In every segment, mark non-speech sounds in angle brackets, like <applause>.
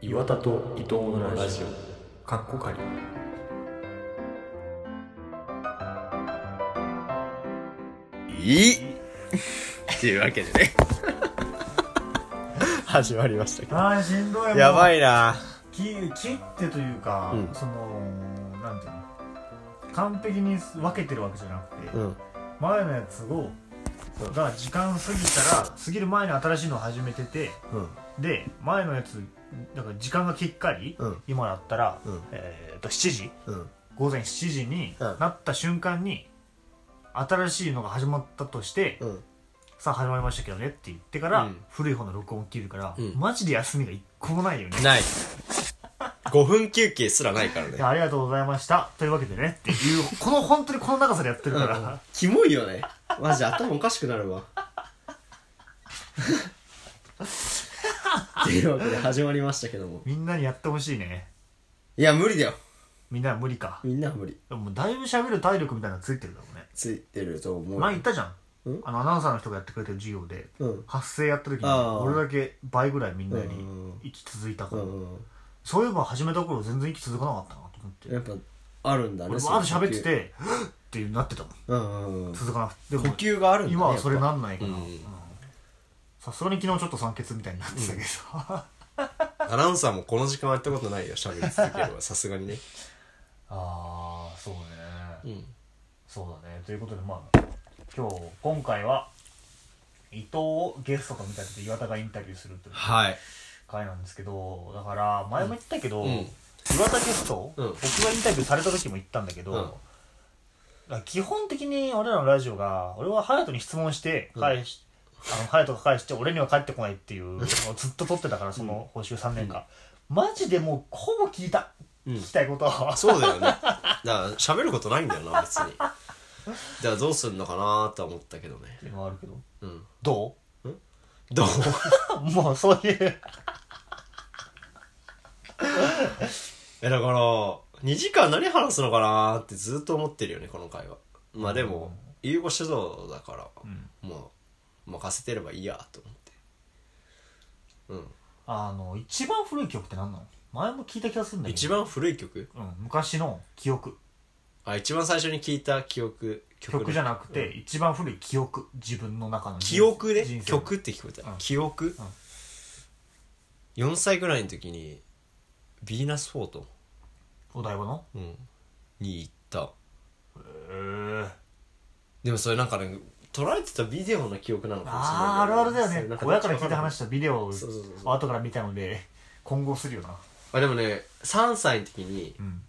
岩田と伊藤のラジオかっこかりいいっていうわけでね <laughs> 始まりましたけどあーしんど <laughs> いやばいいな切切ってというか、うんそのなんていうの完璧に分けてるわけじゃなくて、うん前のやつをが時間過ぎたら過ぎる前に新しいのを始めててうんで前のやつだから時間がきっかり、うん今だったら、うんえー、と7時うん午前7時にうんなった瞬間に、新しいのが始まったとして、うんさあ始まりましたけどねって言ってから、うん古い方の録音を切るから、うんマジで休みが一個もないよねない5分休憩すらないからね <laughs> いやありがとうございましたというわけでねっていうこの本当にこの長さでやってるから、うんキモいよねマジ頭おかしくなるわ <laughs> っていうわけで始まりましたけどもみんなにやってほしいねいや無理だよみんなは無理かみんなは無理でももうだいぶ喋る体力みたいなのついてるだろうねついてると思う前言ったじゃんうんあのアナウンサーの人がやってくれてる授業でうん発声やった時にああ俺だけ倍ぐらいみんなよりうん息続いたかうら、んそういえば始めた頃全然息続かなかったなと思って、やっぱあるんだね俺そものあと喋ってて「はっ!」ってなってたもんうんうんうん続かなくてで呼も吸があるんだね今はそれやっぱなんないからうんうんさすがに昨日ちょっと酸欠みたいになってたけど、 <laughs> アナウンサーもこの時間はやったことないよ喋り続けれ <laughs> ばさすがにねああそうね、うんそうだねということでまあ今日今回は伊藤をゲストと見立てて岩田がインタビューするというはい回なんですけどだから前も言ったけど、うんうん岩田ゲスト、うん僕がインタビューされた時も言ったんだけど、うんだから基本的に俺らのラジオが俺は隼人に質問して返し、あの隼人が返して俺には返ってこないっていうのをずっと撮ってたからその報酬3年間、マジでもうほぼ聞いたうん聞きたいことは、そうだよねだから喋ることないんだよな別にだからどうすんのかなとは思ったけどねっていうのはあるけどうんどうどう <laughs> <laughs> もうそういうえだから2時間何話すのかなってずっと思ってるよねこの回はまあでも言うご指導だから、もう任せてればいいやと思ってうんあの一番古い曲って何なの前も聞いた気がするんだけど一、番古い曲うん、昔の記憶あ一番最初に聞いた記憶曲曲じゃなくて、一番古い記憶自分の中の人生記憶で人生の曲って聞こえた、うん記憶、4歳ぐらいの時にヴィーナスフォート、お台場のうん、に行ったえでもそれなんかね撮られてたビデオの記憶なのかもしれないあああるあるだよそれなねん親から聞いた話したビデオをそうそうそうそう後から見たので混合するよなあでもね3歳の時にうん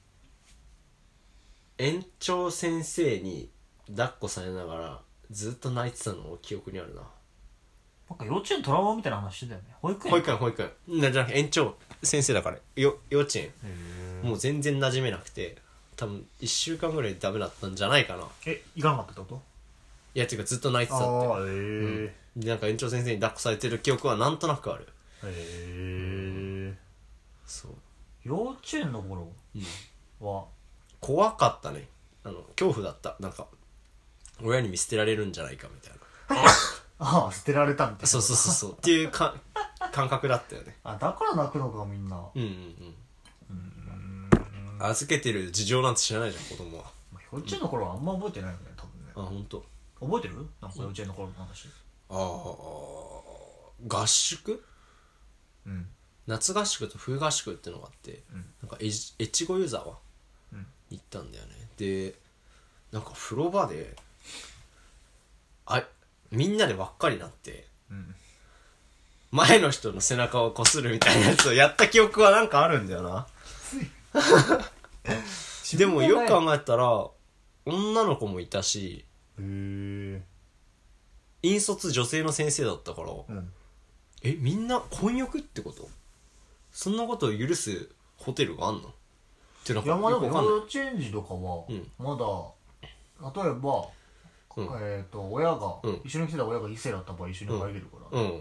園長先生に抱っこされながらずっと泣いてたのを記憶にあるななんか幼稚園トラウマみたいな話してたよね保育園保育園保育園なじゃなくて園長先生だからよ幼稚園へーもう全然馴染めなくて多分1週間ぐらいダメだったんじゃないかないえ行かなかったってことやっていうかずっと泣いてたってあーへでなんか園長先生に抱っこされてる記憶はなんとなくあるえへえそう、幼稚園の頃は怖かったねあの恐怖だったなんか親に見捨てられるんじゃないかみたいなああ捨てられたみたいなそうそうそうそうっていうか感覚だったよねあだから泣くのかみんな、まうんうんうん預けてる事情なんて知らないじゃん子供はあ幼稚園の頃はあんま覚えてないよね多分ねあ本当。覚えてるなんか幼稚園の頃の話ああ合宿うん夏合宿と冬合宿っていうのがあって、うんなんかエジ越後湯沢うん行ったんだよねでなんか風呂場であみんなで輪っかになってうん前の人の背中をこするみたいなやつをやった記憶はなんかあるんだよなでもよく考えたら女の子もいたしへえ引率女性の先生だったから、うんえみんな混浴ってことそんなことを許すホテルがあんのってなんいかやよくまあでもわかんな幼い稚園児とかはうんまだ例えば、うんえっ、と親が、うん一緒に来てた親が異性だった場合一緒に入れるから、うんうん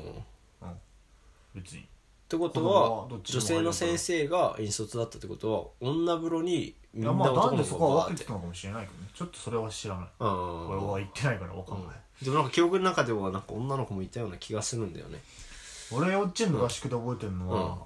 別にってこと子供ははどっちで女性も入れるからの先生が引率だったってことは女風呂にみんいなやまあ男男の女そ子こがはバー分っけててたのかもしれないけどねちょっとそれは知らないうん俺は行ってないから分かんない、でもなんか記憶の中ではなんか女の子もいたような気がするんだよね俺幼稚園の合宿で覚えてるのは、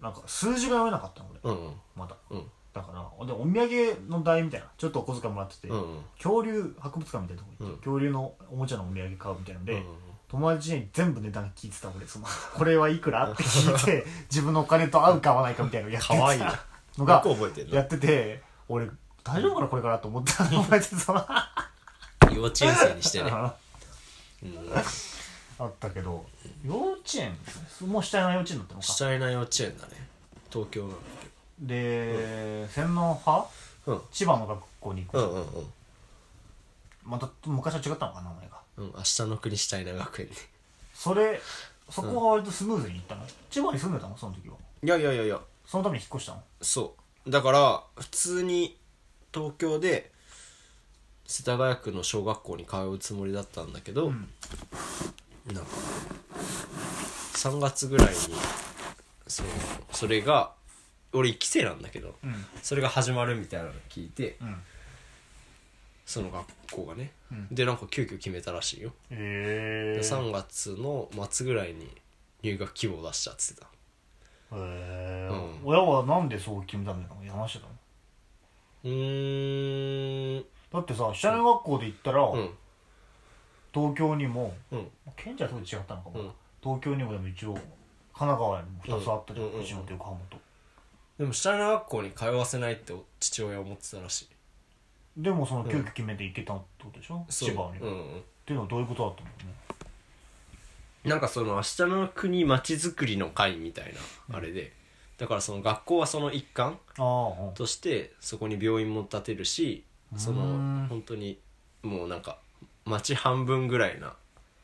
なんか数字が読めなかったの俺うんまだうんだからでお土産の代みたいなちょっとお小遣いもらってて、うんうん恐竜博物館みたいなとこ行って、うん恐竜のおもちゃのお土産買うみたいなので、うん友達に全部値段聞いてた俺その <laughs> これはいくらって聞い <laughs> て自分のお金と合うか合わないかみたいなのやってた可愛いなのよがく覚えてるやなってて俺大丈夫かなこれからと思ったの <laughs> 覚えてそのあ幼稚園生にしてねうんったけど幼稚園もう下の幼稚園だったのか下いな幼稚園だね東京なんだで、洗脳派けど千葉の学校に行く、うんうんうんうんまた昔は違ったのかな名前がうん明日の国したいな学園ねそれそこは割とスムーズにいったの、千葉に住んでたのその時はいやいやいやいやそのために引っ越したのそうだから普通に東京で世田谷区の小学校に通うつもりだったんだけど、んなんか3月ぐらいにそうそれが俺1期生なんだけどうんそれが始まるみたいなの聞いてうんその学校がね、うんでなんか急遽決めたらしいよ、へえ3月の末ぐらいに入学希望出したっつってたへえ、うん親はなんでそう決めたんだろう話してたのうーんだってさ下の学校で行ったら、うん東京にもうん県じゃ当時違ったのかも、うん東京にもでも一応神奈川にも2つあったじゃん、うんうんうんうちのと横浜とでも下の学校に通わせないって父親思ってたらしいでもその急遽決めて行けたってことでしょ、千葉に、うっんていうのはどういうことだったのねなんかその「明日の国まちづくりの会」みたいなあれで、だからその学校はその一環ああうんとしてそこに病院も建てるしそうーのん本当にもうなんか町半分ぐらいな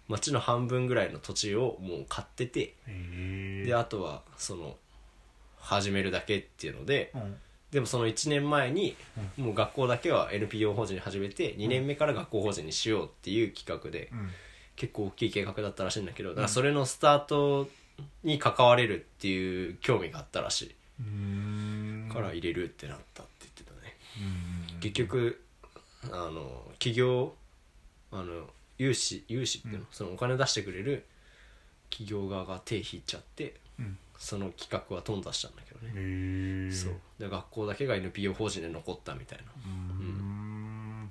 町の半分ぐらいの土地をもう買っててへえであとはその始めるだけっていうのでうんでもその1年前にもう学校だけは NPO 法人に始めて2年目から学校法人にしようっていう企画でうん結構大きい計画だったらしいんだけどだからそれのスタートに関われるっていう興味があったらしうーんいから入れるってなったって言ってたねうん結局あの企業あの融資融資っていうの,、うんそのお金出してくれる企業側が手引いちゃってうんその企画は頓挫したんだけどね、へえそうで学校だけが NPO 法人で残ったみたいなうーん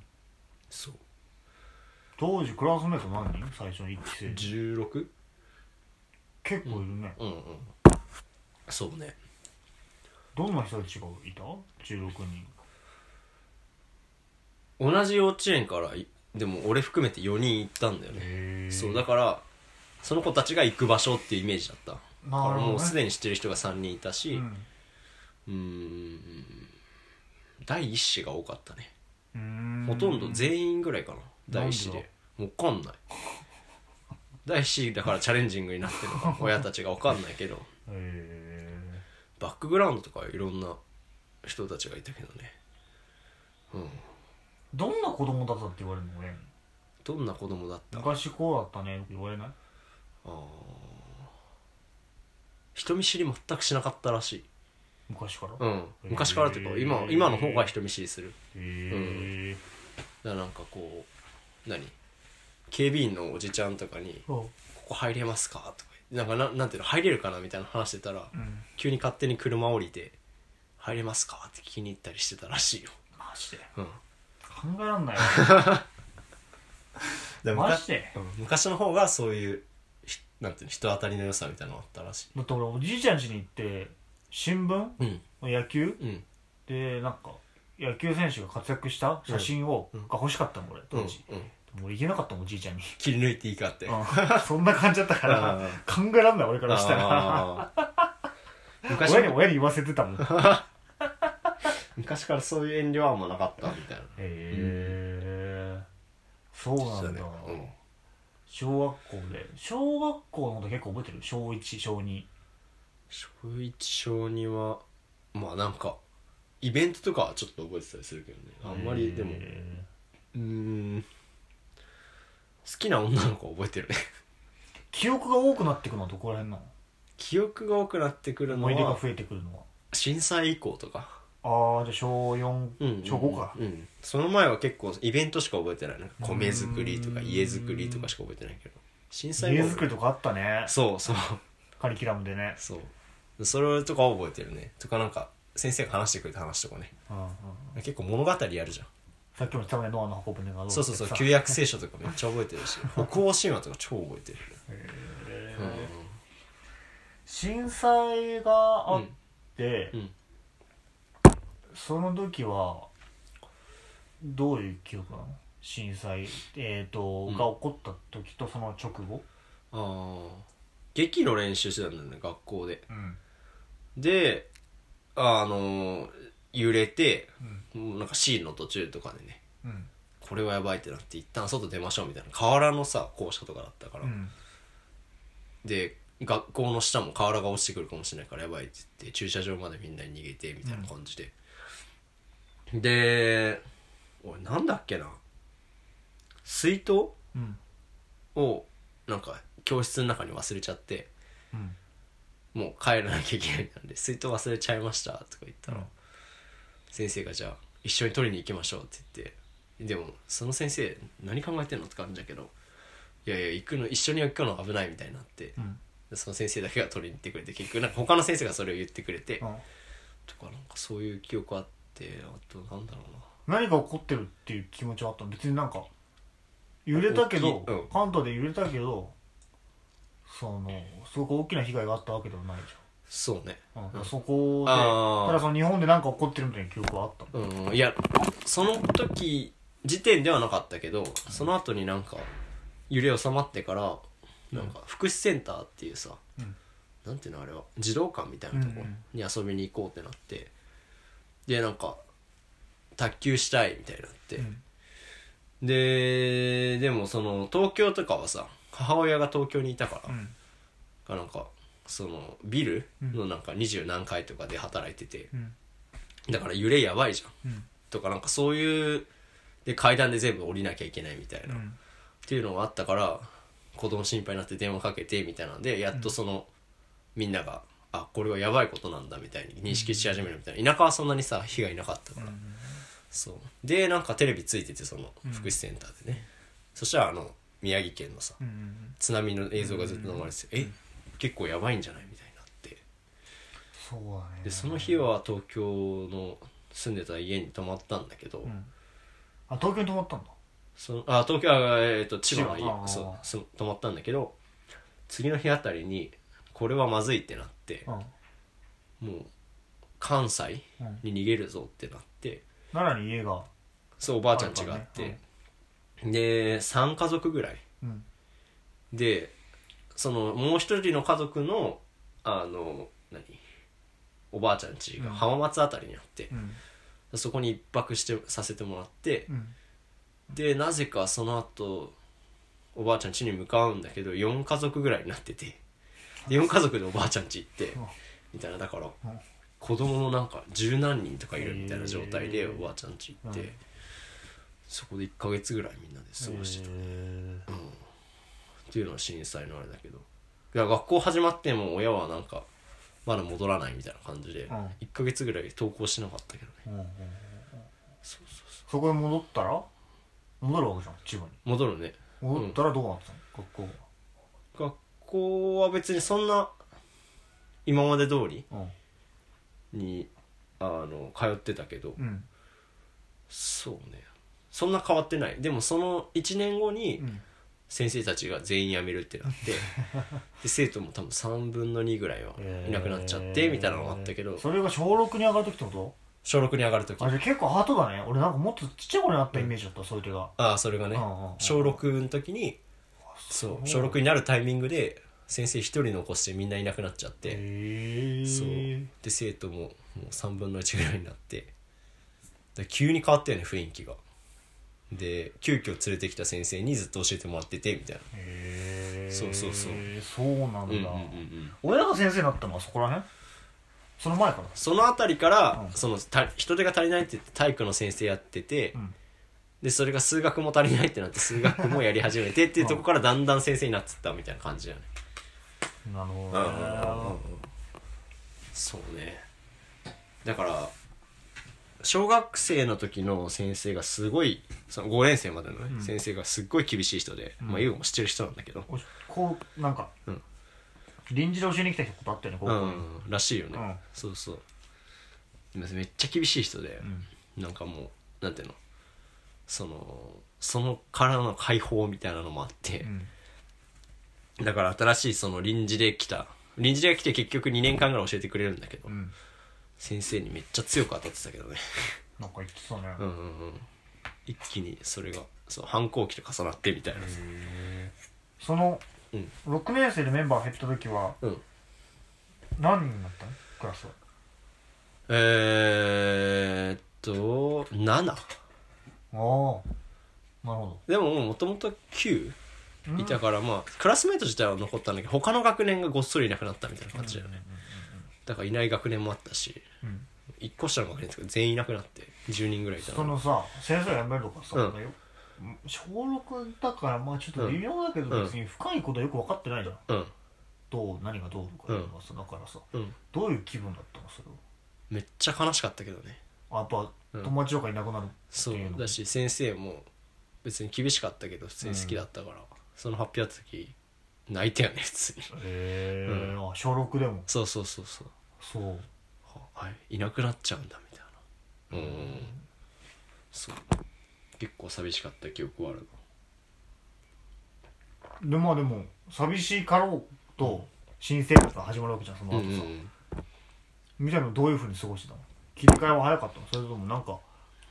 そう当時クラスメート何人最初の1期生 16? 結構いるね、うんうんそうねどんな人たちがいた ?16 人同じ幼稚園からいでも俺含めて4人行ったんだよねへえそうだからその子たちが行く場所っていうイメージだっただかならるほどねもうすでに知ってる人が3人いたしううんんーん第一子が多かったねうーんほとんど全員ぐらいかな第一子なんででわかんない <laughs> 第一子だからチャレンジングになってるのか親たちがわかんないけどへえバックグラウンドとかいろんな人たちがいたけどねうんどんな子供だったって言われるの俺にどんな子供だったあ昔こうだったねって言われないー人見知り全くしなかったらしい昔からうへん昔からっていうかへー今今の方が人見知りするえだからなんかこう何警備員のおじちゃんとかにそ「ここ入れますか?」とかなんかななんていうの入れるかなみたいな話してたらううん急に勝手に車降りて「入れますか?」って聞きに行ったりしてたらしいよ、マジでうん、考えらんないよ <laughs> でマジでうん昔の方がそういうひなんていうの人当たりの良さみたいなのあったらしいだって俺おじいちゃん家に行って新聞うん野球うんでなんか野球選手が活躍した写真を、うんが欲しかったの俺うん当時、うんでも俺言えなかったもんおじいちゃん <laughs> に、切り抜いていいかってうんそんな感じだったからうん考えらんない俺からしたらあー昔親に親に言わせて <laughs> たもんへ昔からそういう遠慮はあんまなかったみたいなえそうなんだ、小学校で小学校のこと結構覚えてる小1小2小1小2はまあなんかイベントとかはちょっと覚えてたりするけどねあんまりでもへえうーん好きな女の子は覚えてるね <laughs> 記憶が多くなってくのはどこら辺なの記憶が多くなってくるの思い出がは増えてくるのは震災以降とかああじゃあ小4、うんうんうん小5かうんその前は結構イベントしか覚えてないなんか米作りとか家作りとかしか覚えてないけど震災家後作りとかあったねそうそうカリキュラムでねそうそれとかは覚えてるねとかなんか先生が話してくれた話とかねうんうん、結構物語やるじゃんさっきも言ったもんねノアの箱舟がどうそうそうそうってさ旧約聖書とかめっちゃ覚えてる <laughs> し北欧神話とか超覚えてる、へうんー震災があって、うんうんその時はどういう記憶なの震災、えーとうんが起こった時とその直後、ああ劇の練習してたんだよね学校でうんであの揺れてうんもうなんかシーンの途中とかでねうんこれはやばいってなって一旦外出ましょうみたいな河原のさ校舎とかだったから、うんで学校の下も瓦が落ちてくるかもしれないからやばいって言って駐車場までみんなに逃げてみたいな感じで、でおいなんだっけな水筒うんをなんか教室の中に忘れちゃってうんもう帰らなきゃいけないなんで水筒忘れちゃいましたとか言ったら、うん先生がじゃあ一緒に取りに行きましょうって言ってでもその先生何考えてんのって感じだけどいやいや行くの一緒に行くの危ないみたいになって、うんでその先生だけが取りに行ってくれて結局なんか他の先生がそれを言ってくれて、うんとかなんかそういう記憶あってあとなんだろうな何が起こってるっていう気持ちはあったの別になんか揺れたけど大、きいうん関東で揺れたけどそのすごく大きな被害があったわけではないじそうねゃん、うんうんそこであーただその日本で何か起こってるみたいな記憶はあったのうんいやその時時点ではなかったけどその後になんか揺れ収まってからなんか福祉センターっていうさ、うんなんていうのあれは児童館みたいなとこに遊びに行こうってなってでなんか卓球したいみたいになって、ででもその東京とかはさ母親が東京にいたから、んがなんかそのビルのなんか二十何階とかで働いてて、うんだから揺れやばいじゃんうんとかなんかそういうで階段で全部降りなきゃいけないみたいな、っんていうのがあったから子供心配になって電話かけてみたいなんでやっとその、みんながあこれはやばいことなんだみたいに認識し始めるみたいな田舎はそんなにさ被害なかったから、そうでなんかテレビついててその福祉センターでね、そしたらあの宮城県のさうん津波の映像がずっと流れてて、え結構やばいんじゃないみたいになってそうだねでその日は東京の住んでた家に泊まったんだけど、うんあ東京に泊まったんだそのあ東京あえっと千葉の千葉あ家ーそうそう泊まったんだけど次の日あたりにこれはまずいってなってうんもう関西うんに逃げるぞってなって奈良に家がそうおばあちゃん家があってで3家族ぐらいうんでそのもう一人の家族のあの何おばあちゃん家が浜松あたりにあってう、んそこに一泊してさせてもらってう、んでなぜかその後おばあちゃん家に向かうんだけど4家族ぐらいになっててで4家族でおばあちゃん家行ってうんみたいなだからうん子供のなんか十何人とかいるみたいな状態へでーおばあちゃん家行っうんてそこで1ヶ月ぐらいみんなで過ごしてへたーっていうのは震災のあれだけどいや学校始まっても親はなんかまだ戻らないみたいな感じでうん1ヶ月ぐらい登校しなかったけどねうんうんうんうんそこへ戻ったら戻るわけじゃん千葉に戻るね戻ったらどうなってたの、学校学校は別にそんな今まで通りはにあの通ってたけど、うんうんそうねそんな変わってないでもその1年後にうん先生たちが全員辞めるってなって <laughs> で生徒も多分3分の2ぐらいはいなくなっちゃってみたいなのがあったけどそれが小6に上がる時ってこ小6に上がる時とあれ結構ハートだね俺なんかもっとちっちゃい頃になったイメージだった、そういう手がああそれがねうんうんうん小6の時にそう小6になるタイミングで先生1人残してみんないなくなっちゃって、へえそうで生徒ももう3分の1ぐらいになってで急に変わったよね雰囲気がで急遽連れてきた先生にずっと教えてもらっててみたいなへえそうそうそうそうなうんだ、んうんうんうん親が先生になったのはそこら辺その前からその辺りから、うんそのた人手が足りないって言って体育の先生やってて、うんでそれが数学も足りないってなって数学もやり始めてっていうとこからだんだん先生になってったみたいな感じだよねなるほうんどうんうんねうんうんそうねだから小学生の時の先生がすごいその5年生までのね、ん先生がすっごい厳しい人で、うんまあ英語も知ってる人なんだけど、こうなんか、うん臨時で教えに来た人だったよね高う校に、んらしいよね、うんそうそうでもめっちゃ厳しい人で、なんかもうなんていうのそのそのからの解放みたいなのもあってう、んだから新しいその臨時で来た臨時で来て結局2年間ぐらい教えてくれるんだけど、うん、先生にめっちゃ強く当たってたけどねなんか言ってたね、うんうんうん一気にそれがそう反抗期と重なってみたいなそのうん6年生でメンバー減った時はうん何人だったのクラスはえー、っと7ああなるほでももともと9どいたからまあクラスメート自体は残ったんだけど他の学年がごっそりいなくなったみたいな感じだよねだからいない学年もあったしうんうん1個下の学年とか全員いなくなって10人ぐらいいたそのさ先生辞めるとかさ、うんだよ小6だからまあちょっと微妙だけどうん別に深いことよく分かってないじゃん、うんどう何がどうとかいうのはさ、だからさうんどういう気分だったのそれはめっちゃ悲しかったけどねあやっぱうん友達とかいなくなるってそういうの、だし先生も別に厳しかったけど普通に好きだったから、その発表やった時泣いたよね普通にへえ、うあ小6でもそうそうそうそうそうあいなくなっちゃうんだみたいなうんそう結構寂しかった記憶はあるのでまあでも寂しいかろうと新生活が始まるわけじゃんその後さ、うんみたいなのどういうふうに過ごしてたの切り替えは早かったのそれともなんか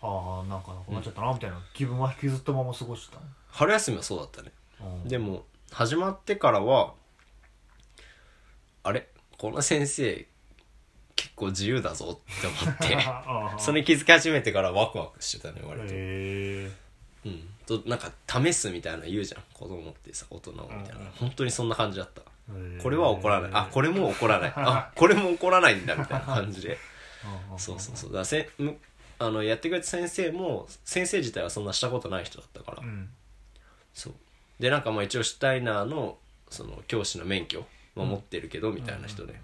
ああなんかなくなっちゃったなみたいな気分は引きずったまま過ごしてた春休みはそうだったねの、うんでも始まってからはあれこの先生結構自由だぞって思って <laughs> <laughs> ああそれに気づき始めてからワクワクしてたね割と、へえうんとなんか試すみたいな言うじゃん子供ってさ大人をみたいな、うんうん本当にそんな感じだったこれは怒らないあこれも怒らないあ <laughs> これも怒らないんだみたいな感じでそうそうそうだからせむあのやってくれた先生も先生自体はそんなしたことない人だったから、うんそうでなんかまあ一応シュタイナーのその教師の免許は持ってるけどみたいな人で、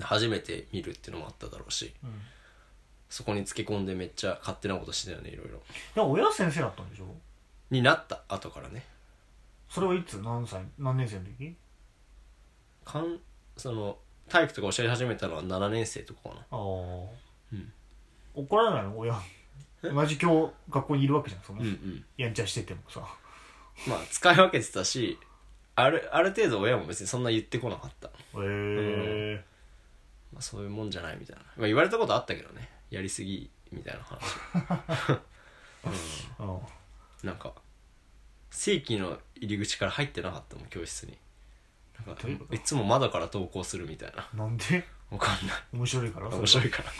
初めて見るっていうのもあっただろうしうんうんそこにつけ込んでめっちゃ勝手なことしてたよねいろいろでも親先生だったんでしょになった後からねそれはいつ何歳何年生の時かんその体育とか教え始めたのは7年生とかかなああ、うん怒らないの親同じ今日学校にいるわけじゃんその、うんうんやんちゃしててもさまあ使い分けてたしあるある程度親も別にそんな言ってこなかった、へえまあ、そういうもんじゃないみたいな、まあ、言われたことあったけどねやりすぎみたいな話うんなんか正規の入り口から入ってなかったもん教室になんかどういうこといつも窓から登校するみたいななんでわかんない面白いから面白いいから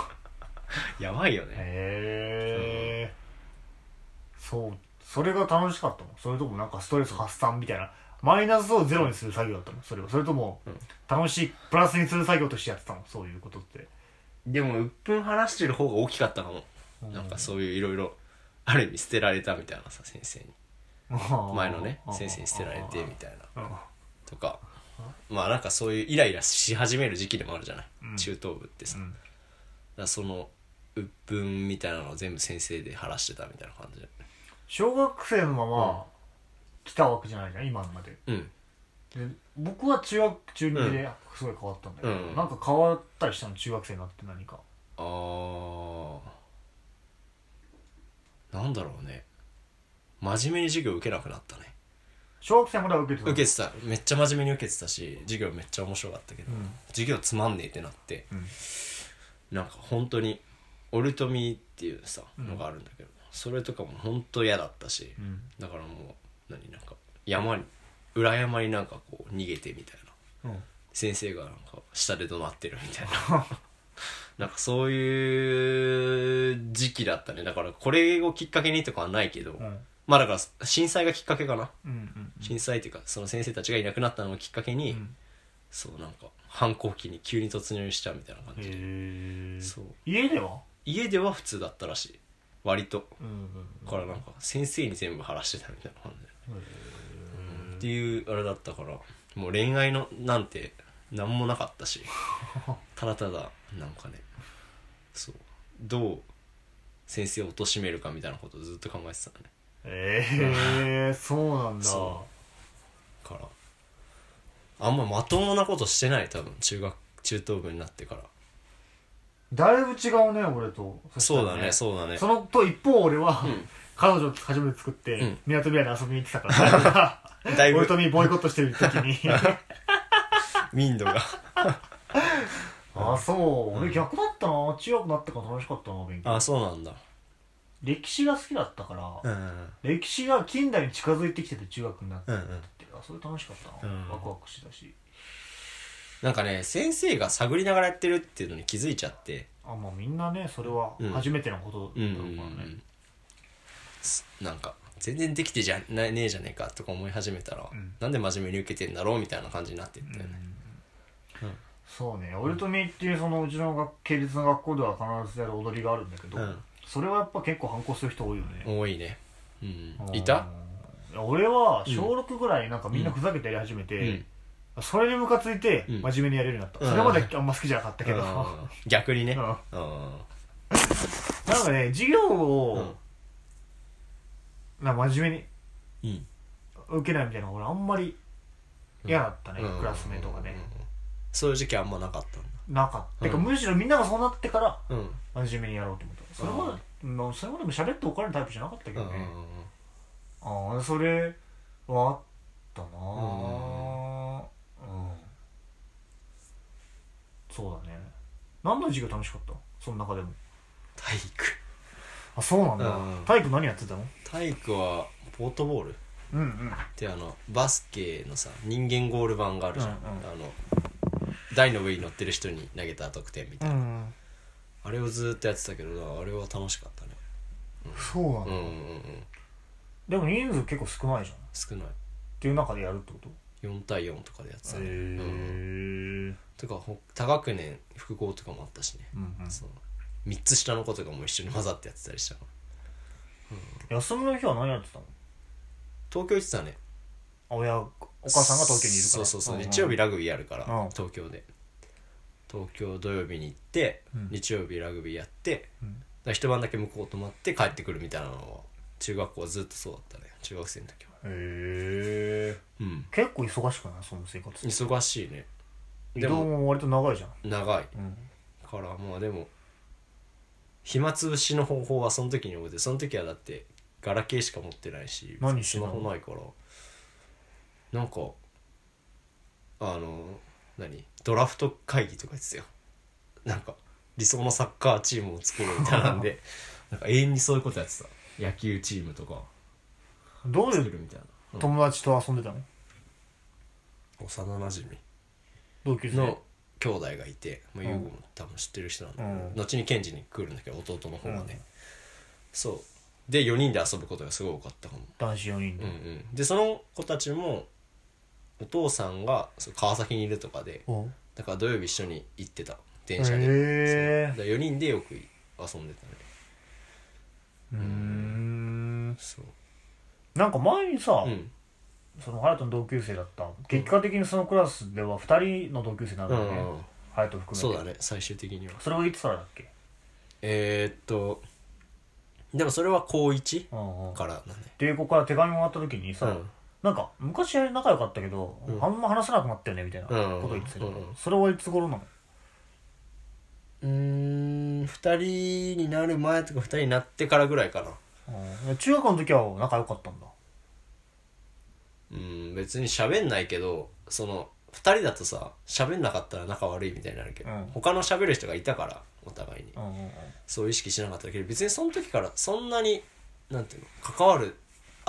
<laughs> やばいよねへえそうそれが楽しかったのそれともなんかストレス発散みたいなマイナスをゼロにする作業だったのそれはそれともうん楽しいプラスにする作業としてやってたのそういうことってでも鬱憤話してる方が大きかったかも、うんなんかそういういろいろある意味捨てられたみたいなさ先生に <laughs> 前前のね先生に捨てられてみたいなうんとかまあなんかそういうイライラし始める時期でもあるじゃない、うん中等部ってさ、うだかんらその鬱憤みたいなのを全部先生で晴らしてたみたいな感じで小学生のまうんま来たわけじゃないじゃん今までうんで僕は中学中2ですごい変わったんだけど、うんなんか変わったりしたの中学生になって何かあーなんだろうね真面目に授業受けなくなったね小学生までは受けてた受けてためっちゃ真面目に受けてたし授業めっちゃ面白かったけど、うん授業つまんねえってなって、うんなんか本当にオルトミーっていうさうんのがあるんだけど、それとかも本当嫌だったし、うんだからもう何なんか山に裏山になんかこう逃げてみたいなうん先生がなんか下で怒鳴ってるみたい <laughs> ななんかそういう時期だったねだからこれをきっかけにとかはないけど、うんまあだから震災がきっかけかな、うんうん震災っていうかその先生たちがいなくなったのをきっかけに、うんそうなんか反抗期に急に突入しちゃうみたいな感じで、へえそう家では家では普通だったらしい割とうんうんだからなんか先生に全部晴らしてたみたいな感じでうんっていうあれだったからもう恋愛のなんて何もなかった <laughs> しただただなんかねそうどう先生を貶としめるかみたいなことをずっと考えてたのね <laughs> ええそうなんだそからあんままともなことしてない多分中学中等部になってからだいぶ違うね俺とそうだねそうだねそのと一方俺は、ん彼女と初めて作って、うんみなとみらいに遊びに来たから <laughs> だいぶ俺とみボイコットしてる時 <laughs> に民度 <laughs> があそう俺逆だったな中学になってから楽しかったな勉強あそうなんだ歴史が好きだったから、うんうん歴史が近代に近づいてきてて中学になってうんうんって、あそれ楽しかったな、うんワクワクしてたしなんかね先生が探りながらやってるっていうのに気づいちゃってあまあみんなねそれはうん初めてのことうんだうろんうからね、うんすなんか全然できてじゃないねえじゃねえかとか思い始めたら、うんなんで真面目に受けてんだろうみたいな感じになってったよね、うんそうね俺とみっていうそのうちの学系立の学校では必ずやる踊りがあるんだけど、うんそれはやっぱ結構反抗する人多いよね、多いねうんうんいたいや俺は小6ぐらいなんかみんなふざけてやり始めうてん、それにムカついてうん真面目にやれるようになった、うんそれまであんま好きじゃなかったけど、うん逆にねううんんうん <laughs> なんかね授業うをん、なんか真面目にうん受けないみたいなの俺あんまり嫌だったね、うんクラスメートがね、そういう時期あんまなかったんだなかった、てかうんむしろみんながそうなってからうん真面目にやろうと思ったそれまで、まあそれまでも喋って怒られるタイプじゃなかったけうどんね、ああそれはあったなあうん、そうだね何の授業楽しかったその中でも体育あそうなんだ、うん体育何やってたの体育はポートボールっうんうんてあのバスケのさ人間ゴール版があるじゃん、うんうんあの台の上に乗ってる人に投げた得点みたいな、うんあれをずーっとやってたけどあれは楽しかったねそうなんうだ、んうんうんでも人数結構少ないじゃんっ少ないていう中でやるってこと4対4とかでやってたね、うん、えとかほ多学年複合とかもあったしね、その3つ下の子とかも一緒に混ざってやってたりしたの休みの日は何やってたの東京行ってたねあ親お母さんが東京にいるかそらうそうそう、日曜日だラグビーやるから、うん東京で東京土曜日に行って、うん日曜日ラグビーやって、うんだから一晩だけ向こう泊まって帰ってくるみたいなのは中学校はずっとそうだったね中学生の時はへえうん結構忙しくないその生活忙しいね移で動もも割と長いじゃん長いうんからまあでも暇つぶしの方法はその時に覚えてその時はだってガラケーしか持ってないし何してスたマのホないからなんかあの何ドラフト会議とかですよなんか理想のサッカーチームを作るみたいなん <laughs> でなんか永遠にそういうことやってた野球チームとかどうい作うるみたいな、友達と遊んでたのうん幼なじみ同級生の兄弟がいて、まあ、ユーゴも多分知ってる人なんだけど、うん後にケンジに来るんだけど弟の方がね、うんそうで4人で遊ぶことがすごい多かったかも、男子4人うでんうん、でその子たちもお父さんがそう川崎にいるとかでおだから土曜日一緒に行ってた電車で、へそうだ4人でよく遊んでたねえうんそうなんか前にさうんその隼人の同級生だった結果的にそのクラスでは2人の同級生なんうだんようねんうん隼人含めてそうだね最終的にはそれはいつからだっけえー、っとでもそれは高1うんうんからだねっていう子から手紙もらった時にさ、うんなんか昔は仲良かったけど、うんあんま話さなくなったよねみたいなこと言ってたけど、うんうんそれはいつ頃なのうーん2人になる前とか2人になってからぐらいかなうん中学校の時は仲良かったんだうん別に喋んないけどその2人だとさ喋んなかったら仲悪いみたいになるけど、うん他の喋る人がいたからお互いにうんうんうんそう意識しなかったけど別にその時からそんなになんていうの関わる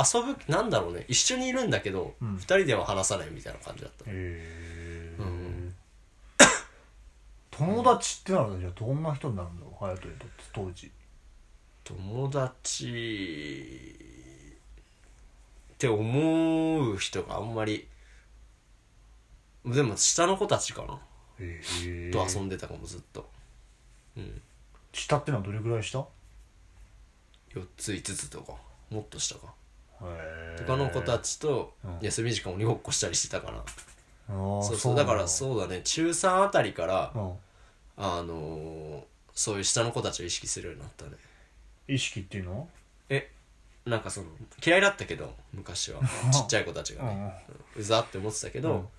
遊ぶなんだろうね一緒にいるんだけど、う二ん2人では話さないみたいな感じだったへえ、うん友達ってなるとじゃあどんな人になるんだろう隼人にとって当時友達って思う人があんまりでも下の子たちかなへと遊んでたかもずっと、うん下ってのはどれぐらい下へ4つ5つとかもっと下かえ他の子たちちとうん休み時間鬼ごっこしたりしてたから、あーそうそうだからうそうだね中3あたりから、なんだ、あのーそういう下の子たちを意識するようになったねうん、意識っていうのえなんかその <laughs> 嫌いだったけど昔はちっちゃい子たちがね、うざって思ってたけど、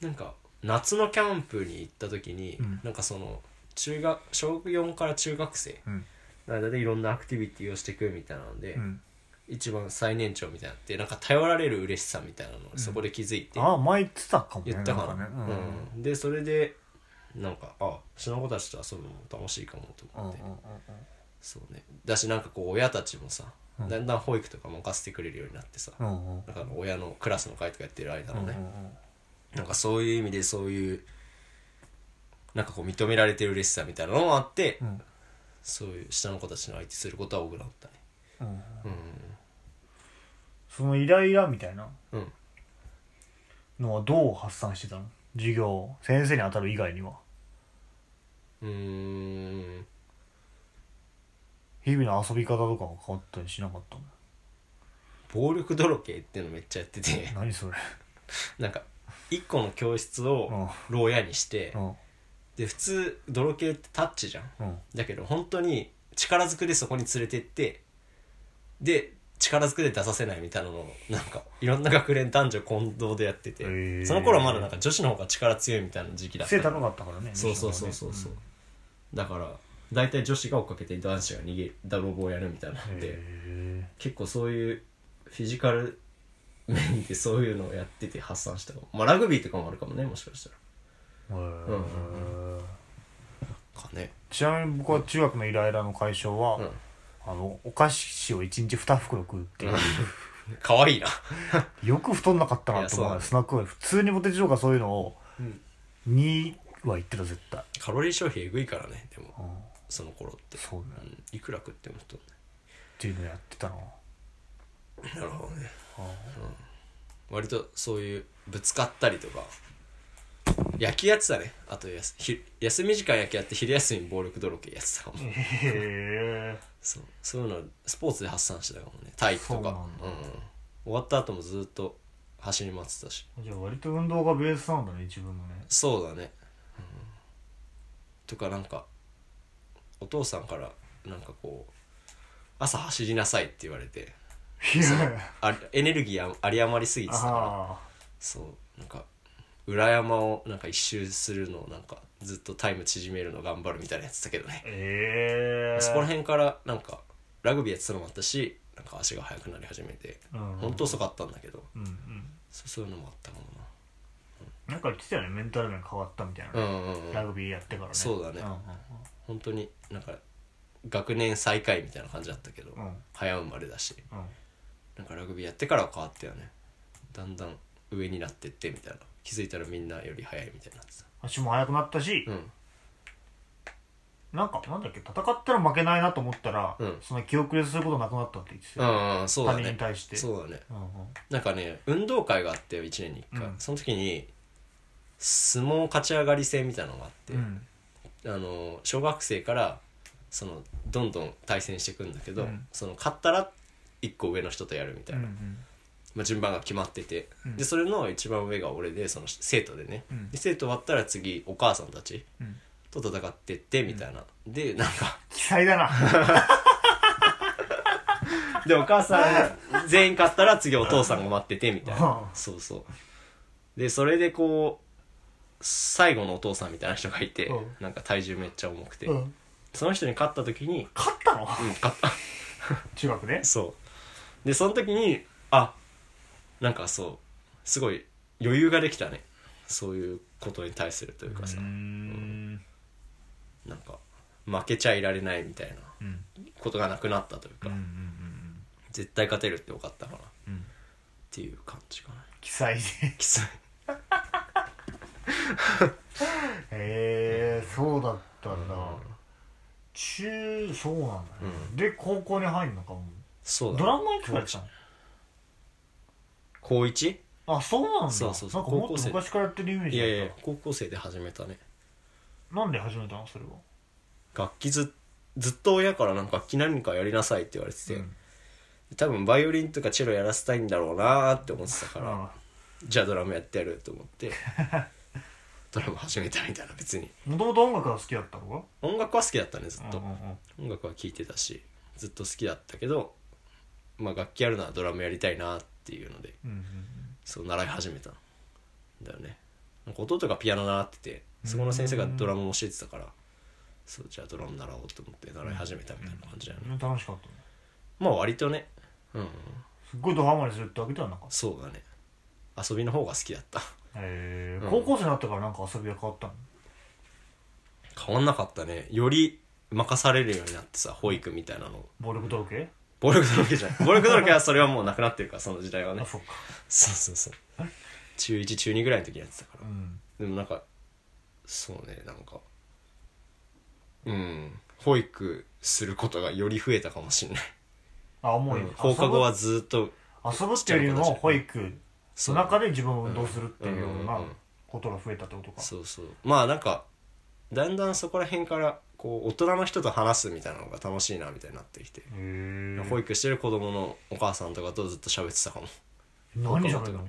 なんか夏のキャンプに行った時に、うんなんかその中学小4から中学生うんの間でいろんなアクティビティをしていくみたいなので、うん一番最年長みたいなのってなんか頼られる嬉しさみたいなのをそこで気づいて、ああ前言ってたかもね言ったかななんかねうんでそれでなんかあ下の子たちと遊ぶのも楽しいかもとうん思うんって、うんうんそうねだしなんかこう親たちもさ、うんだんだん保育とか任せてくれるようになってさ、うんうんなんか親のクラスの会とかやってる間のね、うんうんうんなんかそういう意味でそういうなんかこう認められてる嬉しさみたいなのもあって、うんそういう下の子たちの相手することは多くなったねうんそのイライラみたいなうんうんのはどう発散してたの授業先生に当たる以外にはうーん日々の遊び方とかは変わったりしなかったの暴力泥系っていうのめっちゃやってて <laughs> 何それなんか一個の教室を牢屋にして、うんうんで普通泥系ってタッチじゃんうんだけど本当に力ずくでそこに連れてってで力ずくで出させないみたいなのをなんかいろんな学年男女混同でやってて、へーその頃はまだなんか女子の方が力強いみたいな時期だった背高かったからねそうそうそうそうそう、だから大体女子が追っかけて男子が逃げるダブボをやるみたいなのへでえ結構そういうフィジカル面でそういうのをやってて発散したかもまあラグビーとかもあるかもねもしかしたらへんえかねちなみに僕は中学のイライラの解消は、うんあのお菓子を1日2袋食うっていう、かわいいな <laughs> よく太んなかったなといや思そううスナックは普通にポテチとかそういうのをうん2は言ってた絶対、カロリー消費えぐいからねでもうん、その頃ってそうねうんいくら食っても太んっていうのやってたなないなるほどねあ割とそういうぶつかったりとか野球やってたねあとやすひ休み時間野球やって昼休みに暴力泥系やってたかもへえそうそういうのスポーツで発散してたかもね体育とそうかなんだうん終わった後もずっと走り回ってたしじゃあ割と運動がベースなんだね自分もねそうだね、うんとかなんかお父さんからなんかこう朝走りなさいって言われていやあエネルギーああり余りすぎてたから <laughs> あそうなんか裏山をなんか一周するのをなんかずっとタイム縮めるの頑張るみたいなやつだけどね、ええそこら辺からなんかラグビーやってたのもあったしなんか足が速くなり始めて、うんほんと遅かったんだけどうんうんそそういうのもあったかもなんか言ってたよねメンタル面変わったみたいな、なうんうんうんラグビーやってからねそうだねんうん本当になんか学年最下位みたいな感じだったけど、うん早生まれだしうんうんなんかラグビーやってからは変わったよねだんだん上になってってみたいな気づいたらみんなより早いみたいになってた足も速くなったし、うんなんかなんだっけ戦ったら負けないなと思ったら、うんそんな気遅れすることなくなったって言ってたうよ、んうんそうだ他人ねに対してそうだねうんうんなんかね運動会があって1年に1回、うんその時に相撲勝ち上がり戦みたいなのがあって、うんあの小学生からそのどんどん対戦していくんだけど、うんその勝ったら1個上の人とやるみたういんうな、んまあ、順番が決まってて、うんでそれの一番上が俺でその生徒でね、うんで生徒終わったら次お母さんたちうんと戦ってってみたいな、でなんか奇 <laughs> 才だなでお母さん全員買ったら次お父さんが待っててみたいなそうそうでそれでこう最後のお父さんみたいな人がいて、うんなんか体重めっちゃ重くて、うんその人に勝った時に勝ったのうん勝った中学ねそうでその時にあなんかそうすごい余裕ができたねそういうことに対するというかさ、んなんか負けちゃいられないみたいなうんことがなくなったというか、うんうんうん絶対勝てるって分かったからっうんていう感じかな奇才できついへえそうだったんだ、中そうなんだね、で高校に入るのかもそうだドラマいつからやってたの高 1? あそうなんだそうそうそうなんかもっ高校と生昔からやってるイメーいジだやっいたや高校生で始めたねなんで始めたのそれは楽器ずずっと親からなんか楽器何かやりなさいって言われてて、うん多分バイオリンとかチェロやらせたいんだろうなーって思ってたから、あじゃあドラムやってやると思って <laughs> ドラム始めたみたいな別にもともと音楽が好きだったの音楽は好きだったねずっかと、うんうんうん音楽は聴いてたしずっと好きだったけど、まあ、楽器やるならドラムやりたいなっていうのでうんうんうんそう習い始めたんだよねなんか弟がピアノ習っててそこの先生がドラムを教えてたからそうじゃあドラム習おうと思って習い始めたみたいな感じだよね楽しかったねまあ割とねうんすっごいドハマりするってわけではなかったそうだね遊びの方が好きだったへえうん高校生になってからなんか遊びが変わったの変わんなかったねより任されるようになってさ保育みたいなのを暴力統計暴力だら <laughs> けじゃない暴力だらけはそれはもうなくなってるからその時代はねあそっかそうそうそう中1中2ぐらいの時にやってたからうんでもなんかそうねなんかうん保育することがより増えたかもしれない、あ思うようん放課後はずっと遊ぶっていうよりも保育そのう中で自分を運動するっていうよううなんうんうんことが増えたってことかそうそうまあなんかだんだんそこら辺からこう大人の人と話すみたいなのが楽しいなみたいになってきて、へえ保育してる子供のお母さんとかとずっと喋ってたかも何じゃないの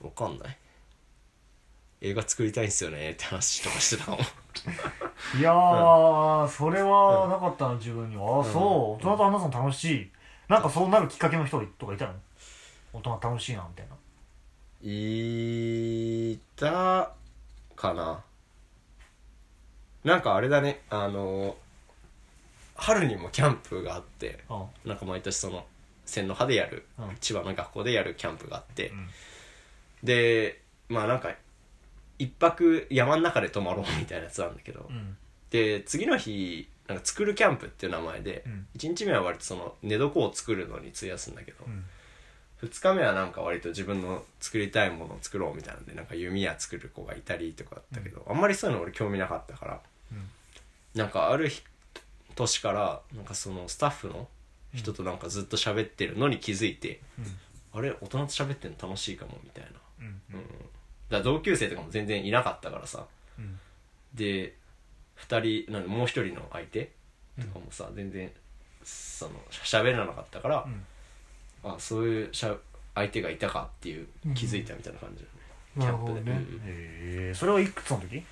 わかん <laughs> ない映画作りたいんすよねって話とかしてたかもいやー、それはなかったな、自分には。ああ、そう。大人と話すの楽しい。なんかそうなるきっかけの人とかいたの大人楽しいな、みたいな。いたかななんかあれだねあの春にもキャンプがあってあなんか毎年その千の葉でやる、うん千葉の学校でやるキャンプがあって、うんでまあなんか一泊山の中で泊まろうみたいなやつなんだけど、うん。で次の日なんか作るキャンプっていう名前で、うん一1日目は割とその寝床を作るのに費やすんだけど、うん。 2日目はなんか割と自分の作りたいものを作ろうみたいなんでなんか弓矢作る子がいたりとかだったけど、あんまりそういうの俺興味なかったから、うんなんかある日年からなんかそのスタッフの人となんかずっと喋ってるのに気づいて、あれ大人と喋ってるの楽しいかもみたいな、うん。うん、だから同級生とかも全然いなかったからさうん。で2人なんでもう1人の相手とかもさ、全然その喋らなかったから、あそういうしゃ相手がいたかっていう気づいたみたいな感じ、うん。キなャンるほプどで、ねうん。へえ、それはいくつの時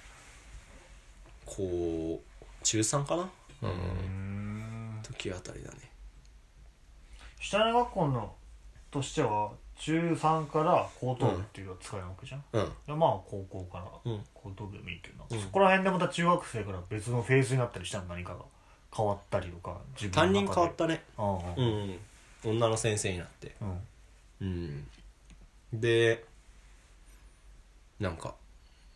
こう中3かなうん、ん。時あたりだね下の学校のとしては、中3から高等部っていう扱いなわけじゃん。うんいやまあ高校からうん高等部でもいいけどな、うんそこら辺でまた中学生から別のフェーズになったりしたの何かが変わったりとか自担任分の変中わでったねああうん女の先生になってうんうんでなんか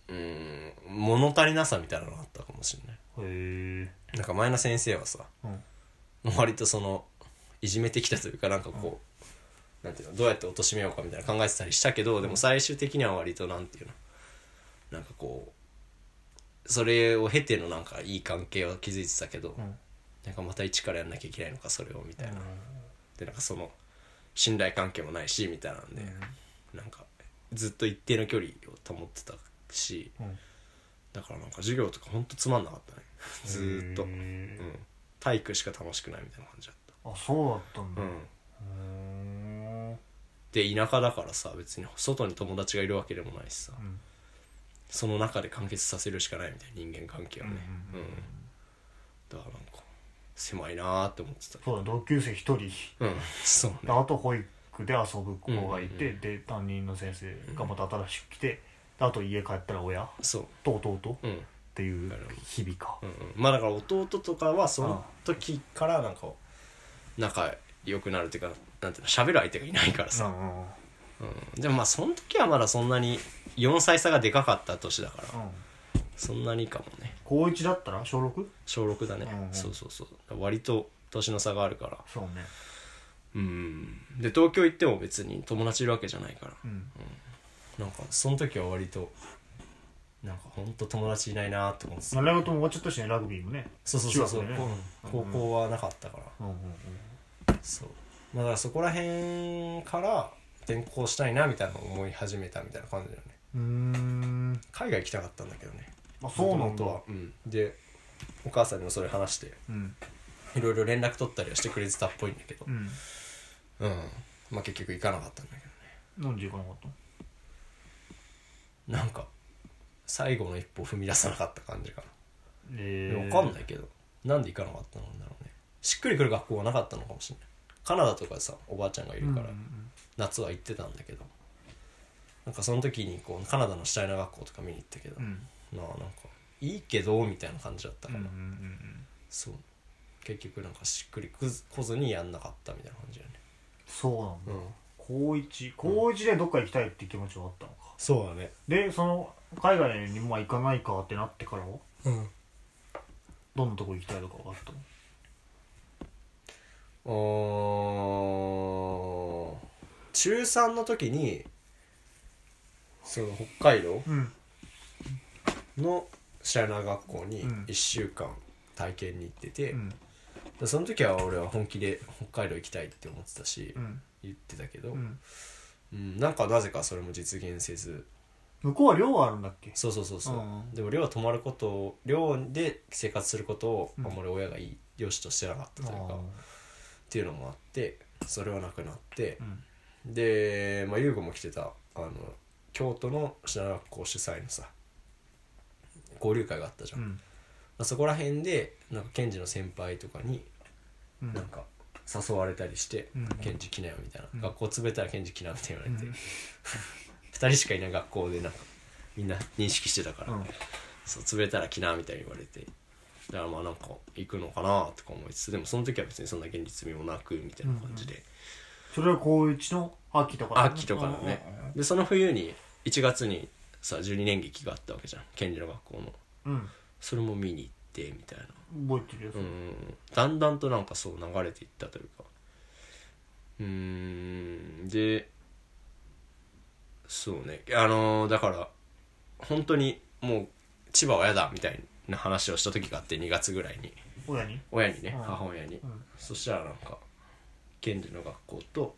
うん物足りなさみたいなのがあったかもしれないへえなんか前の先生はさうん割とそのいじめてきたというかなんかこう、なんていうのどうやって貶としめようかみたいな考えてたりしたけどでも最終的には割となんていうのなんかこうそれを経てのなんかいい関係は築いてたけど、うんなんかまた一からやんなきゃいけないのかそれをみたいな、でなんかその信頼関係もないしみたいなんで、なんかずっと一定の距離を保ってたしうんだからなんか授業とかほんとつまんなかったねずーっと、へうん、え体育しか楽しくないみたいな感じだっあそうだったんただううんんで田舎だからさ別に外に友達がいるわけでもないしさうんその中で完結させるしかないみたいな人間関係はねうんうんうんだからなんか狭いなーって思ってたそうだ同級生一人 <laughs> うんそうでねあと保育で遊ぶ子がいて、うんで担任の先生がまた新しく来て、であと家帰ったら親そと弟ううんうんっていう日々か、うんまあだから弟とかはその時からなんか仲良くなるっていうかなんていうの喋る相手がいないからうさ、んうんうんうん、でもまあその時はまだそんなに4歳差がでかかった年だからうんそんなにかもね高1だったら小 6? 小6だね、うんうんそうそうそう割と年の差があるからそうねうんで東京行っても別に友達いるわけじゃないからうんなんかその時は割となんかほんと友達いないなって思ってたまあ、ラグとも終わっちゃったしねラグビーもねそうそうそうそう、中学こね高校はなかったから、うんうんそうまあだからそこら辺から転校したいなみたいなのを思い始めたみたいな感じだよねうんうーん海外行きたかったんだけどねあそうなん元だ々はうんでお母さんにもそれ話してうんいろいろ連絡取ったりはしてくれてたっぽいんだけどうんうん、まあ結局行かなかったんだけどねなんで行かなかったのなんか最後の一歩を踏み出さなかった感じかな、えー、わかんないけどなんで行かなかったのなんだろうねしっくりくる学校はなかったのかもしれないカナダとかさおばあちゃんがいるうんかうんら、夏は行ってたんだけどなんかその時にこうカナダのシュタイナー学校とか見に行ったけど、うんまあなんかいいけどみたいな感じだったうかんうら、んうんそう結局なんかしっくりくずこずにやんなかったみたいな感じだよねそうなんだうん高一高一でどっか行きたいって気持ちはあったのかそうだねでその海外にも行かないかってなってからはうんどんなとこ行きたいとか分かったのお中3の時にその北海道うんのシャイナー学校にうん1週間体験に行ってて、うんでその時は俺は本気で北海道行きたいって思ってたし、うん言ってたけど、ううんんなんかなぜかそれも実現せず向こうは寮があるんだっけそうそうそうそう、うんでも寮は泊まることを寮で生活することをあんまり親がいい、良しとしてなかったというか、っていうのもあってそれはなくなってう、んで、まあ、優吾も来てたあの京都の品川学校主催のさ交流会があったじゃ、うんまんあ、そこら辺でなんか賢治の先輩とかにうんなんか誘われたりしてうん「賢治来なよ」みたいな、うん学校潰れたら賢治来なって言われて、うん <laughs> 2人しかいない学校でなんかみんな認識してたから、うんそう潰れたら来なみたいに言われてだからまあなんか行くのかなとか思いつつでもその時は別にそんな現実味もなくみたいな感じで、それは高一の秋とかだね秋とかのねでその冬に1月にさ12年劇があったわけじゃん賢治の学校のうんそれも見に行ってみたいな覚えてるようんうんうんだんだんとなんかそう流れていったというかうーんでそうねあのーだから本当にもう千葉は嫌だみたいな話をした時があって2月ぐらいに親に親にねうん母親にうんそしたらなんか賢治の学校と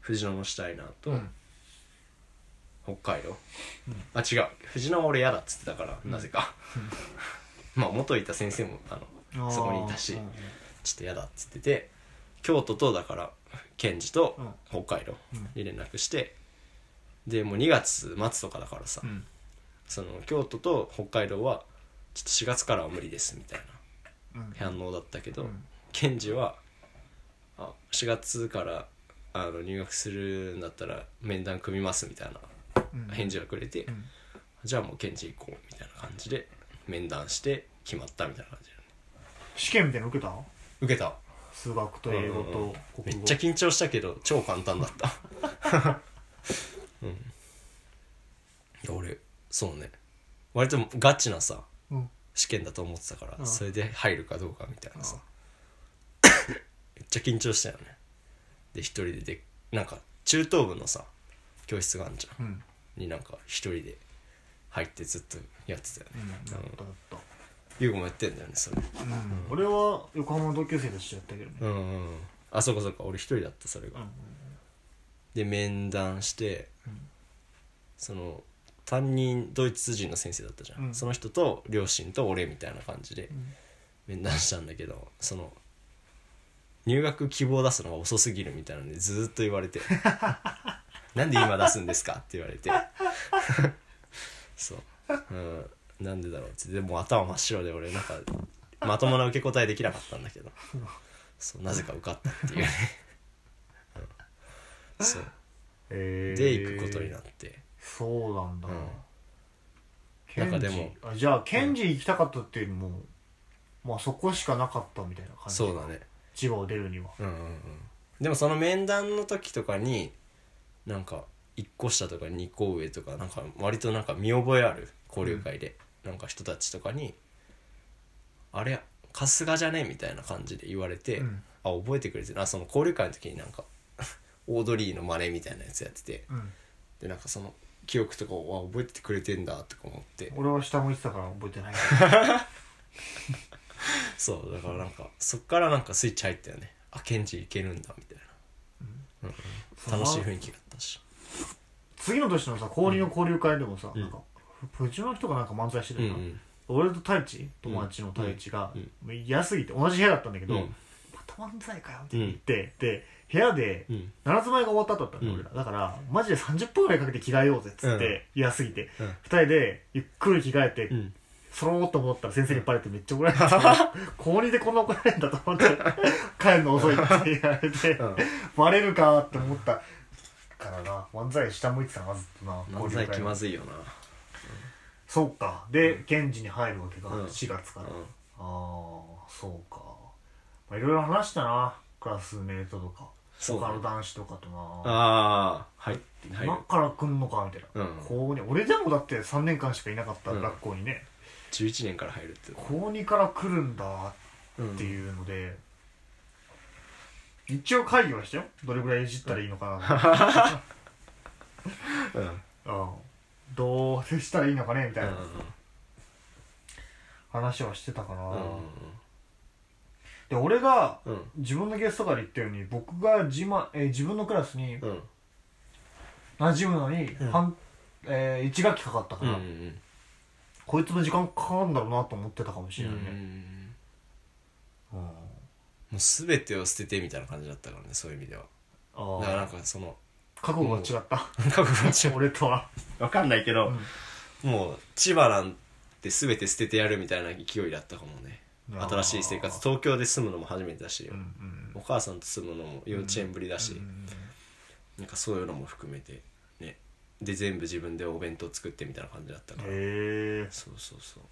藤野のシュタイナーと、北海道、あ違う藤野は俺嫌だっつってたから、なぜか <laughs> まあ元いた先生もあのそこにいたし、うんちょっと嫌だっつってて京都とだから賢治と北海道うんに連絡して、でもう2月末とかだからさ、うんその京都と北海道はちょっと4月からは無理ですみたいなうん反応だったけど、うん賢治はあ4月からあの入学するんだったら面談組みますみたいうんな返事がくれて、うんじゃあもう検事行こうみたいな感じで面談して決まったみたいな感じだね試験みたいなの受けた受けた数学と英語うんうんうんと国語めっちゃ緊張したけど超簡単だった <laughs> うんいや俺そうね割とガチなさうん試験だと思ってたから、うんそれで入るかどうかみたいなさ、うん <coughs> めっちゃ緊張したよねで一人ででなんか中等部のさ教室があるじゃんうんうんになんか一人で入ってずっとやってたよねだっただった優子もやってんだよねそれうん俺は横浜の同級生としてやったけどねうんうんうんあそうかそうか俺一人だったそれが、で面談して、うんその担任ドイツ人の先生だったじゃん、うんその人と両親と俺みたいな感じでん面談したんだけど、その入学希望出すのが遅すぎるみたいなのでずーっと言われ <laughs> て「なんで今出すんですか?」って言われて <laughs> そう、うん、なんでだろうってでもう頭真っ白で俺なんかまともな受け答えできなかったんだけ <laughs> どそうなぜか受かったっていうね、うんそうへーで行くことになって、そうなんだうんケンジなんかでもあじゃあケンジ行きたかったっていうよりもまあそこしかなかったみたいな感じそうだね千葉を出るにはうんうんうんでもその面談の時とかになんか1個下とか2個上とかなんか割となんか見覚えある交流会で、なんか人たちとかに「あれ春日じゃね?」みたいな感じで言われて、うんあ覚えてくれてるあその交流会の時になんか <laughs> オードリーの真似みたいなやつやっててうんでなんかその記憶とかをあ覚えててくれてんだとか思って俺は下向いてたから覚えてないけそうだからなんかそっからなんかスイッチ入ったよねあケンジいけるんだみたいどな <laughs> 楽しい雰囲気だったし次の年のさ氷の交流会でもさ、んなんか藤巻とかなんか漫才してうたんうよな、ん俺と太一友達の太一が、うんもう嫌すぎて同じ部屋だったんだけど、うんまた漫才かよってう言っんて、で部屋でうん七つ前が終わった後だったんだよ、うん俺らだからマジで30分ぐらいかけて着替えようぜっつって、うん嫌すぎて、うん二人でゆっくり着替えて、うんそろーっと戻ったら先生にバレてめっちゃ怒られた <laughs> 氷でこんな怒られるんだと <laughs> 思って帰るの遅いって言われて、んバレるかーって思ったからな漫才下向いてたなずっとな漫才気まずずいよなそうかで検事に入るわけか、うん4月から、うんああそうかまあいろいろ話したなクラスメートとかそう他だねの男子とかとなああはい入る今から来んのかみたいな、うん高2俺でもだって3年間しかいなかった、うん学校にね11年から入るって高2から来るんだうんっていうので、一応会議はしたよどれぐらいいじったらいいのかな、うんうん、どう接したらいいのかねみたいな話はしてたかな、で俺がうんうん自分のゲストとかで言ったように僕が自,、まえー自分のクラスにうん馴染むのにうん半、え1学期かかったかうんうら、んこいつも時間かかるんだろうなと思ってたかもしうれないね、んうんもう全てを捨ててみたいな感じだったからねそういう意味ではあだからなあんかその覚悟が違った覚悟が違う <laughs> 俺とは分かんないけどうんもう千葉なんて全て捨ててやるみたいな勢いだったかもね <laughs> 新しい生活東京で住むのも初めてだしうんうんお母さんと住むのも幼稚園ぶりだしうんなんかそういうのも含めてねで全部自分でお弁当作ってみたいな感じだったからへえそうそうそう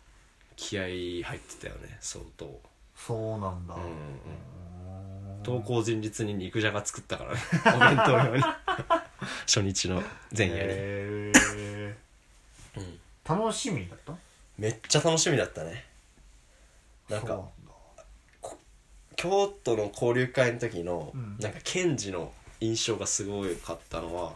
気合い入ってたよね相当そうなんだ、うんうんうん投稿前日に肉じゃが作ったからね <laughs> お弁当 <laughs> 用に初日の前夜に、へえうん、楽しみだっためっちゃ楽しみだったねなんそうか京都の交流会の時の、うんなんか賢治の印象がすごかったのは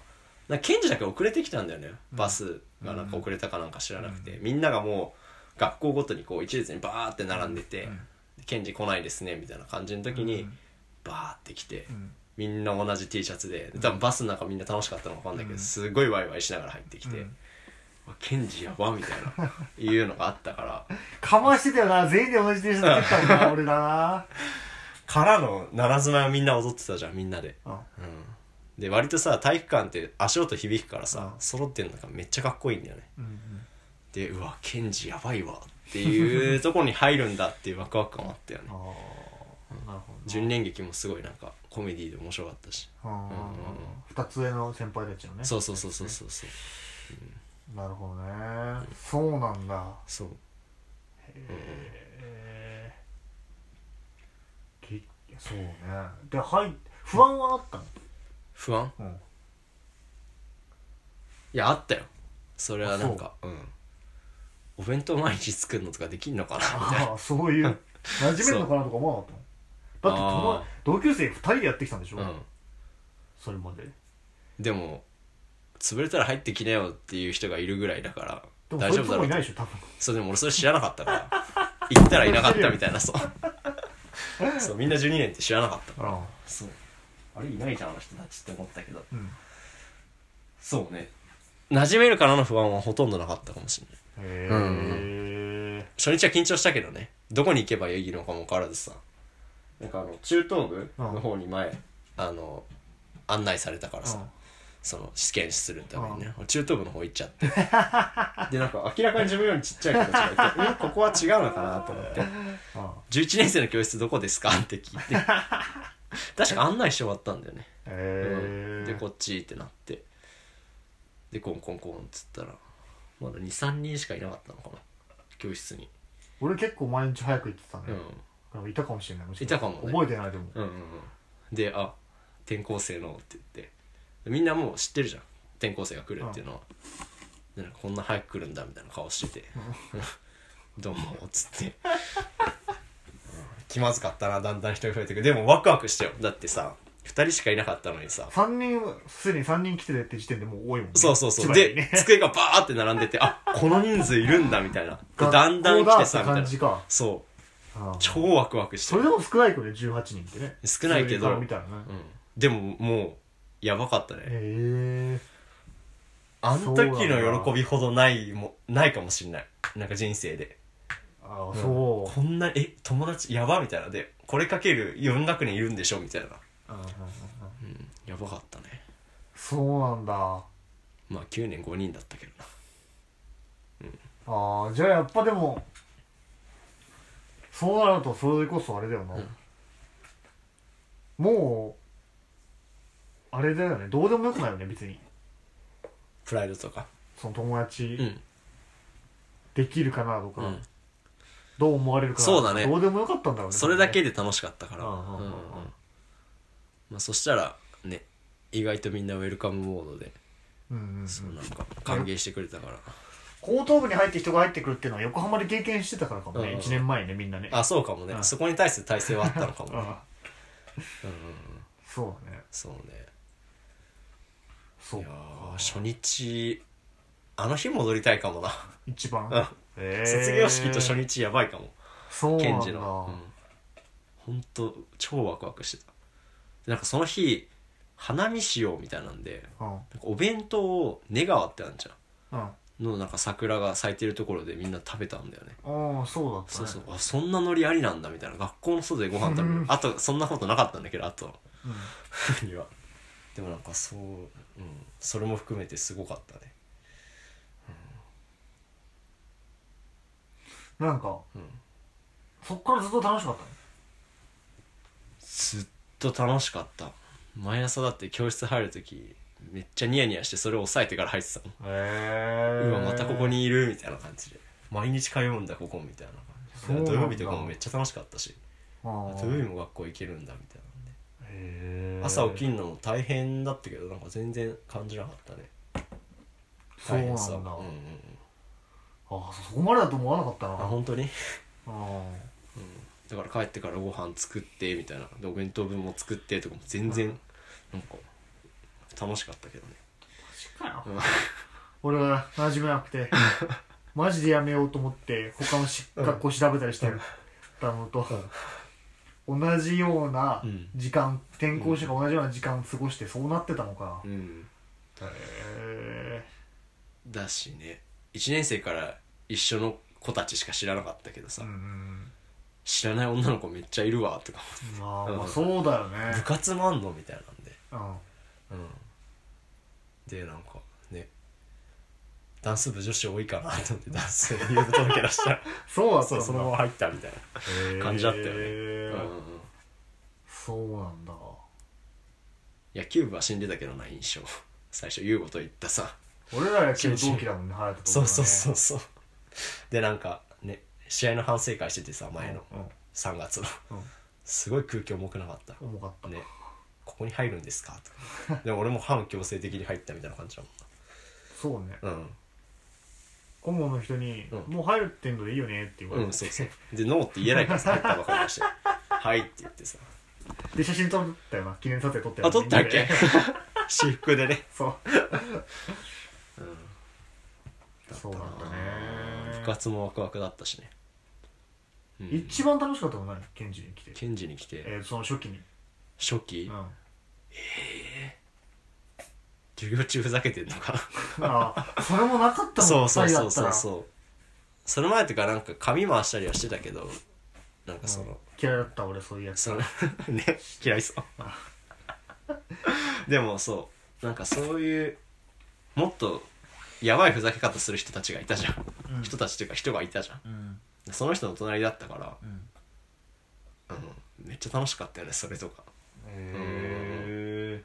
なんか賢治だけ遅れてきたんだよねうんバスがなんか遅れたかなんか知らなくて、うみんながもう学校ごとにこう一列にバーって並んでてうん「賢治来ないですね」みたいな感じの時に、うんバーって来て、うんみんな同じ T シャツでで多分バスの中みんな楽しかったのか分かんないけど、すごいワイワイしながら入ってきてうん「わケンジやば」みたいな <laughs> いうのがあったからかましてたよな全員で同じ電車乗ってた <laughs> んだな俺だなからのならずまをみんな踊ってたじゃんみんなで、うんうん、で割とさ体育館って足音響くからさ、うん揃ってるのがめっちゃかっこいいんだよねうんでうわケンジやばいわっていうところに入るんだっていうワクワク感もあったよねああなるほど純恋劇もすごいなんかコメディで面白かったしうんうんうん二つ上の先輩たちのねそうそうそうそうそうそうなるほどねそうなんだそうへえそうねではい不安はあ <laughs> ったの不安うんいやあったよそれはなんかあうんお弁当毎日作るのとかできんのかなみたいなああそういう馴染めるのかなとか思わ <laughs> なかったのだって友あ同級生2人でやってきたんでしょ、うそれまでんでも潰れたら入ってきなよっていう人がいるぐらいだかでらも大丈そい夫つだろもうといないでしょ多分そうでも俺それ知らなかったから行ったらいなかったみたいなそう <laughs> そうみんな12年って知らなかったからあそうあれいないじゃんあの人たちって思ったけどあうんそうね馴染めるからの不安はほとんどなかったかもしれないへうんえ初日は緊張したけどねどこに行けばいいのかも変わらずさなんかあの中東部の方に前、あの案内されたからさ、うんその試験するためにね、中東部の方行っちゃって <laughs> でなんか明らかに自分よりちっちゃい子たちがいてえここは違うのかなと思ってあ「11年生の教室どこですか?」って聞 <laughs> いて確か案内してもらったんだよね、あへうんえでこっちってなってでコンコンコンっつったらまだ23人しかいなかったのかな教室に俺結構毎日早く行ってたねう、んでもいたかもしれないもししていたかもね覚えてないでもうんうんうんで「あ転校生の」って言ってみんなもう知ってるじゃん転校生が来るっていうのは、でなんかこんな早く来るんだみたいな顔して <laughs> て「どうも」っつってうん気まずかったなだんだん人が増えてくるでもワクワクしてよだってさ2人しかいなかったのにさ3人すでに3人来ててって時点でもう多いもんねそうそうそう、千葉でにね机がバーって並んでてあこの人数いるんだみ <laughs> たいなでだんだん来てさ学み校だたって感いじなかそう <laughs> ああ超ワクワクしてそれでも少ないけどね18人ってね少ないけど普通にから見たらねうん、でももうやばかったねへえあの時の喜びほどないもないかもしれないなんか人生でああそうこんなえ友達やばみたいなでこれかける4学年いるんでしょみたいな、うんうんうんうんうん、やばかったねそうなんだあまあ9年5人だったけどなあじゃあやっぱでもそうなるとそれこそあれだよな、うんもうあれだよねどうでもよくないよね別にプライドとかその友達うんできるかなとうか、んどう思われるかなそうだねどうでもよかったんだろうねそれだけで楽しかったから、うんうんうんうんうんうんまあ、そしたらね意外とみんなウェルカムモードで、うんうんうんそうなんか歓迎してくれたから、後頭部に入って人が入ってくるっていうのは横浜で経験してたからかもね、うん1年前ねみんなねあそうかもね、うんそこに対する体制はあったのかも、ねうあんうんうん、そうだね <laughs> そうねそいうやー初日あの日戻りたいかもな、一番、うんえ <laughs> ー卒業式と初日やばいかもそうなケンんだジのうんほんと超ワクワクしてたでなんかその日花見しようみたいなんでうんなんかお弁当を根川ってあるじゃんうんのなんか桜が咲いてるところでみんな食べたんだよねああそうだった、ね、そうそうあそんなノリありなんだみたいな学校の外でご飯食べうるんあとそんなことなかったんだけどあとう <laughs> ん、にはでもなんかそう、うん、それも含めてすごかったねなんか、うんそっからずっと楽しかったねずっと楽しかった毎朝だって教室入る時めっちゃニヤニヤしてそれを抑えてから入ってたもへんうわまたここにいるみたいな感じで毎日通うんだここみたいなそ感じでうなんだ土曜日とかもめっちゃ楽しかったしあー土曜日も学校行けるんだみたいなんでへー朝起きるのも大変だったけどなんか全然感じなかったねそ大うなん変だ、さうんうんあうんあそこまでだと思わなかったなあ本当に <laughs> うんだから帰ってからご飯作ってみたいなでお弁当分も作ってとかも全然なんか楽しかったけどねしっかようん俺は馴染めな <laughs> くてマジでやめようと思って他のし学校調べたりしてたのと、同じようなうん時間、転校してから同じような時間過ごしてそうなってたのか、うんへだしね1年生から一緒の子たちしか知らなかったけどえさ、うんうん知らない女の子めっちゃいるわとかまあ、うんまあそうだよ部ね活もあんのみたいなんでうんうんでなんかねダンス部女子多いかなと <laughs> 思ってダンス部入部届け出したらそうだったそんうだそのまま入ったみたいへえな感じだったよね、うんうんうんそうなんだ野球部は死んでたけどな印象最初優吾と言ったさ俺ら野球部同期だもんね隼人とそうそうそううそうでなんかね試合の反省会しててさ前のうん3月のうんすごい空気重くなかった重かったねここに入るんですかとかでも俺も反強制的に入ったみたいな感じだそうねもんな顧問の人にうん「もう入るってんのでいいよね」って言わうんれうんてそうそうでノーって言えないからさ入ったばかりだし <laughs> はいって言ってさで写真撮ったよな記念撮影撮ったよあな撮ったっみ <laughs> んなけで私服でねそううんそうだった部ね活もワクワクだったしねうん一番楽しかったの何ケンジに来てケンジに来てえーその初期に初期うんあ授業中ふざけてんのかあそれもなかったもんそうそう二人そだうったそうらそうその前とかなんか髪回したりはしてたけどなんかその、嫌いだった俺そういうやつそのね嫌いそうでもそうなんかそういうもっとやばいふざけ方する人たちがいたじゃん、うん人たちというか人がいたじゃんうんその人の隣だったからうんあのめっちゃ楽しかったよねそれとかへえ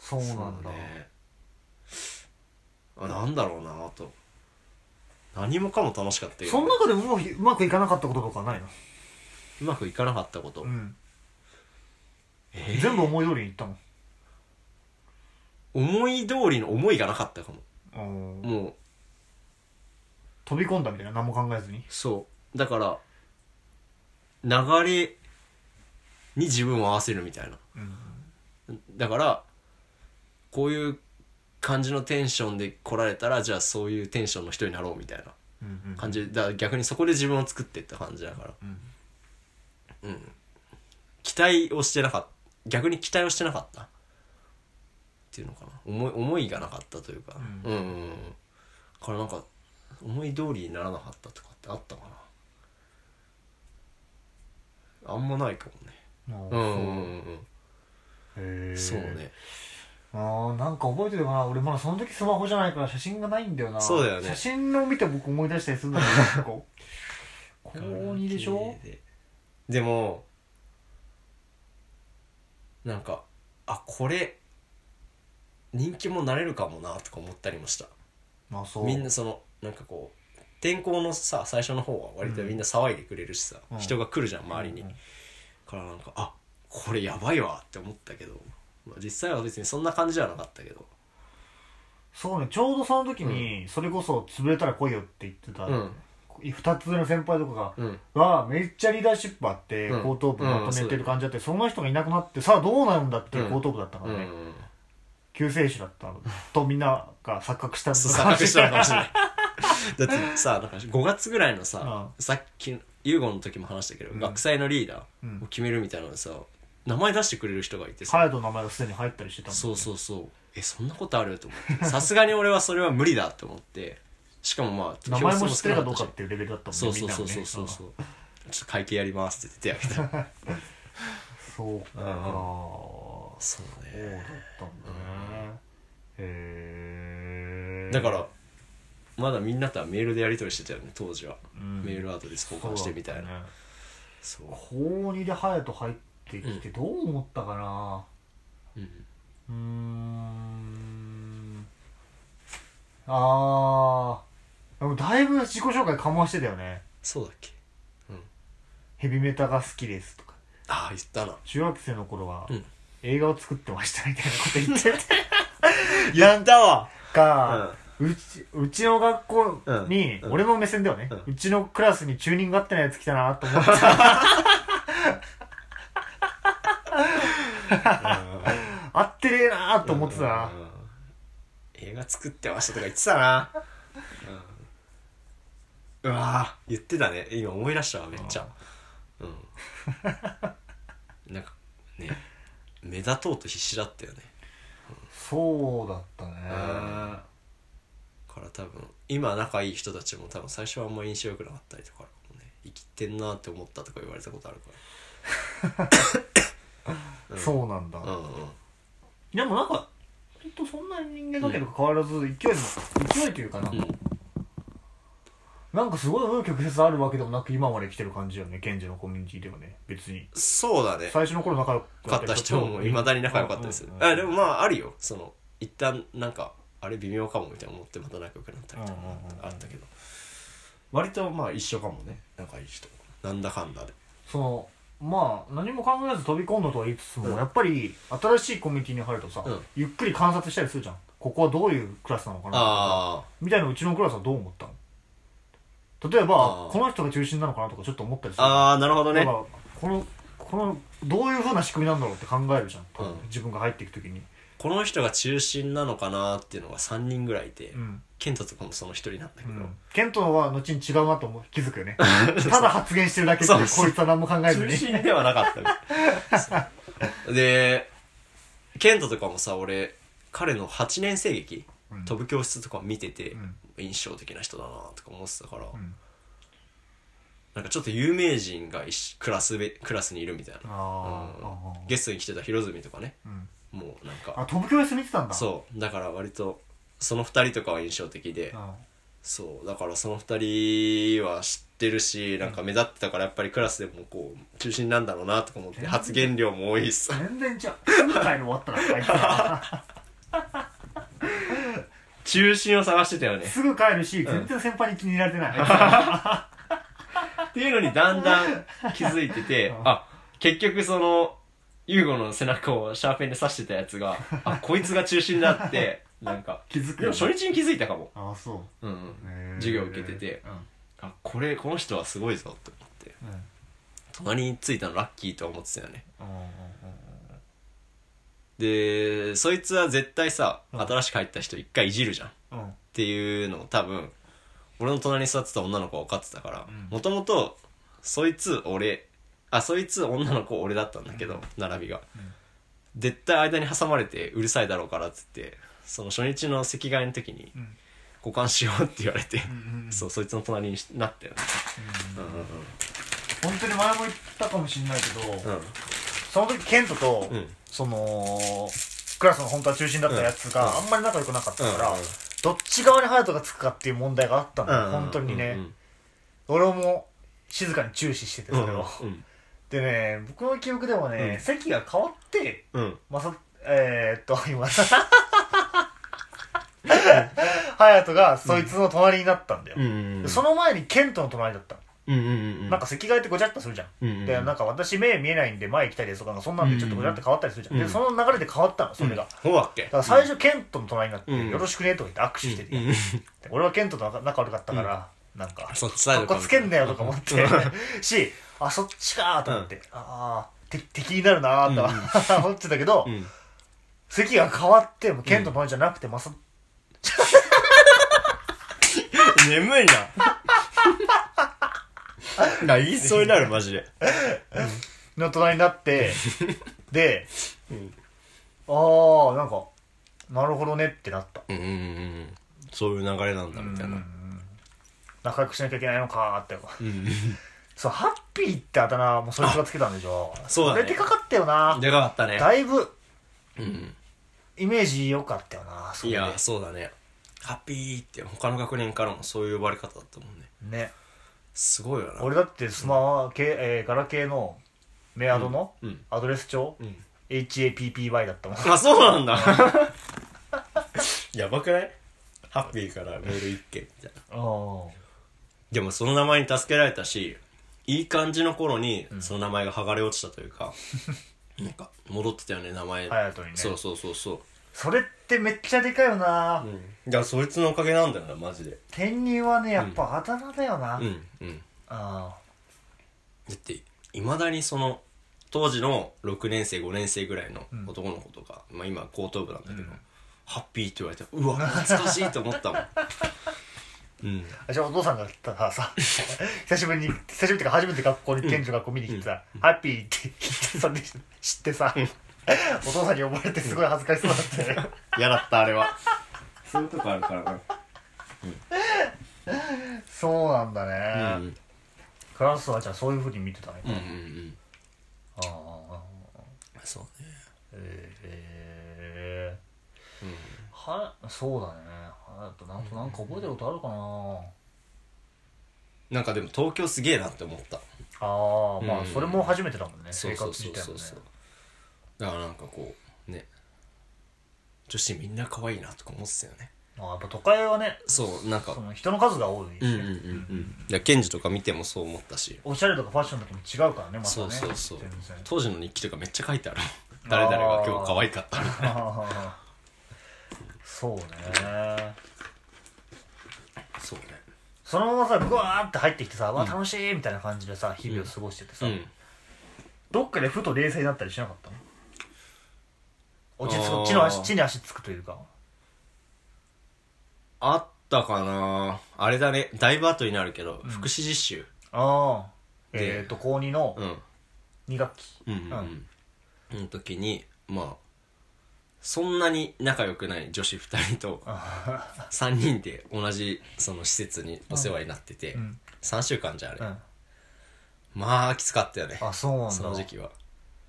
そうなんだそうねあなんだろうなと何もかも楽しかったよその中でもううまくいかなかったこととかないのうまくいかなかったこと、うんえー全部思い通りにいったもん思い通りの思いがなかったかもうんもう飛び込んだみたいな何も考えずにそうだから流れに自分を合わせるみたいなうんだからこういう感じのテンションで来られたらじゃあそういうテンションの人になろうみたいなうんうん感じだから逆にそこで自分を作っていった感じだからうんうん期待をしてなかった逆に期待をしてなかったっていうのかな思い思いがなかったというか、ううん、うんうんだからなんか思い通りにならなかったとかってあったかなあんまないかもねああうそんうんうんへうえんそうねああなんか覚えてるかな俺まだその時スマホじゃないから写真がないんだよなそうだよね写真を見て僕思い出したりするん <laughs> だけどこう高2でしょででもなんかあこれ人気もなれるかもなとか思ったりもしたまあそうみんなそのなんかこう天候のさ最初の方は割とみんな騒いでくれるしさ、うん人が来るじゃん周りに、うんうんからなんかあこれやばいわって思ったけど、まあ、実際は別にそんな感じじゃなかったけどそうねちょうどその時に、それこそ潰れたら来いよって言ってた、うん2つ上の先輩とかうが、んはめっちゃリーダーシップあってうん後頭部まとめてる感じだって、その人がいなくなってさあどうなるんだっていう後頭部だったかうらん、ね、救世主だったのとみんなが錯覚したんだそう錯覚したのかもしれない <laughs> だってさなんか5月ぐらいのさ、さっきのユーゴの時も話したけど、ん学祭のリーダうんーを決めるみたいなのでさ名前出してくれる人がいてさ、 <laughs> ハヤトの名前がすでに入ったりしてたもんそうそうそうえそんなことあると思ってさすがに俺はそれは無理だと思ってしかもまあ名前も知ってるかどう票数もか少なったしてっいうレベルだったもんねそうそうそうそうみんなそうのそうねちょっと会計やりますって言って手 <laughs> 挙げたそうか、うんうんそそううだったんだね、へえだからまだみんなとはメールでやり取りしてたよね当時は、うんメールアドレス交換してみたいなそうだったねそう,、高2でハヤト入ってきてどう思ったかなうんうーんあーでもだいぶ自己紹介かましてたよねそうだっけうんヘビメタが好きですとかああ言ったな中学生の頃はうん映画を作ってましたみたいなこと言って <laughs> 言ったわたか、うちうちの学校に、うん俺の目線ではね、ううちのクラスにチューニング合ってないやつ来たな <laughs> と思って合ってねえなと思ってたな、うん映画作ってましたとか言ってたな、うん、うわー言ってたね今思い出したわめっちゃうんなんかね目立とうと必死だったよねそうだったね、から多分今仲いい人たちも多分最初はあんま印象良くなかったりとかあるかもね生きてんなって思ったとか言われたことあるかそうなんだ、らうんうんでもなんか本当そんな人間だけど変わらず勢いも、勢いというかな、うんなんかすごい運曲折あるわけでもなく今まで来てる感じだよね現地のコミュニティではね別にそうだね最初の頃仲良良かった人もいまだに仲良かったでする、うんうんうんあでもまああるよその一旦なんかあれ微妙かもみたいな思ってまた仲良くなったりとかうんうんうんうんあったけど割とまあ一緒かもね仲いい人なんだかんだでそのまあ何も考えず飛び込んだとは言いつつも、やっぱり新しいコミュニティに入るとさ、うんゆっくり観察したりするじゃんここはどういうクラスなのかなあみたいなうちのクラスはどう思ったの例えばあーこの人が中心なのかなとかちょっと思ったりするああーなるほどだねからこのこのどういうふうな仕組みなんだろうって考えるじゃん、多分うん自分が入っていく時に、この人が中心なのかなっていうのが3人ぐらいいて、うん健太とかもその一人なんだけうど、ん、ケントは後に違うなと思う気づく <laughs> よねただ発言してるだけってそこういつは何も考えずに中心ではなかった <laughs> で健太とかもさ俺彼の8年生劇、うん飛ぶ教室とか見てて、うん印象的な人だなとか思ってたから、んなんかちょっと有名人が一クラスべクラスにいるみたいな、あーうんあーゲストに来てた広住とかねうんもうなんあか飛ぶ教室見てたんだうそうだから割とその2人とかは印象的で、あそうだからその2人は知ってるしなんか目立ってたからやっぱりクラスでもこう中心なんだろうなとか思って発言量も多いっすー全然違う今回の終わったら帰った <laughs> ら中心を探してたよねすぐ帰るし全然先輩に気に入られてない、 <laughs> っていうのにだんだん気づいててあ結局そのユーゴの背中をシャーペンで刺してたやつがあこいつが中心だってなんか気づくでよも初日に気づいたかも、ああそううんうんへー授業受けててあこれこの人はすごいぞって思ってうんうん隣についたのラッキーとは思ってたよねうんうんうんでそいつは絶対さうん新しく入った人一回いじるじゃんっうんうんていうのを多分俺の隣に座ってた女の子は分かってたからうんもともとそいつ俺あそいつ女の子俺だったんだけど、並びが、絶対間に挟まれてうるさいだろうからっつってその初日の席替えの時にうん交換しようって言われて、うんうんそうそいつの隣になったよねうんうん本当に前も言ったかもしれないけど、うんその時ケントと、うんそのクラスの本当は中心だったやつがあんまり仲良くなかったから、うんうんどっち側にハヤトがつくかっていう問題があったのよ、うん本当にね、うん俺も静かに注視しててそれを、うんでね僕の記憶でもね、うん席が変わってうんまさえー、っと、 <laughs> <laughs> 今、隼人がそいつの隣になったんだよ。んでその前にケントの隣だったの。うんうんうんなんか赤外ってごちゃっとするじゃん。うんうんうんで、なんか私目見えないんで前行きたいですとか、なんかそんなんでちょっとごちゃって変わったりするじゃん。うんで、その流れで変わったの、それが。だそうだっけから最初、ケントの隣になって、うんよろしくねとか言って握手してて、うんで俺はケントと仲仲悪かったから、なんか、そっちサイかっドこつけんなよとか思ってうん <laughs> しあそっちかーと思って、ああ敵敵になるなーとは <laughs> 思ってたけど、うん席が変わってもケントの隣じゃなくてまさ、眠い <laughs> なな言いそうになるマジでの隣になって <laughs> で、んああなんかなるほどねってなった、うんうんうんそういう流れなんだみたいな仲良くしなきゃいけないのかーってうんそうハッピーってあだ名もうそいつがつけたんでしょそうだねれでかかったよなでかかったねだいぶうんイメージ良かったよなそいれでやそうだねハッピーって他の学年からもそういう呼ばれ方だったもんねねすごいよな俺だってスマ系、えーガラケーのメアドのうんアドレス帳、うん HAPPY だったもん <laughs> あそうなんだやばくないハッピーからメール一件みたいなあでもその名前に助けられたしいい感じの頃にその名前が剥がれ落ちたという <laughs> か、なんか戻ってたよね名前隼人にねそうそうそうそそれってめっちゃでかいよな、う、うん、いやそいつのおかげなんだよなマジで転入はねやっぱあだ名だよな、うんうんあだっていまだにその当時の6年生5年生ぐらいの男の子とか、まあ、今高等部なんだけど、ハッピーって言われてう <laughs> わ懐かしいと思ったもんうんあじゃあお父さんが来たからさ <laughs> 久しぶりに久しぶりっていうか初めて学校に天寿学校見に来てさ、ハッピーって言ってそれで知ってさ、 <laughs> お父さんに呼ばれてすごい恥ずかしそうだったよね、嫌だったあれはそういうとこあるからなそうなんだね、うんクラスはじゃあそういうふうに見てたね、うんうんうんああそうねええはそうだねはやとなんとなんか覚えてることあるかな、なんかでも東京すげえなって思ったああまうあんそれも初めてだもんね、そ生うそ活うそ自う体そうもねそうだからなんかこうね女子みんな可愛いなとか思ってたよねまあやっぱ都会はねそうなんかその人の数が多いし、うんうんうんうんいやケンジとか見てもそう思ったしおしゃれとかファッションとかも違うからねまたねそうそうそう全然当時の日記とかめっちゃ書いてある <laughs> 誰々が今日可愛かったみたいなそうねそうねそのままさグワーって入ってきてさ、わあ楽しいみたいな感じでさ日々を過ごしててさ、うんどっかでふと冷静になったりしなかったの落ち着あーく地の足地に足つくというかあったかなあれだねだいぶ後になるけど福祉実習ああでえっ、と高2のうん2学期うんうんうんの時にまあそんなに仲良くない女子2人 <laughs> と3人で同じその施設にお世話になってて、うん3週間じゃあれ、うんまあきつかったよねあそうなんだその時期は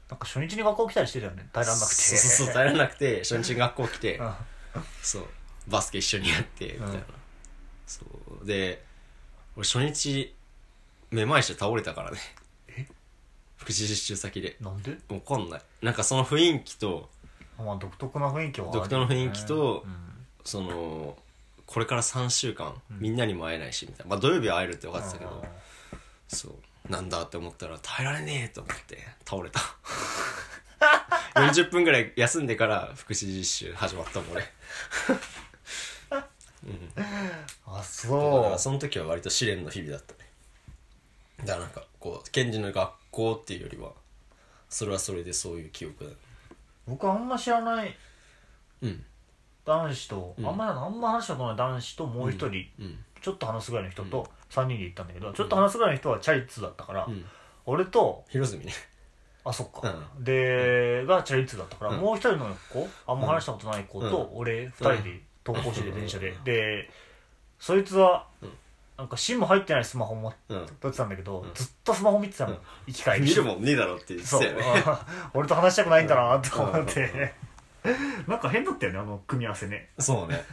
なんか初日に学校来たりしてたよね耐えらんなくてそうそう <laughs> そう耐えられなくて初日に学校来て、うんそうバスケ一緒にやってみたいな、うんそうで俺初日めまいして倒れたからね福祉実習先でなんで、わかんないなんかその雰囲気とまあ、独特な雰囲気はあるよね独特な雰囲気とうんそのこれから3週間みんなにも会えないしみたいな、まあ、土曜日は会えるって分かってたけど、そうなんだって思ったら耐えられねえと思って倒 <laughs> れた40分ぐらい休んでから福祉実習始まったもん俺あだかそらうその時は割と試練の日々だったねだからなんかこう賢治の学校っていうよりはそれはそれでそういう記憶だね僕あんま知らないうん男子と、うんあんまあんま話したことない男子ともう一人、うんちょっと話すぐらいの人と3人で行ったんだけど、ちょっと話すぐらいの人はチャリ2だったから、うん俺と広住ねあそっか、でがチャリ通だったから、うんもう一人の子あんま話したことない子と、俺二人で登校してて電車で、でそいつは、うんなんか芯も入ってないスマホ持うんってたんだけど、うんずっとスマホ見てたの、うん行き帰り <laughs> 見るもんねえだろって言ってそうたよねあ俺と話したくないんだなと思って、うんなんか変だったよねあの組み合わせね、そうね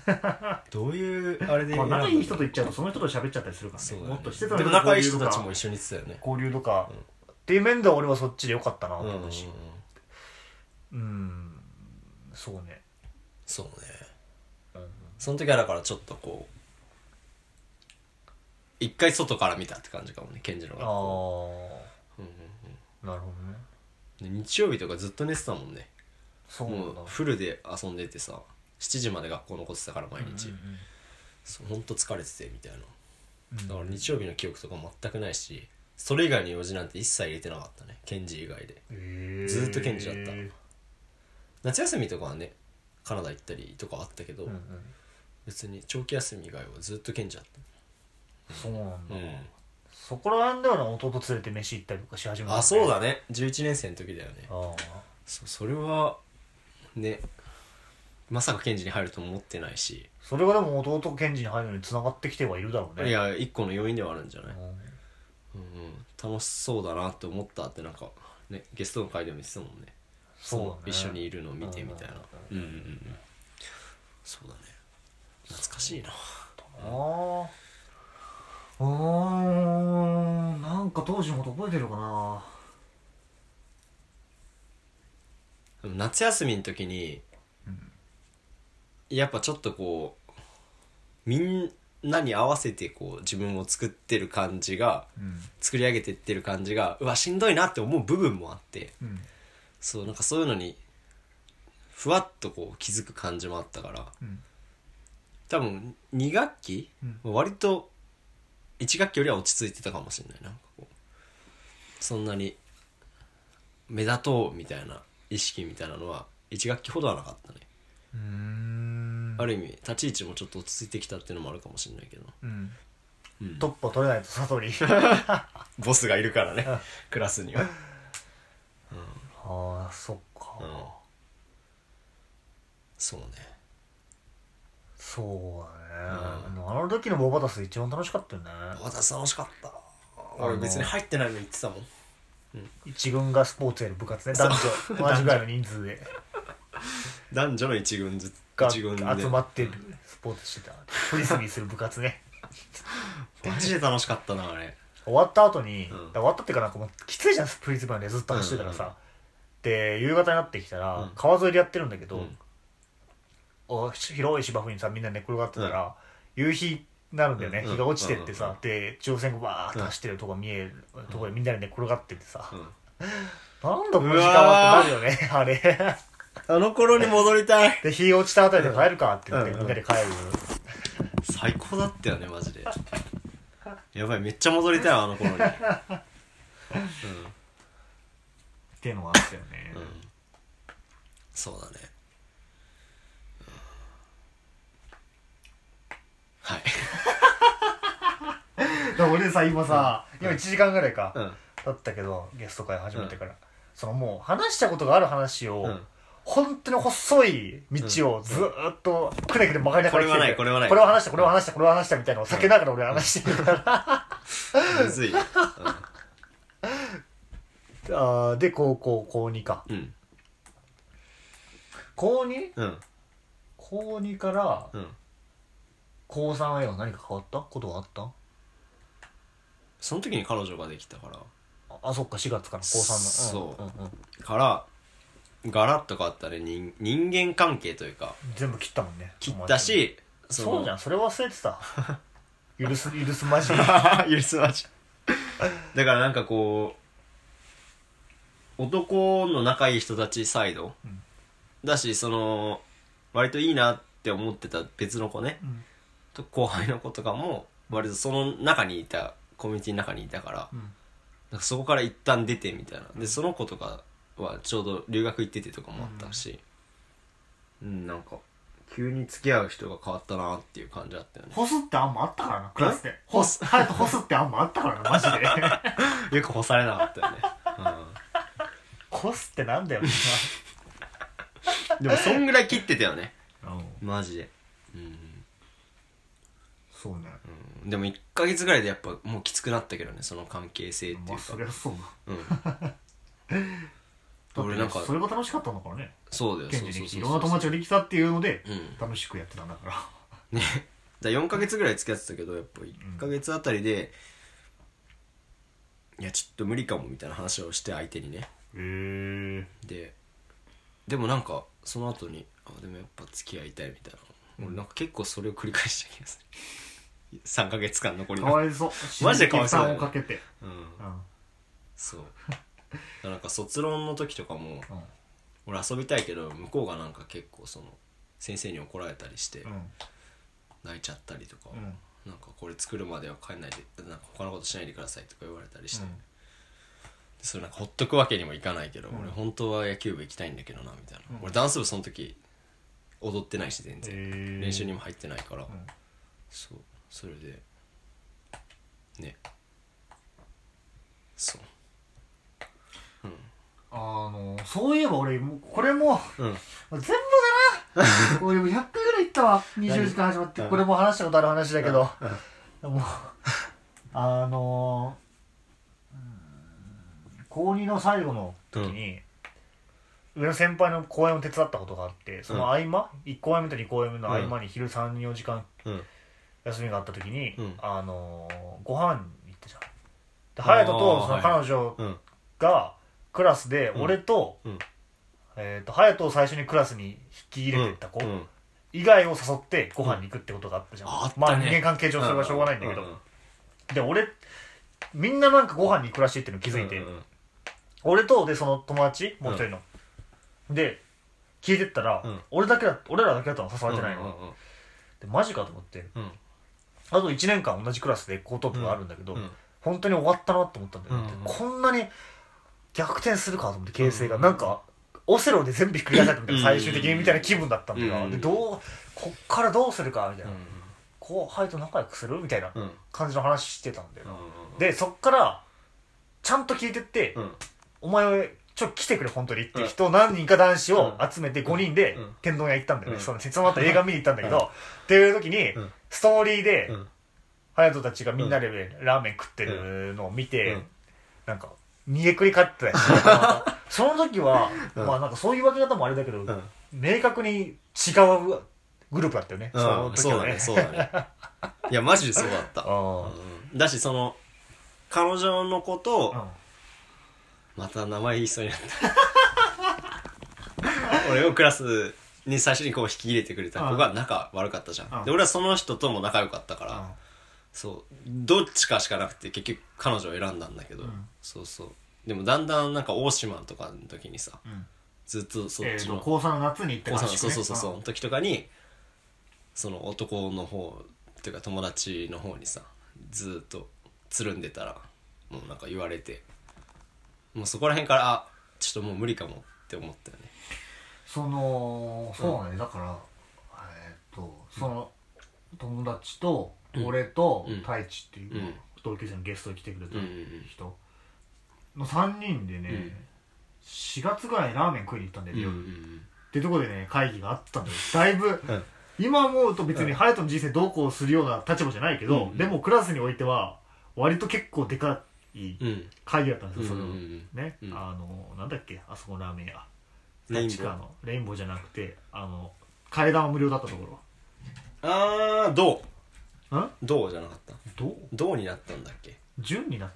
どういうあれでまあ、仲いい人と行っちゃうとその人と喋っちゃったりするからねそうだねもっとしてたらでも仲いい人たちも一緒に行ってたよね交流とか、っていう面では俺はそっちでよかったなとうんうん思うし、うんそうねそうねその時はだからちょっとこう一回外から見たって感じかもねケンジのああが、うんうなるほどんうねんで日曜日とかずっと寝てたもんねそうなんだもうフルで遊んでてさ7時まで学校残ってたから毎日、うんそうほんと疲れててみたいなうんだから日曜日の記憶とか全くないしそれ以外の用事なんて一切入れてなかったねケンジ以外でえーずーっと検事だったうん夏休みとかはねカナダ行ったりとかはあったけど、うん別に長期休み以外はずっとケンジだっそうなんた、だうんそこら辺では弟連れて飯行ったりとかし始めたあそうだね11年生の時だよねあーそうそれはねまさかケンジに入るとも思ってないし、それがでも弟検事に入るのに繋がってきてはいるだろうねいや一個の要因ではあるんじゃない、うんうんうん、楽しそうだなって思ったってなんか、ね、ゲストの回でも言ってたもんねそうだねの一緒にいるのを見てみたいなううんうんうんそうだね懐かしいなああうーんなんか当時のこと覚えてるかなでも夏休みの時に、やっぱちょっとこうみんなに合わせてこう自分を作ってる感じがうん作り上げてってる感じがうわしんどいなって思う部分もあってうんそうなんかそういうのにふわっとこう気づく感じもあったからうん多分2学期、割と1学期よりは落ち着いてたかもしれないなんかこうそんなに目立とうみたいな意識みたいなのは1学期ほどはなかったね、うんある意味立ち位置もちょっと落ち着いてきたっていうのもあるかもしれないけど、うんうんトップを取れないと悟 <laughs> りボスがいるからね <laughs> クラスには、ああそっか、うん、そうねそうだね、うんでもあの時のボバタス一番楽しかったよね私楽しかったあ俺の別に入ってないのに言ってたもん一軍がスポーツやる部活ね男 <laughs> 女同じぐらいの人数で男女の一軍ずが一軍で集まってるスポーツ <laughs> してたフリスビーする部活ねマジで楽しかったなあれ終わった後に、うんだ終わったっていうかなんかもうきついじゃんフリスビーでずっと走ってたらさ、うんで夕方になってきたら、うん川沿いでやってるんだけど、うんお広い芝生にさみんな寝転がってたら、夕日になるんだよね、うん日が落ちてっうてんさ、うで中央線がバーッと走ってるとこ見える、とこでみんなで寝転がっててさ、うんなんだこの時間はってなるよねあれあの頃に戻りたいで日落ちたあたりで帰るかって言って、うんみんなで帰る、最高だったよねマジでやばいめっちゃ戻りたいわあの頃に、っていうのがあったよね、うん、そうだね、うんはい、だから俺さ今さ、今1時間ぐらいか、うんだったけどゲスト会始めてから、そのもう話したことがある話を、うん本当に細い道をずーっとくねくね曲がりながらこれはないこれはないこれを話したこれを話したこれを話したみたいなのを避けながら俺は話してる <laughs> から、むずい、うあーで高校高2かん、うん高 2? うん高2からうん高3へは何か変わったことはあったその時に彼女ができたからああそっか4月から高3だそうんんんからガラッと変わったね人人間関係というか全部切ったもんね切ったしそのうじゃんそれ忘れてた許す許 <laughs> すまじい許すまじだからなんかこう男の仲いい人たちサイド、うんだしその割といいなって思ってた別の子ねうんと後輩の子とかも割とその中にいたコミュニティの中にいたからうんなんかそこから一旦出てみたいなでその子とかはちょうど留学行っててとかもあったしうん、なんか急に付き合う人が変わったなっていう感じだ <laughs> ったよね干すってあんまあったからな、クラスで。干干すす、ハヤト干すってあんまあったからな、マ <laughs> ジで。よく干されなかったよね、うん干すってなんだよ、みんでもそんぐらい切ってたよねなうんマジでうん、そうね。うん、でも1ヶ月ぐらいでやっぱもうきつくなったけどねその関係性っていまあ、うかそりゃそうだ。うん俺なんかだってそれが楽しかったんだからね。そうだよ現そう地そにう来そうて、いろんな友達ができたっていうので、うん楽しくやってたんだから。ねだ4ヶ月ぐらい付き合ってたけどやっぱ1ヶ月あたりで、いやちょっと無理かもみたいな話をして相手にねへえ。ででもなんかその後にあでもやっぱ付き合いたいみたいな俺なんか結構それを繰り返した気がする3ヶ月間残りかのわいそうマジでかわいそうだよ負担をかけてうんうんそうなんか卒論の時とかもうん俺遊びたいけど向こうがなんか結構その先生に怒られたりしてうん泣いちゃったりとか、うんなんかこれ作るまでは帰んないでなんか他のことしないでくださいとか言われたりして、うんそれなんかほっとくわけにもいかないけど、うん俺本当は野球部行きたいんだけどなみたいな、うん俺ダンス部その時踊ってないし全然、えー練習にも入ってないから、うんそうそれでねそうあのそういえば俺もうこれもうん全部だな俺もう100回ぐらい行ったわ20時間始まってうんこれもう話したことある話だけどもうあのうーん高2の最後の時に、上の先輩の公演を手伝ったことがあってその合間、1公演目と2公演目の合間に昼34時間うん休みがあった時に、うんあのご飯行ったじゃんで隼人とそはのい彼女うんがクラスでん俺と,、うんえー、と隼人を最初にクラスに引き入れてった子うんうん以外を誘ってご飯に行くってことがあったじゃん、うんああったねまあ人間関係上それはしょうがないんだけど、で俺みんななんかご飯に行くらしいっていうの気づいて、うんうん俺とでその友達もう一人の、で聞いてったら、うん俺だけだ俺らだけだったの誘われてないの、うんうんでマジかと思ってうんあと1年間同じクラスで高等部があるんだけど、うんうん本当に終わったなと思ったんだよ、ねうんこんなに逆転するかと思って形勢が、うんなんかオセロで全部ひっくり返されたみたいなうん最終的にみたいな気分だったんだよ、うんでどうこっからどうするかみたいな、う後輩と仲良くするみたいなんうん感じの話してたんだよ、うんでそっからちゃんと聞いてって、うんお前ちょっと来てくれ本当にっていう人何人か男子を集めて5人でうん天丼屋行ったんだよね、うんそのその後映画見に行ったんだけど、っていう時に、うんストーリーで、うん隼人たちがみんなでラーメン食ってるのを見て、うんなんか煮えくり返ってたよ <laughs> その時は、うんまあなんかそういう分け方もあれだけうど、ん明確に違うグループだったよね、そのうん時そうはだねねそうだね <laughs> いやマジでそうだったあうんだしその彼女のことをーまた名前言いそうになった <laughs> 俺をクラスに最初にこう引き入れてくれた子が仲悪かったじゃうんんで俺はその人とも仲良かったかうんらそうどっちかしかなくて結局彼女を選んだんだけどうんそうそうでもだんだんなんか大島とかの時にさうんうんずっとそっえちーのと高3の夏に行ってそうそうそうそうそうその時とかにその男の方っていうか友達の方にさずーっとつるんでたらもうなんか言われてもうそこら辺からあちょっともう無理かもって思ったよねそのそうね、だからえーっとその、友達と俺とうん太一っていう、うん同級生のゲストに来てくれたうんうんうん人の3人でね、うん4月ぐらいにラーメン食いに行ったんだよ、うんう夜んってとこでね会議があったんだよだいぶ <laughs> うん今思うと別に隼人の人生どうこうするような立場じゃないけど、うんでもクラスにおいては割と結構でかいうんうん会議だったんですよ、うんうそれは、んね、うんあのなんだっけあそこのラーメン屋レインボー立川のレインボーじゃなくてあの階段は無料だったとこああ銅ろん銅じゃなかったどう銅になったんだっけ順になっ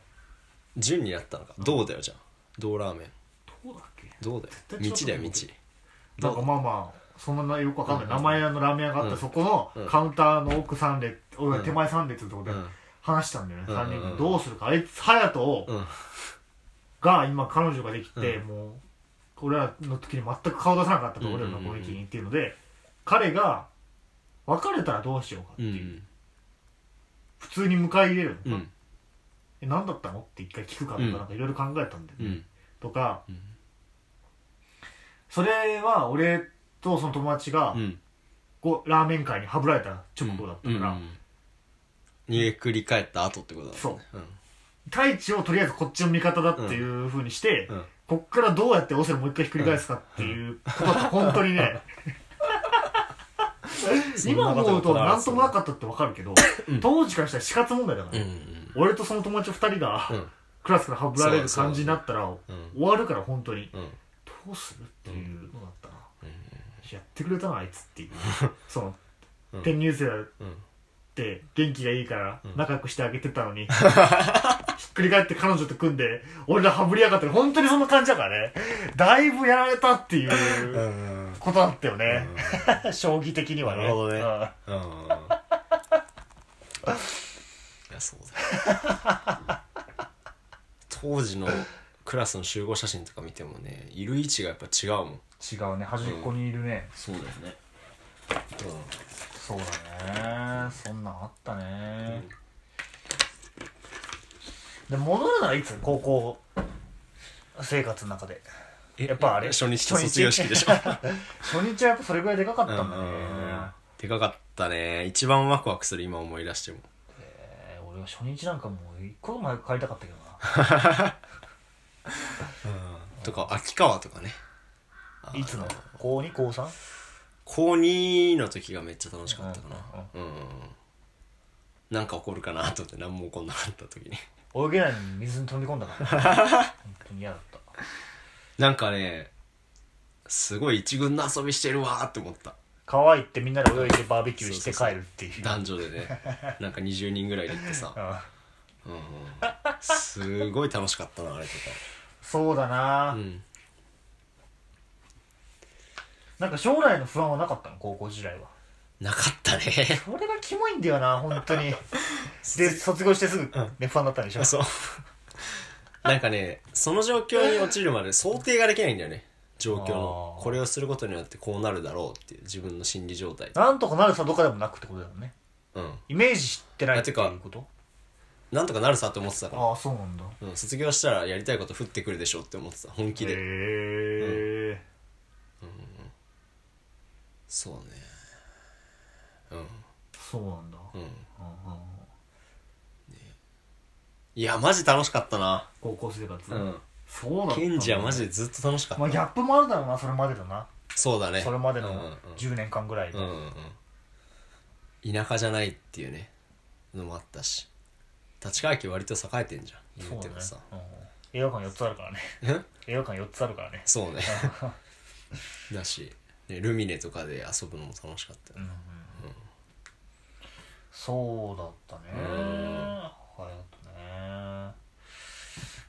純になったのか銅だよじゃあ銅ラーメンどうだっけ銅だ対違うよ道だよと思道うなんかまあまあそんなよくわかんない、うん名前のラーメン屋があって、うんそこうのんカウンターの奥3列、おうん手前3列ってことうでん話したんだよね、うん3人うがんどうするかあいつ隼人をうんが今彼女ができて、うもう俺らの時に全く顔出さなかったと、うん俺らの攻撃にっていうので彼が別れたらどうしようかってういう、ん普通に迎え入れるのか、うんえ何だったのって一回聞くかとかうんなんかいろいろ考えたんだよね、うんとか、うんそれは俺とその友達が、うんこうラーメン会にはぶられた直後だったから、うんうん逃げくり返った後ってことだもんね太一をとりあえずこっちの味方だっていうふうにして、うんうんこっからどうやってオセロもう一回ひっくり返すかっていうことだった本当に <laughs> ね今思うと何ともなかったってわかるけど、当時からしたら死活問題だから、うんね俺とその友達2人が、うんうんクラスからはぶられるそうそう感じになったら、ん終わるから本当に、うんどうするっていうのだったな、やってくれたなあいつっていう <laughs> そのうん転入生だっうんて元気がいいから仲良くしてあげてたの <laughs> に、ひっくり返って彼女と組んで俺らはぶりやがって本当にそんな感じだからねだいぶやられたっていううんことだったよね、う <laughs> 将棋的にはねなるほどねうんんうんいやそうだよ当時のクラスの集合写真とか見てもねいる位置がやっぱ違うもん、うん、違うね端っこにいるね、そうだよねそうだねそんなんあったね、で戻るならいつ高校生活の中でえやっぱあれ初日と初日卒業式でしょ <laughs> 初日はやっぱそれぐらいでかかったんだね、でかかったね一番ワクワクする今思い出してもえー俺は初日なんかもう一個前帰りたかったけどなとか秋川とかねいつの高2高 3? 高2の時がめっちゃ楽しかったかなうん、なんか起こるかなと思って何も起こんなかった時に泳げないのに水に飛び込んだから本当に嫌だった <laughs> なんかねすごい一軍の遊びしてるわーって思った川行ってみんなで泳いでバーベキューして帰るっていう男女で <laughs> ねなんか20人ぐらいで行ってさ、うんうんうん、すごい楽しかったなあれとそうだかな、うんなんか将来の不安はなかったの高校時代はなかったねそれがキモいんだよな本当にで卒業してすぐ、ね、不安だったんでしょ <laughs> そうなんかねその状況に陥るまで想定ができないんだよね状況のあーこれをすることによってこうなるだろうっていう自分の心理状態なんとかなるさどこかでもなくってことだよねうんイメージしてないあってていうかことなんとかなるさって思ってたから、ああそうなんだうん、卒業したらやりたいこと降ってくるでしょうって思ってた本気へで、えそうねそうなんだ、うんうんうんうんいやマジ楽しかったな高校生う活、んそうだったんだケンジはマジでずっと楽しかった、まあギャップもあるだろうなそれまでだなそうだねそれまでうんうんうんの10年間ぐらいで、うんうんうん田舎じゃないっていうねのもあったし立川駅割と栄えてんじゃんそ言ううだてねもさ、うん映画館4つあるからねえ映画館4つあるから <laughs> ねそうねだし、ね、ルミネとかで遊ぶのも楽しかったよ、そうだったねうん流行ったね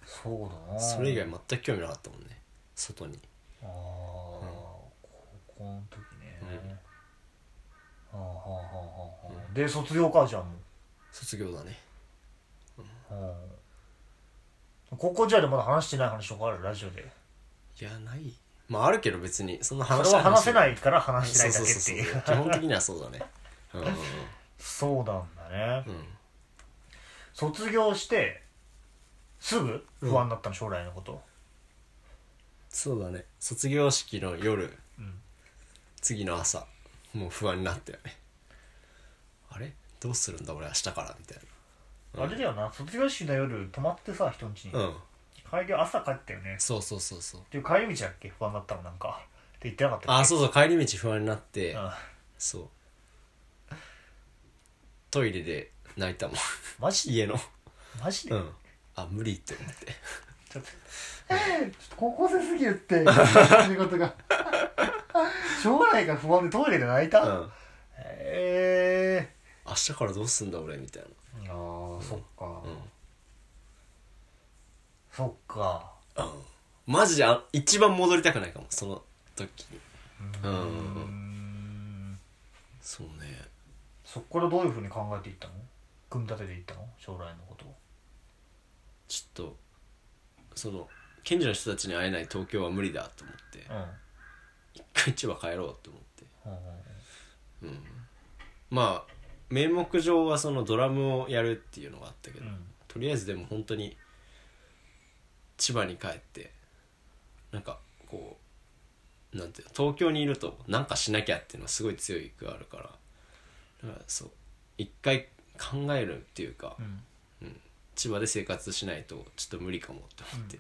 そうだなそれ以外全く興味なかったもんね外にああ、高校の時ね、ああはあはあはあはあで卒業かじゃあも卒業だねう、うん、高校時代でまだ話してない話とかあるラジオでいやないまああるけど別にそんなそ話れは話せないいから話しそうないだそうそうけっていうそう基本的にはそうだ <laughs> ねうんうんそうなんだねうん卒業してすぐ不安だったの将来のこと、そうだね卒業式の夜、ん次の朝もう不安になったよねあれどうするんだ俺明日からみたいうんあれだよな卒業式の夜泊まってさ人ん家に、なうん帰り朝帰ったよねそうそうそうそうっていう帰り道だっけ不安だったのなんかって言ってなかったっけああそうそう帰り道不安になってうんそうトイレで泣いたもんマジ家のマジで、うんあ無理って思ってちょっとちょっと高校生すぎる <laughs> って仕事が将来が不安でトイレで泣いた、うんへえ明日からどうすんだ俺みたいなあーそっか、うんそっかマジであ一番戻りたくないかもその時にうんうんううーんんそうねそこからどういうふうに考えていったの組み立てていったの将来のことをちょっとその賢治の人たちに会えない東京は無理だと思ってう一回千葉帰ろうと思ってん、ううんんまあ名目上はそのドラムをやるっていうのがあったけど、うんとりあえずでも本当に千葉に帰ってなんかこうなんていうの東京にいるとなんかしなきゃっていうのはすごい強い欲があるからだからそう一回考えるっていうか、うん千葉で生活しないとちょっと無理かもって思って、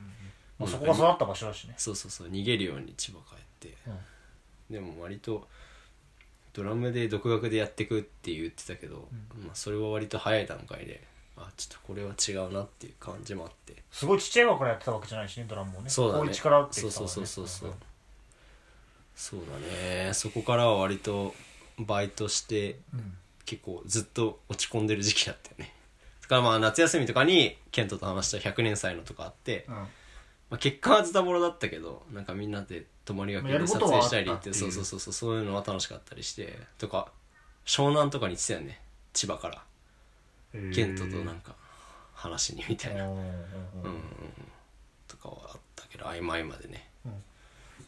まあ、そこが育った場所だしね、そうそうそう逃げるように千葉帰ってうん、でも割とドラムで独学でやってくって言ってたけど、まあ、それは割と早い段階であちょっとこれは違うなっていう感じもあってすごいちっちゃい頃からやってたわけじゃないしねドラムもねそうだね高一からってそ言うってたそうんそうそうそうもねそうだねそこからは割とバイトしてうん結構ずっと落ち込んでる時期だったよねだからまあ夏休みとかにケントと話した100年祭のとかあってうんまあ、結果はズタボロだったけどなんかみんなで泊まりがけやでる撮ことは影あったしたりっっていてうそうそうそうそうそういうのは楽しかったりしてとか湘南とかに行ってたよね千葉から健人となんか話しにみたいな、うんうんううんんうんうん、とかはあったけど曖昧までね、うん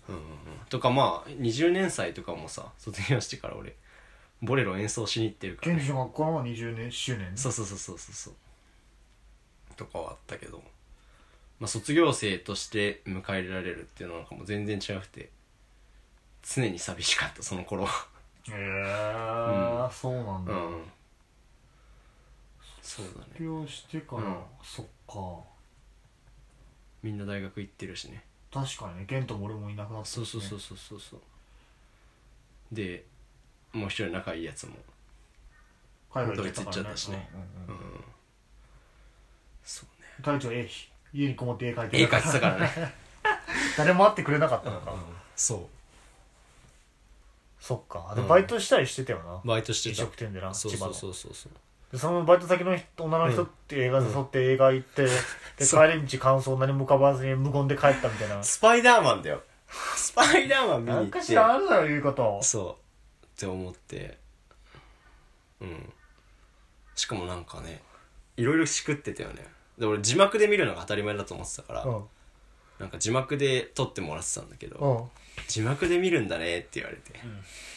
うんうんうん、とかまあ20年祭とかもさ卒業してから俺ボレロ演奏しに行ってるから、健ね、二の学校の20年周年そうそうそうそうそうそうとかはあったけど、まあ、卒業生として迎えられるっていうのなんかもう全然違くて常に寂しかったその頃はへえそうなんうだんそうだ卒ね業してかうらんそっかみんな大学行ってるしね確かにね健人も俺もいなくなったしそねうそうそうそうそうそうでもう一人仲いいやつも海外行ってドイツ行っちゃったしねうんうんうんうんそうね隊長絵家にこもって絵描いて絵るか描いらてたからね <laughs> 誰も会ってくれなかったのか <laughs> そそっかあうでんバイトしたりしてたよなバイトして飲た食店でなそう千葉そのうそうそうそうでそのバイト先の人女の人って映画誘って映画行って、でそう帰り道感想何も浮かばずに無言で帰ったみたいなスパイダーマンだよスパイダーマン見に何行かっしてらあるだろ言うことそうって思ってうんしかもなんかねいろいろしくってたよねで俺字幕で見るのが当たり前だと思ってたから、うんなんか字幕で撮ってもらってたんだけど、うん字幕で見るんだねって言われて、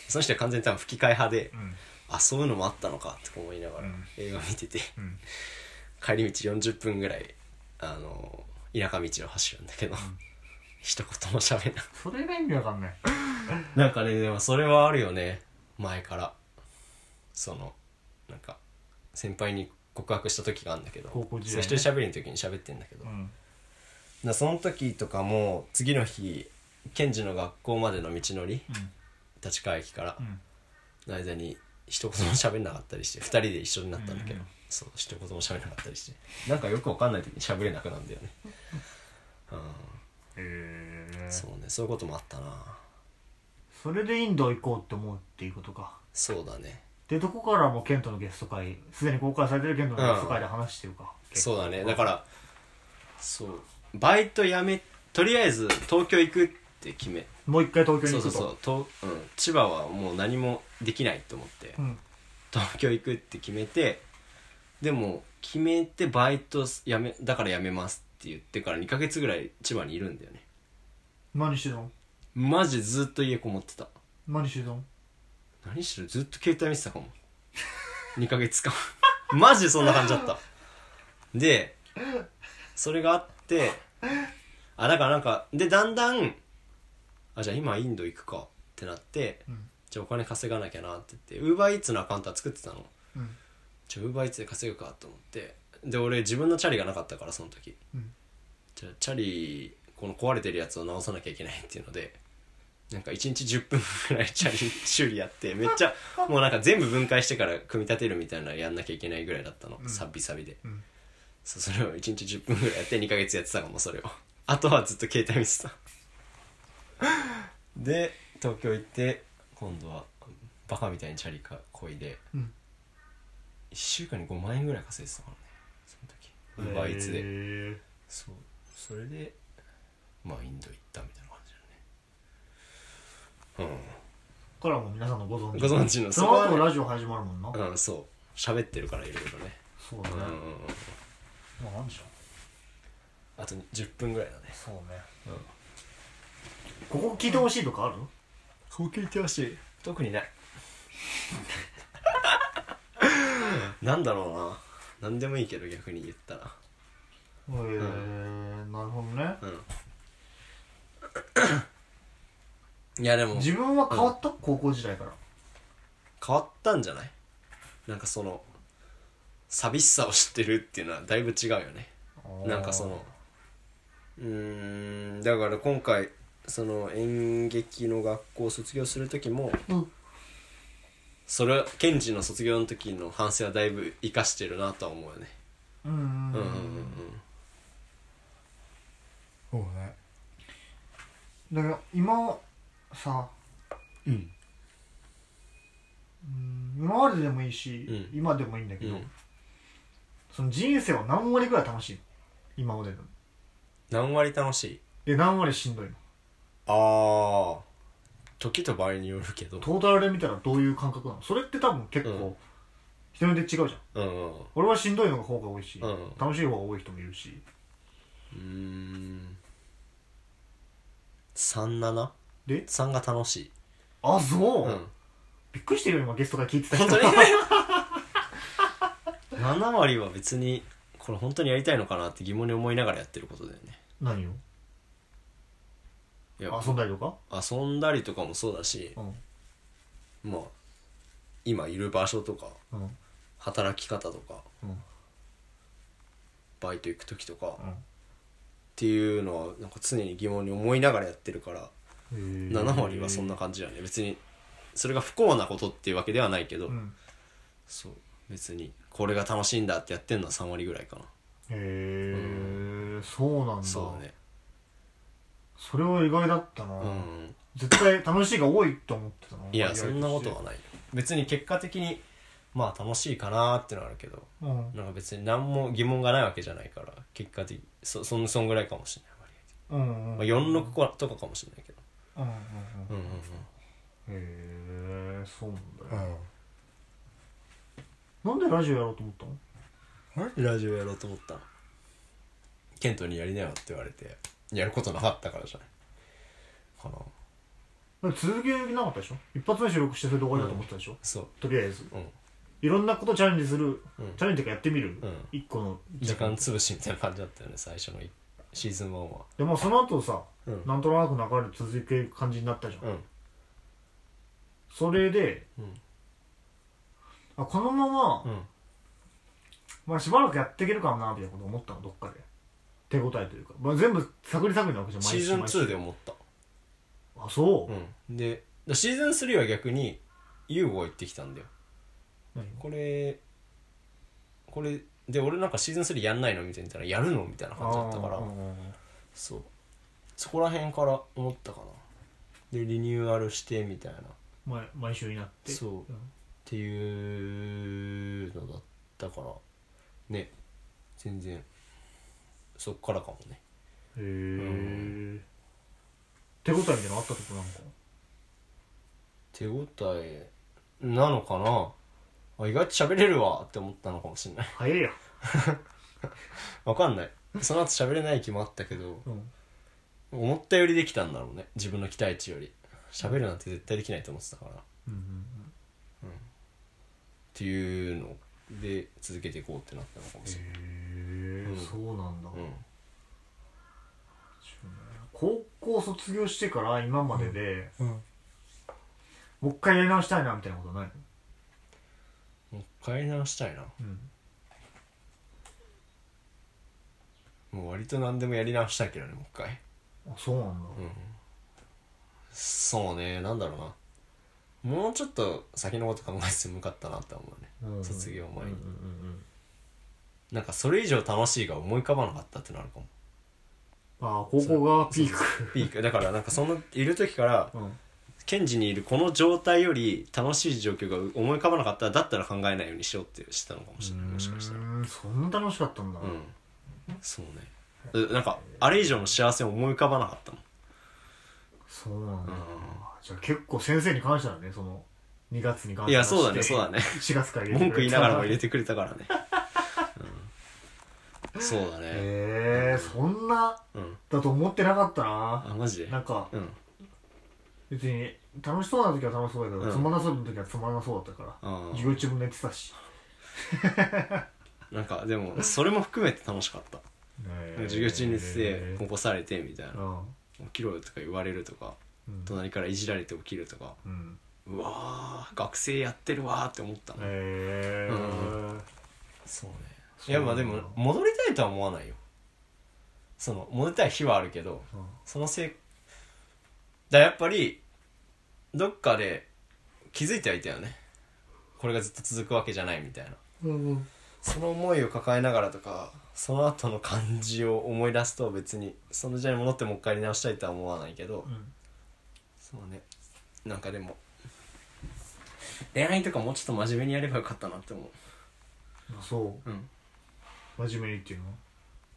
その人は完全に多分吹き替え派で、んあそういうのもあったのかとか思いながらうん映画見てて、ん帰り道40分ぐらいあの田舎道を走るんだけど、一言も喋らそれが意味わかんないなんかねでもそれはあるよね前からそのなんか先輩に告白した時があるんだけど高校時代ねそれ一人喋りの時に喋ってんだけど、うんなその時とかも次の日賢治の学校までの道のり、立川駅からうんの間に一言も喋んなかったりして2人で一緒になったんだけど、うんうんそう一言も喋んなかったりしてなんかよくわかんない時に喋れなくなるんだよね、 <laughs> うん、へえそうねそういうこともあったなそれでインド行こうって思うっていうことかそうだねでどこからもケントのゲスト会すでに公開されてるケントのゲスト会で話してるか、そうだねだからそうバイト辞めとりあえず東京行くって決めもう一回東京そにう行くそとうそうと、うん、千葉はもう何もできないと思って、うん東京行くって決めてでも決めてバイト辞めだから辞めますって言ってから2ヶ月ぐらい千葉にいるんだよね何してたのマジずっと家こもってた何してたの何してるずっと携帯見てたかも2ヶ月間 <laughs> マジそんな感じだったでそれがあってあだからなんかでだんだんあじゃあ今インド行くかってなってうんじゃあお金稼がなきゃなって言ってウーバーイーツのアカウントは作ってたのうんじゃあウーバーイーツで稼ぐかと思ってで俺自分のチャリがなかったからその時うんじゃあチャリこの壊れてるやつを直さなきゃいけないっていうのでなんか1日10分ぐらいチャリ修理やってめっちゃもうなんか全部分解してから組み立てるみたいなのやんなきゃいけないぐらいだったの、うんサビサビで、うんそうそれを1日10分ぐらいやって2ヶ月やってたかもそれを <laughs> あとはずっと携帯見てたで東京行って今度はバカみたいにチャリかこいでうん1週間に5万円ぐらい稼いでたからねその時ウーバーイーツでへーそうそれでまあインド行ったみたいな感じだよねこれはもう皆さんのご存知ご存知のそそのこ後はラジオ始まるもんな、うん、うん、そう喋ってるからいろいろねそうだうねん、うんうんまあなんでしょうあと10分ぐらいだねそううねん、ここ聞いてほしいとかある高級行ってほしい特にないなんだろうな何でもいいけど逆に言ったらへえなるほどねうんいやでも自分は変わった、高校時代から変わったんじゃないなんかその寂しさを知ってるっていうのはだいぶ違うよねなんかそのうーんだから今回その演劇の学校を卒業する時も、うんそれケンジの卒業の時の反省はだいぶ生かしてるなとは思うよねうんうんううんんうんうんそうねだから今さうんうん今まででもいいし、うん今でもいいんだうけんど、その人生は何割ぐらい楽しいの今までの何割楽しいえ何割しんどいのああ時と場合によるけどトータルで見たらどういう感覚なのそれって多分結構、うん人によって違うじゃうんんうん俺はしんどいの方が多いし、うん楽しい方が多い人もいるしうーん37で3が楽しいあそう、うんびっくりしてるよ今ゲストが聞いてた本人当に7割は別にこれ本当にやりたいのかなって疑問に思いながらやってることだよね <laughs> 何をいや遊んだりとか、遊んだりとかもそうだしうんまあ今いる場所とかうんうん働き方とかうんバイト行く時とかっていうのはなんか常に疑問に思いながらやってるからへー7割はそんな感じだよね別にそれが不幸なことっていうわけではないけど、うんそう別にこれが楽しいんだってやってんのは3割ぐらいかな、へえ、そうなんだそうねそれは意外だったな、うん絶対楽しいが多いと思ってたないやそんなことはない別に結果的にまあ楽しいかなってのはあるけどうんなんか別に何も疑問がないわけじゃないから結果的そそんそんぐらいかもしれないうんうん割合、まあ、46個とかかもしれないけどうんうんううんんうんへえそうなんだうよ、んなんでラジオやろうと思ったなのんでラジオやろうと思ったのケントにやりなよって言われてやることなかったからじゃないかなだって続けなかったでしょ一発目収録してそれで終わりだと思ってたでしょ、そうとりあえずうんいろんなことチャレンジする、うんチャレンジとかやってみる、うん一個の時間潰しみたいな感じだったよね最初のいシーズン1はでもその後さ、うんなんとなく流れ続ける感じになったじゃん、うんそれでうんあこのまま、うんまあ、しばらくやっていけるかもなみたいなこと思ったのどっかで手応えというか、まあ、全部探り探りなわけじゃんシーズン2毎週で思ったあそう、うんでシーズン3は逆にユーゴが行ってきたんだよ何これこれで俺なんかシーズン3やんないのみたいなやるのみたいな感じだったからあーうんそうそこら辺から思ったかなでリニューアルしてみたいなっ毎毎週になってそうんていうのだったからね全然そっからかもねへえ、ん手応えみたいなのあったとこなんか手応えなのかなあ意外と喋れるわって思ったのかもしれない <laughs> 早いや、わかんないその後喋れない気もあったけどうん、思ったよりできたんだろうね自分の期待値より喋るなんて絶対できないと思ってたからっうんうんていうので続けていこうってなったのかもしれない、へえ、うんそうなんだ、うん、高校卒業してから今までで、うんもう一回やり直したいなみたいなことないの、もう帰り直したいなうん、もう割と何でもやり直したいけどねもう一回あそうなんうだ、んそうねなんだろうなもうちょっと先のこと考えて向かったなって思うねうん卒業前にうんうんうんうんなんかそれ以上楽しいが思い浮かばなかったってなるかもああ高校がピークピークだからなんかそのいる時からうんケンジにいるこの状態より楽しい状況が思い浮かばなかったらだったら考えないようにしようってしてたのかもしれないもしかしたらうーんそんな楽しかったんだ、うんそうねうなんかあれ以上の幸せを思い浮かばなかったもんそうなんだ、うんじゃあ結構先生に関してはねその2月に関していやそうだねそうだね4月から文句言いながらも入れててくれたからね、うん、そうだくれたねへえそんなうんだと思ってなかったなあマジでなんかうん別に楽しそうな時は楽しそうだけど、うんつまんなそうな時はつまんなそうだったからあ授業中も寝てたし、ーなんかでもそれも含めて楽しかったなんか授業中に寝てて起こされてみたいなう起んきろよとか言われるとかうん隣からいじられて起きるとかうんうわー学生やってるわーって思ったのへえそうねそういやまあでも戻りたいとは思わないよその戻りたい日はあるけどそのせいだやっぱりどっかで気づいてはいたよねこれがずっと続くわけじゃないみたいなうんうんその思いを抱えながらとかその後の感じを思い出すと別にその時代に戻ってもう一回やり直したいとは思わないけど、そうねなんかでも恋愛とかもうちょっと真面目にやればよかったなって思そううんう真面目にっていうの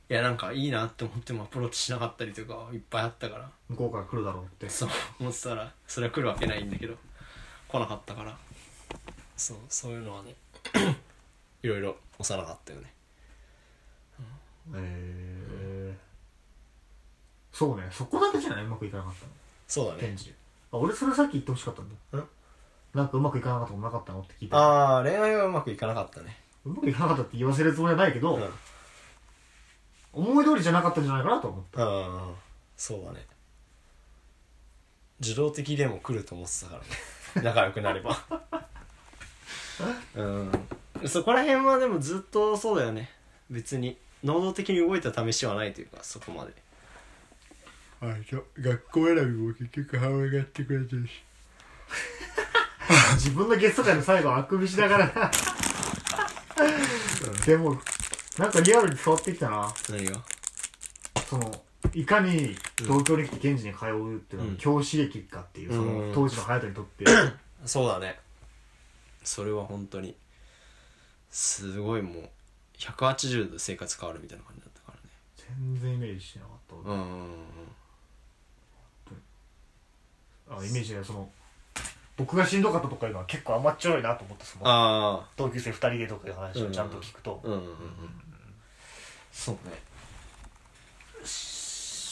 いやなんかいいなって思ってもアプローチしなかったりとかいっぱいあったから向こうから来るだろうってそう思ってたらそれは来るわけないんだけど来なかったからそうそういうのはね <clears throat> いろいろ幼かったよねえー、そうねそこだけじゃないうまくいかなかったのそうだね展示あ俺それさっき言ってほしかったんだんなんかうまくいかなかったことなかったのって聞いたああ恋愛はうまくいかなかったねうまくいかなかったって言わせるつもりはないけど、うん思い通りじゃなかったんじゃないかなと思ったああそうだね自動的でも来ると思ってた <laughs> からね仲良くなれ <laughs> ばうんそこら辺はでもずっとそうだよね別に能動的に動いた試しはないというかそこまで学校選びも結局母親がやってくれてるし自分のゲスト会の最後はあくびしながらでもなんかリアルに伝わってきたな何がそのいかに東京に来て現地に通うっていうのうはん強刺激かっていう、そうんの当時の隼人に <coughs> とって、そうだねそれは本当にすごいもう180度生活変わるみたいな感じだったからね全然イメージしてなかった、うんうんうんあイメージないその僕がしんどかったとかいうのは結構甘っちょろいなと思ってそのああ同級生2人でとかいう話をちゃんと聞くと、うんうんうんそうね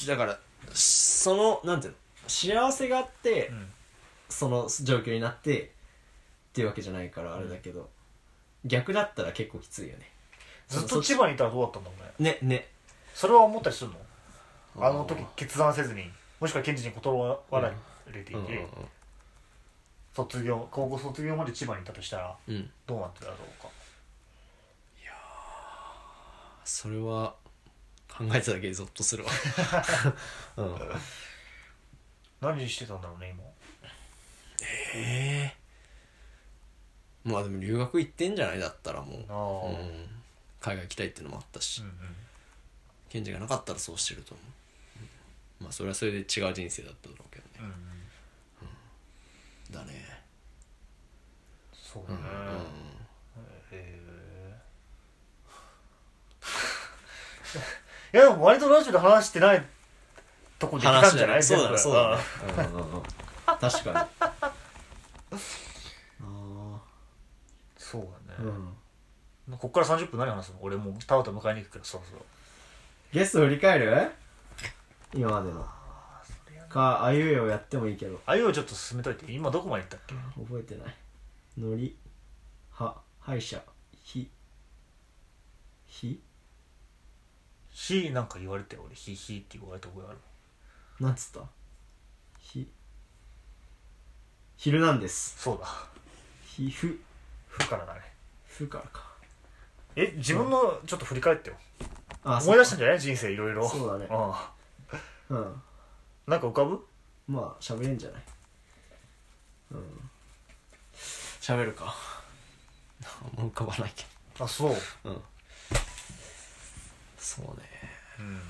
だからそのなんていうの幸せがあって、うんその状況になってっていうわけじゃないからあれだけど、逆だったら結構きついよねずっと千葉にいたらどうだったんだろうねねねそれは思ったりするのあのう時ん決断せずにもしくは検事に断られていて、うんうん卒業高校卒業まで千葉にいたとしたらうんうんどうなってただろうかそれは考えただけでゾッとするわ、うん、何してたんだろうね今ええまあでも留学行ってんじゃないだったらもうああ、うん海外行きたいっていうのもあったし、うんうんケンジがなかったらそうしてると思う、まあそれはそれで違う人生だっただろうけどねうんうんだねそううねん、うんへえ <laughs> いやでも割とラジオで話してないとこできたんじゃないそうだね全そう部だねうんうんうん確かに <laughs> あそうだうね、んこっから30分何話すの俺もうタオタ迎えに行くけどそろそろゲスト振り返る今までのかあゆえをやってもいいけどあゆをちょっと進めといて今どこまで行ったっけ覚えてないのりは歯医者ひひひなんか言われて俺ひひって言われた覚えあるなんつったひヒルナンデスそうだひふふからだねふからかえ自分のちょっと振り返ってよあ思い出したんじゃない人生いろいろそうだねうんたうんなんか浮かぶまあ喋れんじゃないうん喋るか <laughs> あんま浮かばないけあそうどうんそうねうん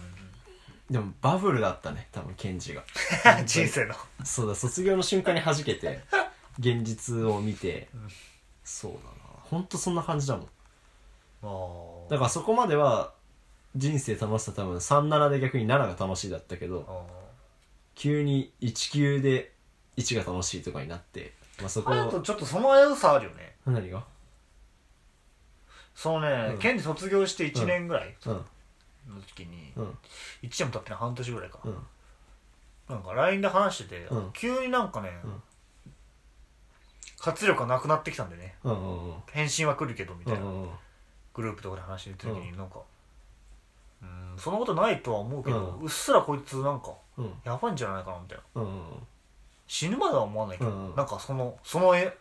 でもバブルだったね多分ケンジが <laughs> 人生のそうだ卒業の瞬間に弾け <laughs> て現実を見てそうだなほんとそんな感じだもんあだからそこまでは人生楽しさ多分37で逆に7が楽しいだったけどあ急に1級で1が楽しいとかになって、まあ、そこあとちょっとその危うさあるよね何がそのね、うんケンジ卒業して1年ぐらいうんの時に、うん1年も経ってない半年ぐらいか、うんなんか LINE で話してて、うん急になんかね、うん活力がなくなってきたんだよねうんうんうん返信は来るけどみたいな、うんうんグループとかで話してる時にうなんか、うん、そんなことないとは思うけど、ううっすらこいつなんかうんやばいんじゃないかなみたいなうんうん死ぬまでは思わないけど、うんなんかそのそのえ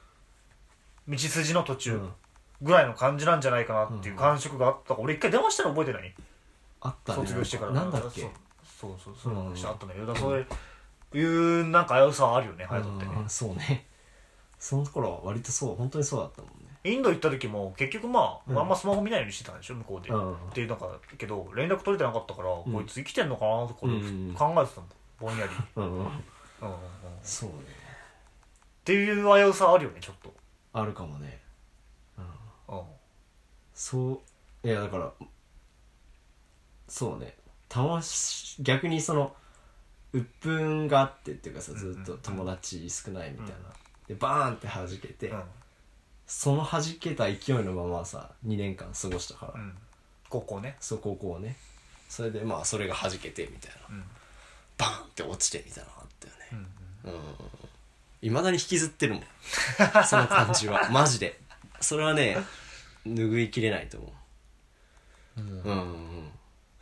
道筋の途う中んぐらいの感じなんじゃないかなっていう感触があったから、俺一回電話したの覚えてないあったね卒業してからなんだっけそうそうそうそういう話うんあったんだけど、だからそういういうなんか危うさはあるよね隼人ってうんねうんそうねその頃は割とそう本当にそうだったもんねインド行った時も結局まあ、うんあんまスマホ見ないようにしてたんでしょ向こうで、うんでなんかけど連絡取れてなかったから、んこいつ生きてんのかなとかで考えうんてたもんぼんやり、うんうんうんうんうんっそうねていう危うさあるよねちょっと、あるかもねうん、そういやだからそうね楽し逆にその鬱憤があってっていうかさずっと友達少ないみたいな、でバーンって弾けて、うんその弾けた勢いのままさ2年間過ごしたから、うん高校ねそう高校をねそれでまあそれが弾けてみたいな、んバーンって落ちてみたいなのあったよねうんいまだに引きずってるもんその感じはマジでそれはね拭いきれないと思ううんうん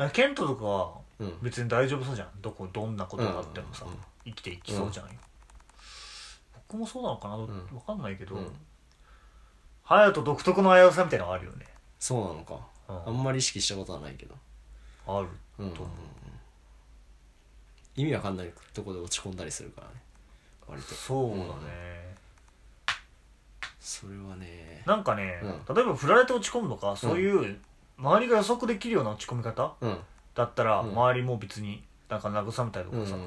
うんケントとかはうんうん別に大丈夫そうじゃんどこどんなことがあってもさうんうん生きていきそうじゃんよ僕もそうなのかなどんわかんないけどうん隼人独特の危うさみたいなのがあるよねそうなのかうんあんまり意識したことはないけどあるうんうんうん意味わかんないとこで落ち込んだりするからね割とそうだねそれはねなんかねう例えば振られて落ち込むとかそういう周りが予測できるような落ち込み方うんだったらうん周りも別になんか慰めたりとうんうかんさうっん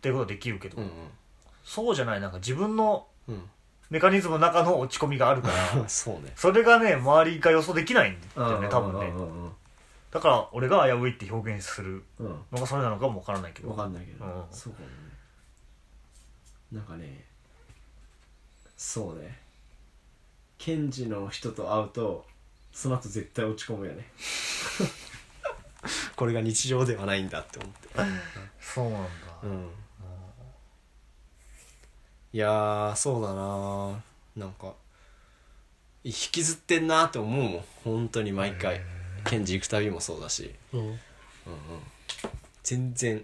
ていうことできるけうどんそうじゃないなんか自分のうんメカニズムの中の落ち込みがあるからうんそうねそれがね周りが予想できないんだよね多分うねんうんだから俺が危ういって表現するうんのがそれなのかもわからないけどわかんないけど、うんそうかもねなんかねそうねケンジの人と会うとその後絶対落ち込むよね <laughs> これが日常ではないんだって思ってそうなんだ、うんいやーそうだなーなんか引きずってんなーって思うもん本当に毎回ケンジ行くたびもそうだし、うんうん、全然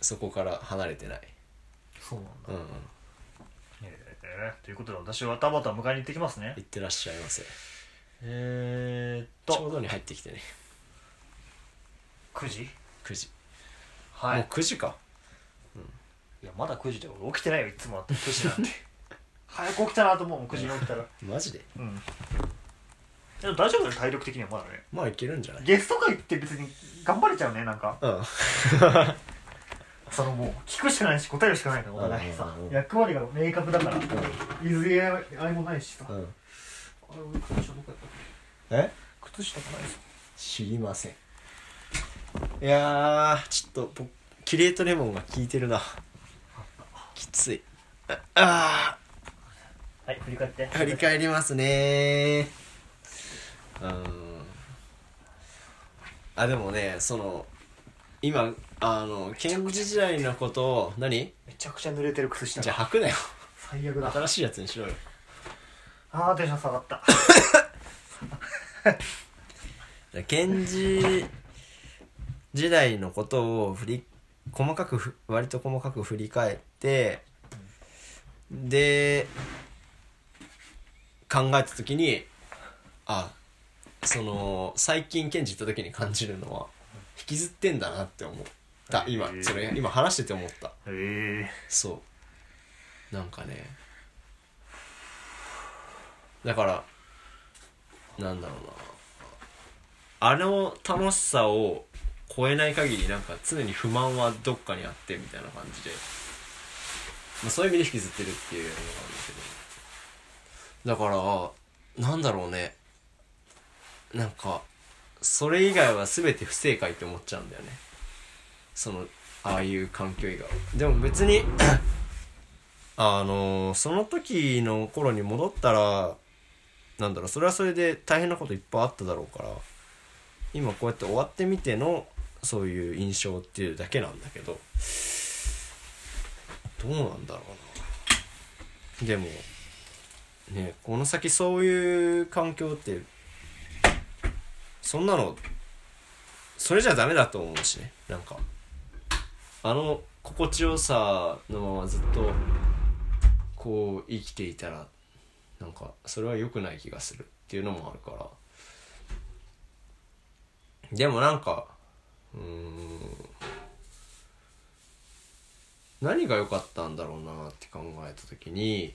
そこから離れてないそうなんだ、うんうんえーということで私は田畑を迎えに行ってきますね行ってらっしゃいませえー、っちょうとどに入ってきてね9時9時、はもう9時かいやまだ9時で俺起きてないよいつもだって9 <laughs> 時なんて早く起きたなと思うもん9時に起きたらマジでうんでも大丈夫だよ体力的にはまだねまあいけるんじゃないゲスト会って別に頑張れちゃうねなんかうんそのもう聞くしかないし答えるしかないからお互いさうんうんうん役割が明確だから譲り合いもないしさうん、あれ俺靴下どこやったっえけ靴下がないぞ知りませんいやーちょっと僕キレートレモンが効いてるなきついああはい振り返ってー振り返りますねーうんあでもねその今あの剣士時代のことを何めちゃくちゃ濡れてる靴下じゃあが履くなよ最悪だ新しいやつにしろよあーテンション下がった源氏時代のことを振り細かくふ割と細かく振り返ってで考えた時にあその最近検事行った時に感じるのは引きずってんだなって思った今へえそれ今話してて思ったへえそうなんかねだからなんだろうなあの楽しさを超えない限りなんか常に不満はどっかにあってみたいな感じで、まあ、そういう意味で引きずってるっていうのがあるんだけどだからなんだろうねなんかそれ以外は全て不正解って思っちゃうんだよねそのああいう環境以外はでも別にあのその時の頃に戻ったらなんだろうそれはそれで大変なこといっぱいあっただろうから今こうやって終わってみてのそういう印象っていうだけなんだけどどうなんだろうなでもねこの先そういう環境ってそんなのそれじゃダメだと思うしねなんかあの心地よさのままずっとこう生きていたらなんかそれは良くない気がするっていうのもあるからでもなんかうーん何が良かったんだろうなって考えた時に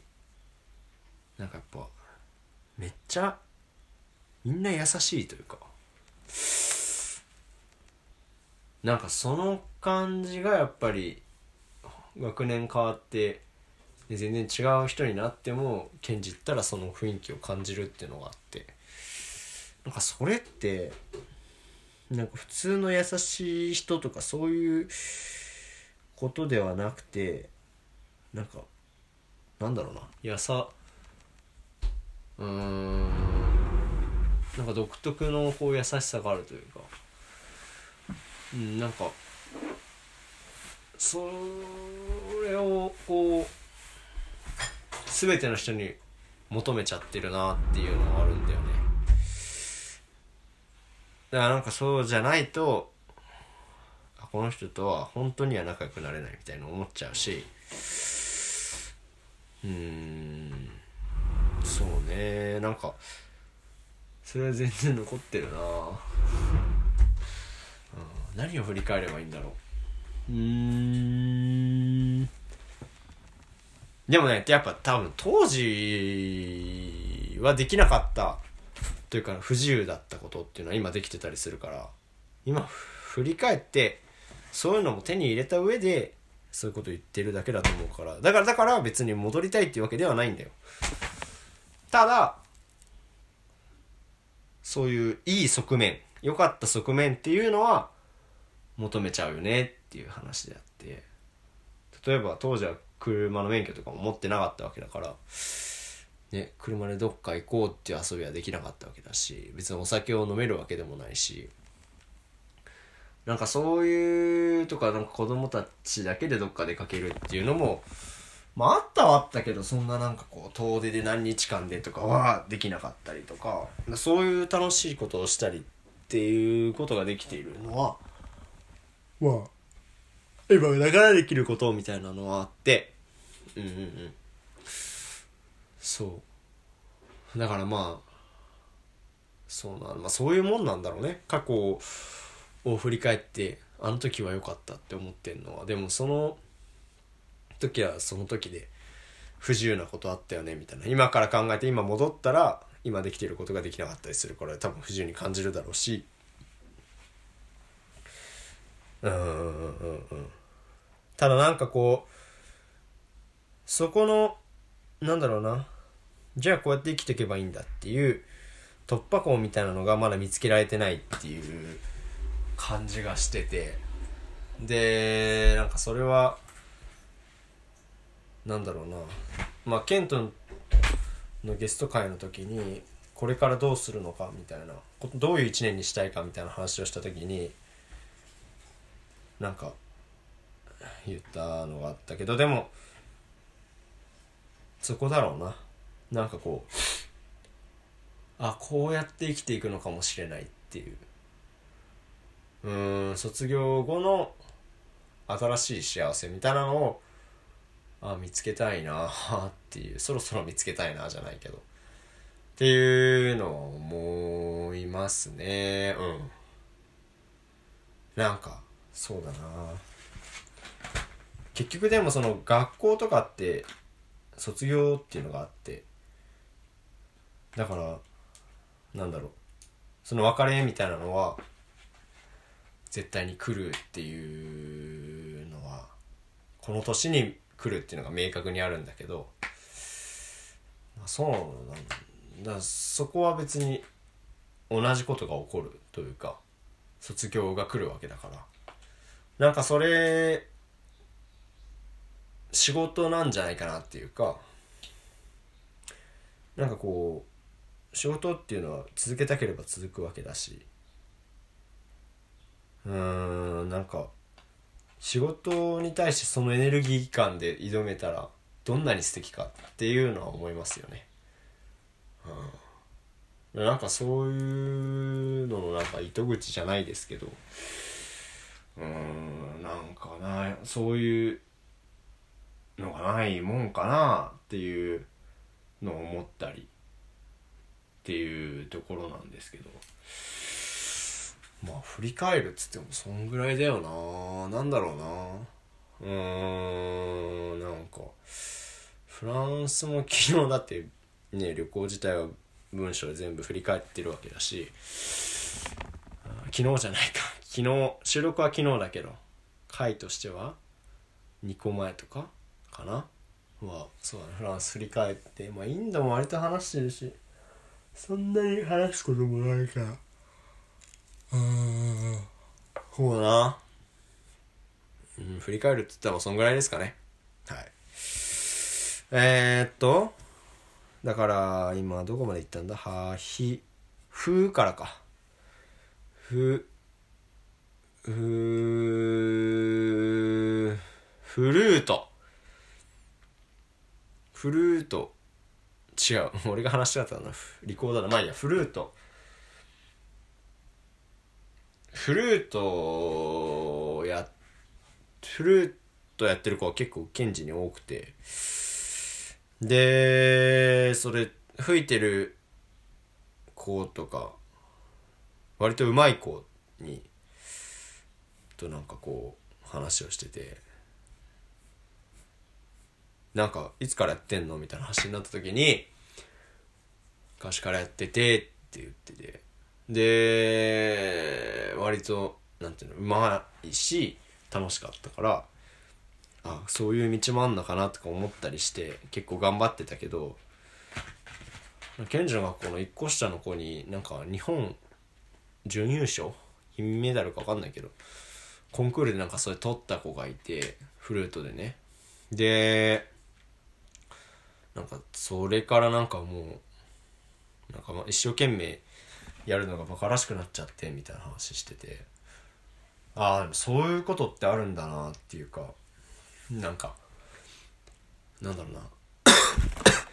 なんかやっぱめっちゃみんな優しいというかなんかその感じがやっぱり学年変わってで全然違う人になっても賢治行ったらその雰囲気を感じるっていうのがあってなんかそれってなんか普通の優しい人とかそういうことではなくてなんかなんだろうなやさうーんなんか独特のこう優しさがあるというかうんなんかそれをこう全ての人に求めちゃってるなっていうのがあるんだよねだからなんかそうじゃないとあこの人とは本当には仲良くなれないみたいな思っちゃうしうーんそうねなんかそれは全然残ってるな、うん、何を振り返ればいいんだろううーんでもね、やっぱ多分当時はできなかったというか不自由だったことっていうのは今できてたりするから、今振り返ってそういうのも手に入れた上でそういうこと言ってるだけだと思うから、だからだから別に戻りたいっていうわけではないんだよ。ただ、そういういい側面、良かった側面っていうのは求めちゃうよねっていう話であって。例えば当時は車の免許とかも持ってなかったわけだから、ね、車でどっか行こうっていう遊びはできなかったわけだし別にお酒を飲めるわけでもないしなんかそういうとかなんか子供たちだけでどっか出かけるっていうのもまああったはあったけどそんななんかこう遠出で何日間でとかはできなかったりとかそういう楽しいことをしたりっていうことができているのはまあ今だからできることみたいなのはあってうんうんうんそうだからまあそうなん、まあ、そういうもんなんだろうね過去をを振り返ってあの時は良かったって思ってんのはでもその時はその時で不自由なことあったよねみたいな今から考えて今戻ったら今できてることができなかったりするから多分不自由に感じるだろうしうんうんうんうんうんただなんかこうそこのなんだろうなじゃあこうやって生きていけばいいんだっていう突破口みたいなのがまだ見つけられてないっていう感じがしててでなんかそれはなんだろうなまあケントのゲスト会の時にこれからどうするのかみたいなこどういう1年にしたいかみたいな話をした時になんか言ったのがあったけどでもそこだろうななんかこうあこうやって生きていくのかもしれないっていううーん卒業後の新しい幸せみたいなのをあ見つけたいなあっていうそろそろ見つけたいなじゃないけどっていうのを思いますねうんなんかそうだな結局でもその学校とかって卒業っていうのがあってだからなんだろうその別れみたいなのは絶対に来るっていうのはこの年に来るっていうのが明確にあるんだけど、まあ、そうなんだそこは別に同じことが起こるというか卒業が来るわけだからなんかそれ仕事なんじゃないかなっていうかなんかこう仕事っていうのは続けたければ続くわけだしうーんなんか仕事に対してそのエネルギー感で挑めたらどんなに素敵かっていうのは思いますよね。うん、なんかそういうののなんか糸口じゃないですけどうーんなんかなそういうのがないもんかなっていうのを思ったりっていうところなんですけど。まあ振り返るっつってもそんぐらいだよななんだろうなうーんなんかフランスも昨日だってね旅行自体は文章で全部振り返ってるわけだしあー昨日じゃないか昨日収録は昨日だけど回としては2個前とかかなはそうだねフランス振り返ってまあインドも割と話してるしそんなに話すこともないからうーんそうだな。うん、振り返るって言ったらもうそんぐらいですかね。はい。えー、っと、だから、今、どこまで行ったんだは、ひ、ふからか。ふ、ふ、フルート。フルート。違う。 <laughs> 俺が話したかったな。フリコーダーだ。まあいいや、フルート。フルートをや、フルートやってる子は結構賢治に多くて。で、それ、吹いてる子とか、割と上手い子に、となんかこう、話をしてて、なんか、いつからやってんのみたいな話になった時に、昔からやっててって言ってて、で、割と、なんていうの、うまいし、楽しかったから、あ、そういう道もあんのかなとか思ったりして、結構頑張ってたけど、ケンジの学校の一個下の子になんか日本準優勝金メダルか分かんないけど、コンクールでなんかそれ取った子がいて、フルートでね。で、なんかそれからなんかもう、なんかまあ一生懸命やるのが馬鹿らしくなっちゃってみたいな話してて、ああ、でもそういうことってあるんだなっていうか、なんか、なんだろうな。 <coughs>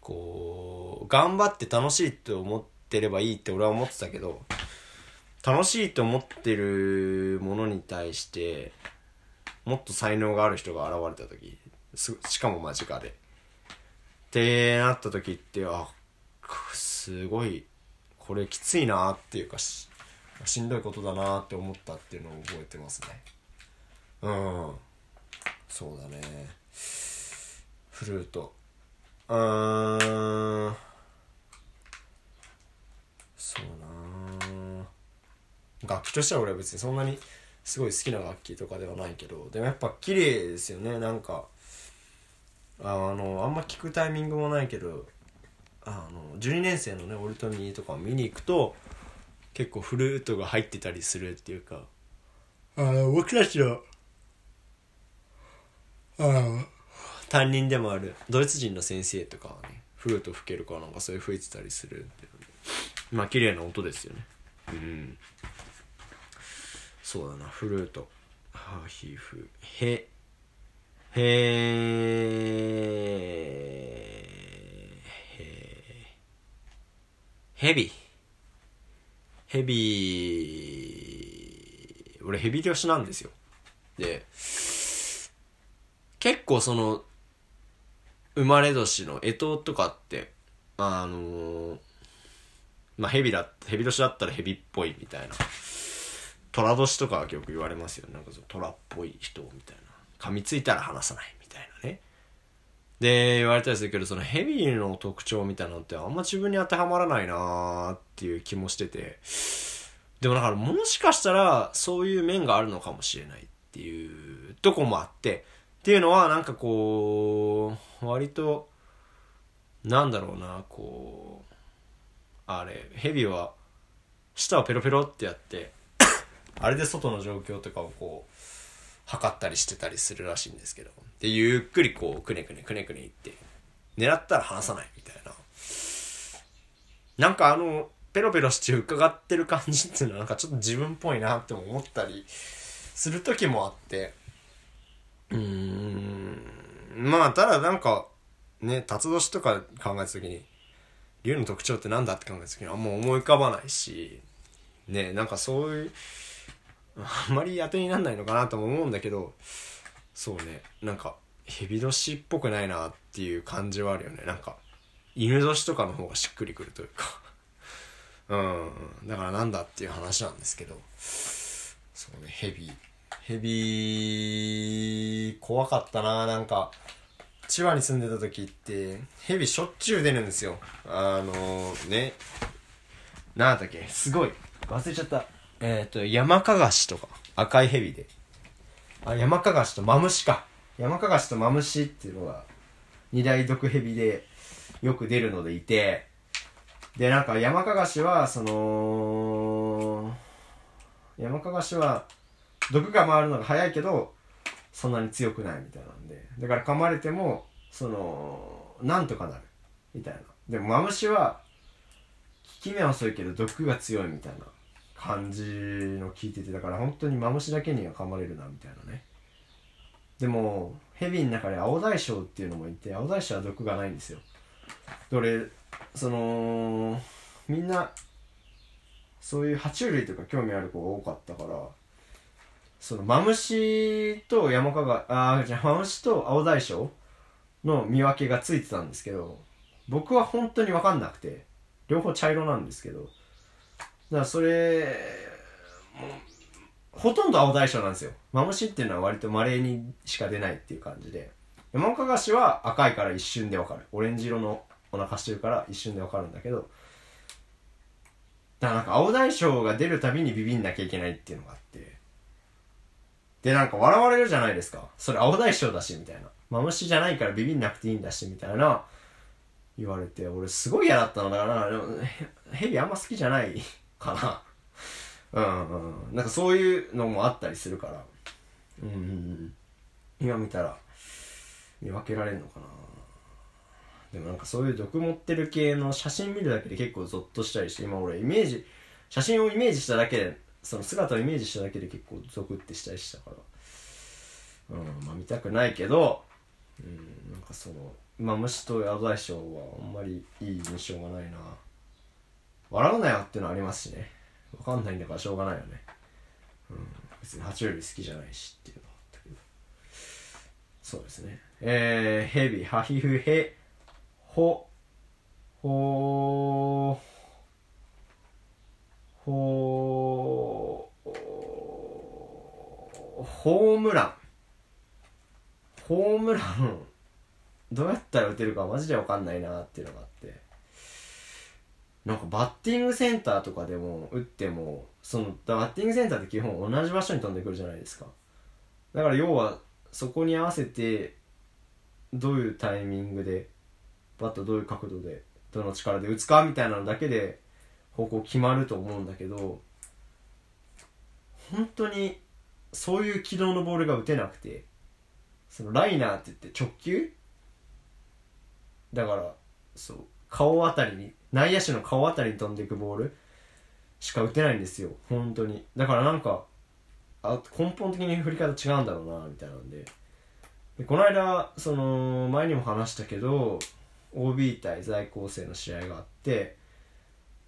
こう、頑張って楽しいって思ってればいいって俺は思ってたけど、楽しいと思ってるものに対して、もっと才能がある人が現れた時すしかも間近でってなった時ってあくすごいこれきついなっていうかししんどいことだなって思ったっていうのを覚えてますねうんそうだねフルートうーんそうな楽器としては俺は別にそんなにすごい好きな楽器とかではないけどでもやっぱ綺麗ですよねなんかああのあんま聞くタイミングもないけどあの12年生のねオルトミーとかを見に行くと結構フルートが入ってたりするっていうかあの、僕たちの、あの、担任でもあるドイツ人の先生とかはねフルート吹けるからなんかそれ吹いてたりするんでまあ綺麗な音ですよねうんそうだなフルートハーヒーフへへへヘビヘビ俺ヘビ漁師なんですよで結構その生まれ年の干支とかってあのーまあ蛇だ蛇年だったら蛇っぽいみたいな虎年とかはよく言われますよなんかその虎っぽい人みたいな噛みついたら離さないみたいなねで言われたりするけどその蛇の特徴みたいなのってあんま自分に当てはまらないなーっていう気もしててでもだからもしかしたらそういう面があるのかもしれないっていうとこもあってっていうのはなんかこう割となんだろうなこうあれヘビは舌をペロペロってやって <coughs> あれで外の状況とかをこう測ったりしてたりするらしいんですけどでゆっくりこうくねくねくねくねいって狙ったら離さないみたいななんかあのペロペロして伺ってる感じっていうのはなんかちょっと自分っぽいなっても思ったりする時もあってうーんまあただなんかね辰年とか考えた時に竜の特徴ってなんだって考えた時にあんま思い浮かばないしねなんかそういうあんまり当てになんないのかなとも思うんだけどそうねなんか蛇年っぽくないなっていう感じはあるよねなんか犬年とかの方がしっくりくるというかうんだからなんだっていう話なんですけどそうね蛇蛇怖かったななんか千葉に住んでた時って蛇しょっちゅう出るんですよあのねなんだっけすごい忘れちゃったえっ、と山かがしとか赤い蛇であ山かがしとマムシか山かがしとマムシっていうのが二大毒蛇でよく出るのでいてでなんか山かがしはその山かがしは毒が回るのが早いけどそんなに強くないみたいなんでだから噛まれてもそのなんとかなるみたいなでもマムシは効き目は遅いけど毒が強いみたいな感じの聞いててだから本当にマムシだけには噛まれるなみたいなねでもヘビの中で青大将っていうのもいて青大将は毒がないんですよで俺そのみんなそういう爬虫類とか興味ある子が多かったからそのマムシと山かがあーじゃあマムシと青大将の見分けがついてたんですけど僕は本当に分かんなくて両方茶色なんですけどだからそれもうほとんど青大将なんですよマムシっていうのは割と稀にしか出ないっていう感じで山かがしは赤いから一瞬で分かるオレンジ色のお腹してるから一瞬で分かるんだけどだからなんか青大将が出るたびにビビんなきゃいけないっていうのがあってでなんか笑われるじゃないですかそれ青大将だしみたいなマムシじゃないからビビんなくていいんだしみたいな言われて俺すごい嫌だったのだからでもヘビあんま好きじゃないかなうんうんうんなんかそういうのもあったりするからうんうんうん今見たら見分けられるのかなでもなんかそういう毒持ってる系の写真見るだけで結構ゾッとしたりして今俺イメージ写真をイメージしただけでその姿をイメージしただけで結構ゾクってしたりしたからうんまあ見たくないけどうんなんかそのまあ虫とアド大将はあんまりいい印象がないな笑うなよっていうのありますしねわかんないんだからしょうがないよねうん別に爬虫類好きじゃないしっていうのはあったけどそうですねえー、ヘビハヒフヘほ、ほ、ほ、ホームラン。ホームラン、どうやったら打てるかマジでわかんないなっていうのがあって。なんかバッティングセンターとかでも打っても、その、バッティングセンターって基本同じ場所に飛んでくるじゃないですか。だから要は、そこに合わせて、どういうタイミングで、バットどういう角度でどの力で打つかみたいなのだけで方向決まると思うんだけど本当にそういう軌道のボールが打てなくてそのライナーって言って直球だからそう顔あたりに内野手の顔あたりに飛んでいくボールしか打てないんですよ本当にだからなんかあ根本的に振り方違うんだろうなみたいなんででこの間その前にも話したけど OB 対在校生の試合があって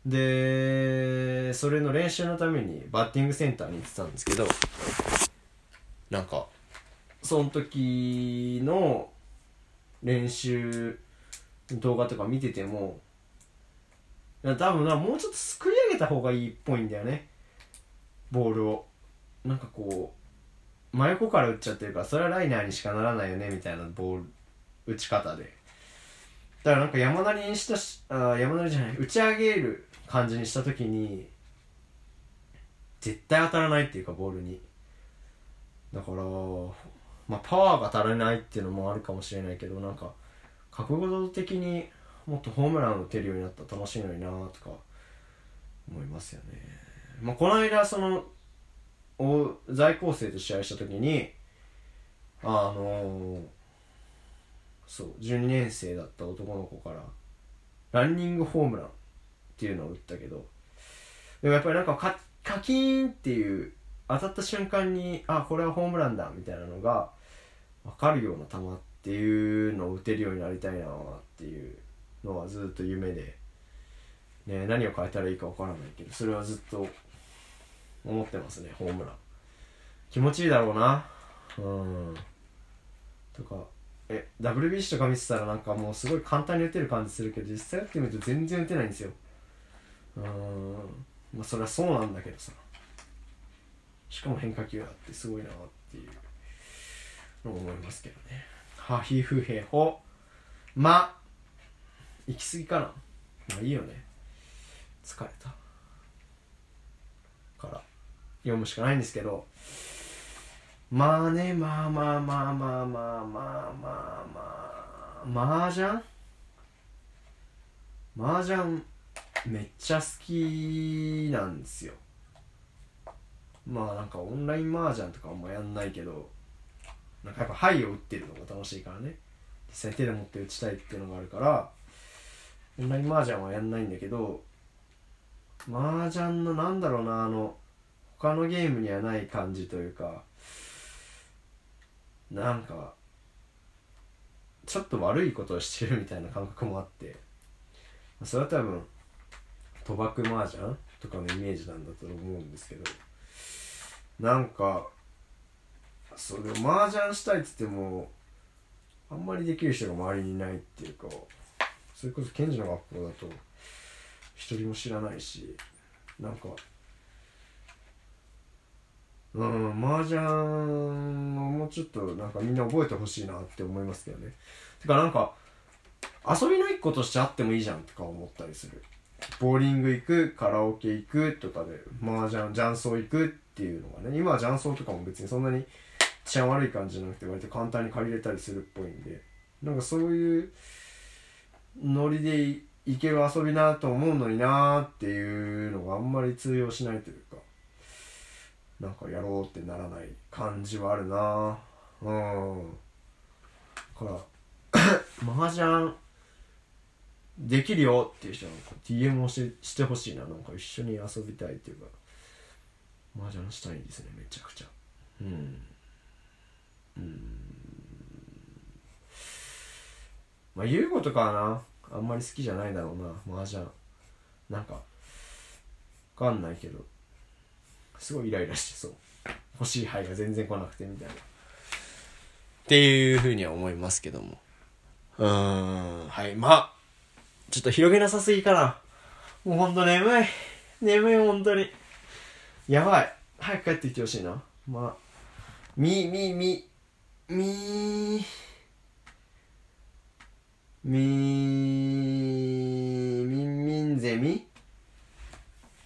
でそれの練習のためにバッティングセンターに行ってたんですけどなんかその時の練習の動画とか見ててもいや多分なもうちょっとすくい上げた方がいいっぽいんだよねボールをなんかこう真横から打っちゃってるからそれはライナーにしかならないよねみたいなボール打ち方でだからなんか山なりにしたしあー山なりじゃない打ち上げる感じにした時に絶対当たらないっていうかボールにだから、まあ、パワーが足らないっていうのもあるかもしれないけどなんか角度的にもっとホームランを打てるようになったら楽しいのになとか思いますよね、まあ、この間そのお在校生と試合した時にあのーそう12年生だった男の子からランニングホームランっていうのを打ったけどでもやっぱりなんかカカキーンっていう当たった瞬間にあこれはホームランだみたいなのが分かるような球っていうのを打てるようになりたいなっていうのはずっと夢で、ね、何を変えたらいいか分からないけどそれはずっと思ってますねホームラン気持ちいいだろうなうんとかえ WBC とか見てたらなんかもうすごい簡単に打てる感じするけど実際打ってみると全然打てないんですようーんまあそれはそうなんだけどさしかも変化球だってすごいなっていうのを思いますけどねはひふへほま行き過ぎかなまあいいよね疲れたから読むしかないんですけどまあね、まあまあまあまあまあまあまあまあ、麻雀麻雀めっちゃ好きなんですよ。まあなんかオンライン麻雀とかあんまやんないけどなんかやっぱ牌を打ってるのが楽しいからね実際手で持って打ちたいっていうのがあるからオンライン麻雀はやんないんだけど麻雀のなんだろうなあの他のゲームにはない感じというかなんかちょっと悪いことをしてるみたいな感覚もあってそれは多分賭博麻雀とかのイメージなんだと思うんですけどなんかそれ麻雀したいっつってもあんまりできる人が周りにいないっていうかそれこそ賢治の学校だと一人も知らないしなんかうん麻雀をもうちょっとなんかみんな覚えてほしいなって思いますけどねてかなんか遊びの一個としてあってもいいじゃんとか思ったりするボーリング行くカラオケ行くとかで麻雀雀荘行くっていうのがね今は雀荘とかも別にそんなに治安悪い感じじゃなくて割と簡単に借りれたりするっぽいんでなんかそういうノリでい行ける遊びなと思うのになーっていうのがあんまり通用しないというかなんかやろうってならない感じはあるなうんだから <coughs> 麻雀できるよっていう人の DM をししてほしいななんか一緒に遊びたいっていうか麻雀したいですねめちゃくちゃうんうんまあ優吾とかはなあんまり好きじゃないだろうな麻雀なんかわかんないけどすごいイライラしてそう欲しい牌が全然来なくてみたいなっていうふうには思いますけどもうーんはいまあちょっと広げなさすぎかな。もうほんと眠い。眠い、ほんとに。やばい。早く帰ってきてほしいな。まあ。み、み、み、み、み、みんみんゼミ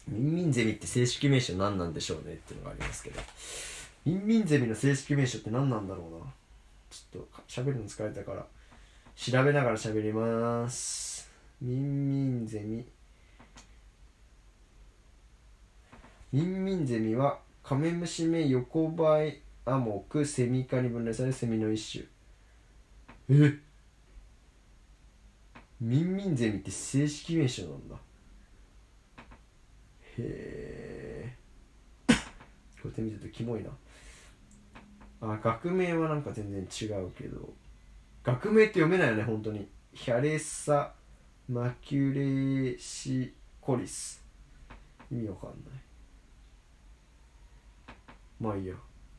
みんみんゼミって正式名称何なんでしょうねっていうのがありますけど。みんみんゼミの正式名称って何なんだろうな。ちょっとか喋るの疲れたから、調べながら喋りまーす。みんみんゼミみんみんゼミはカメムシ目横ばいアモクセミ科に分類されるセミの一種えみんみんゼミって正式名称なんだへえこうやって見てるとキモいなあ学名はなんか全然違うけど学名って読めないよね本当にヒャレサ・マキュレシコリス意味わかんないまあいいや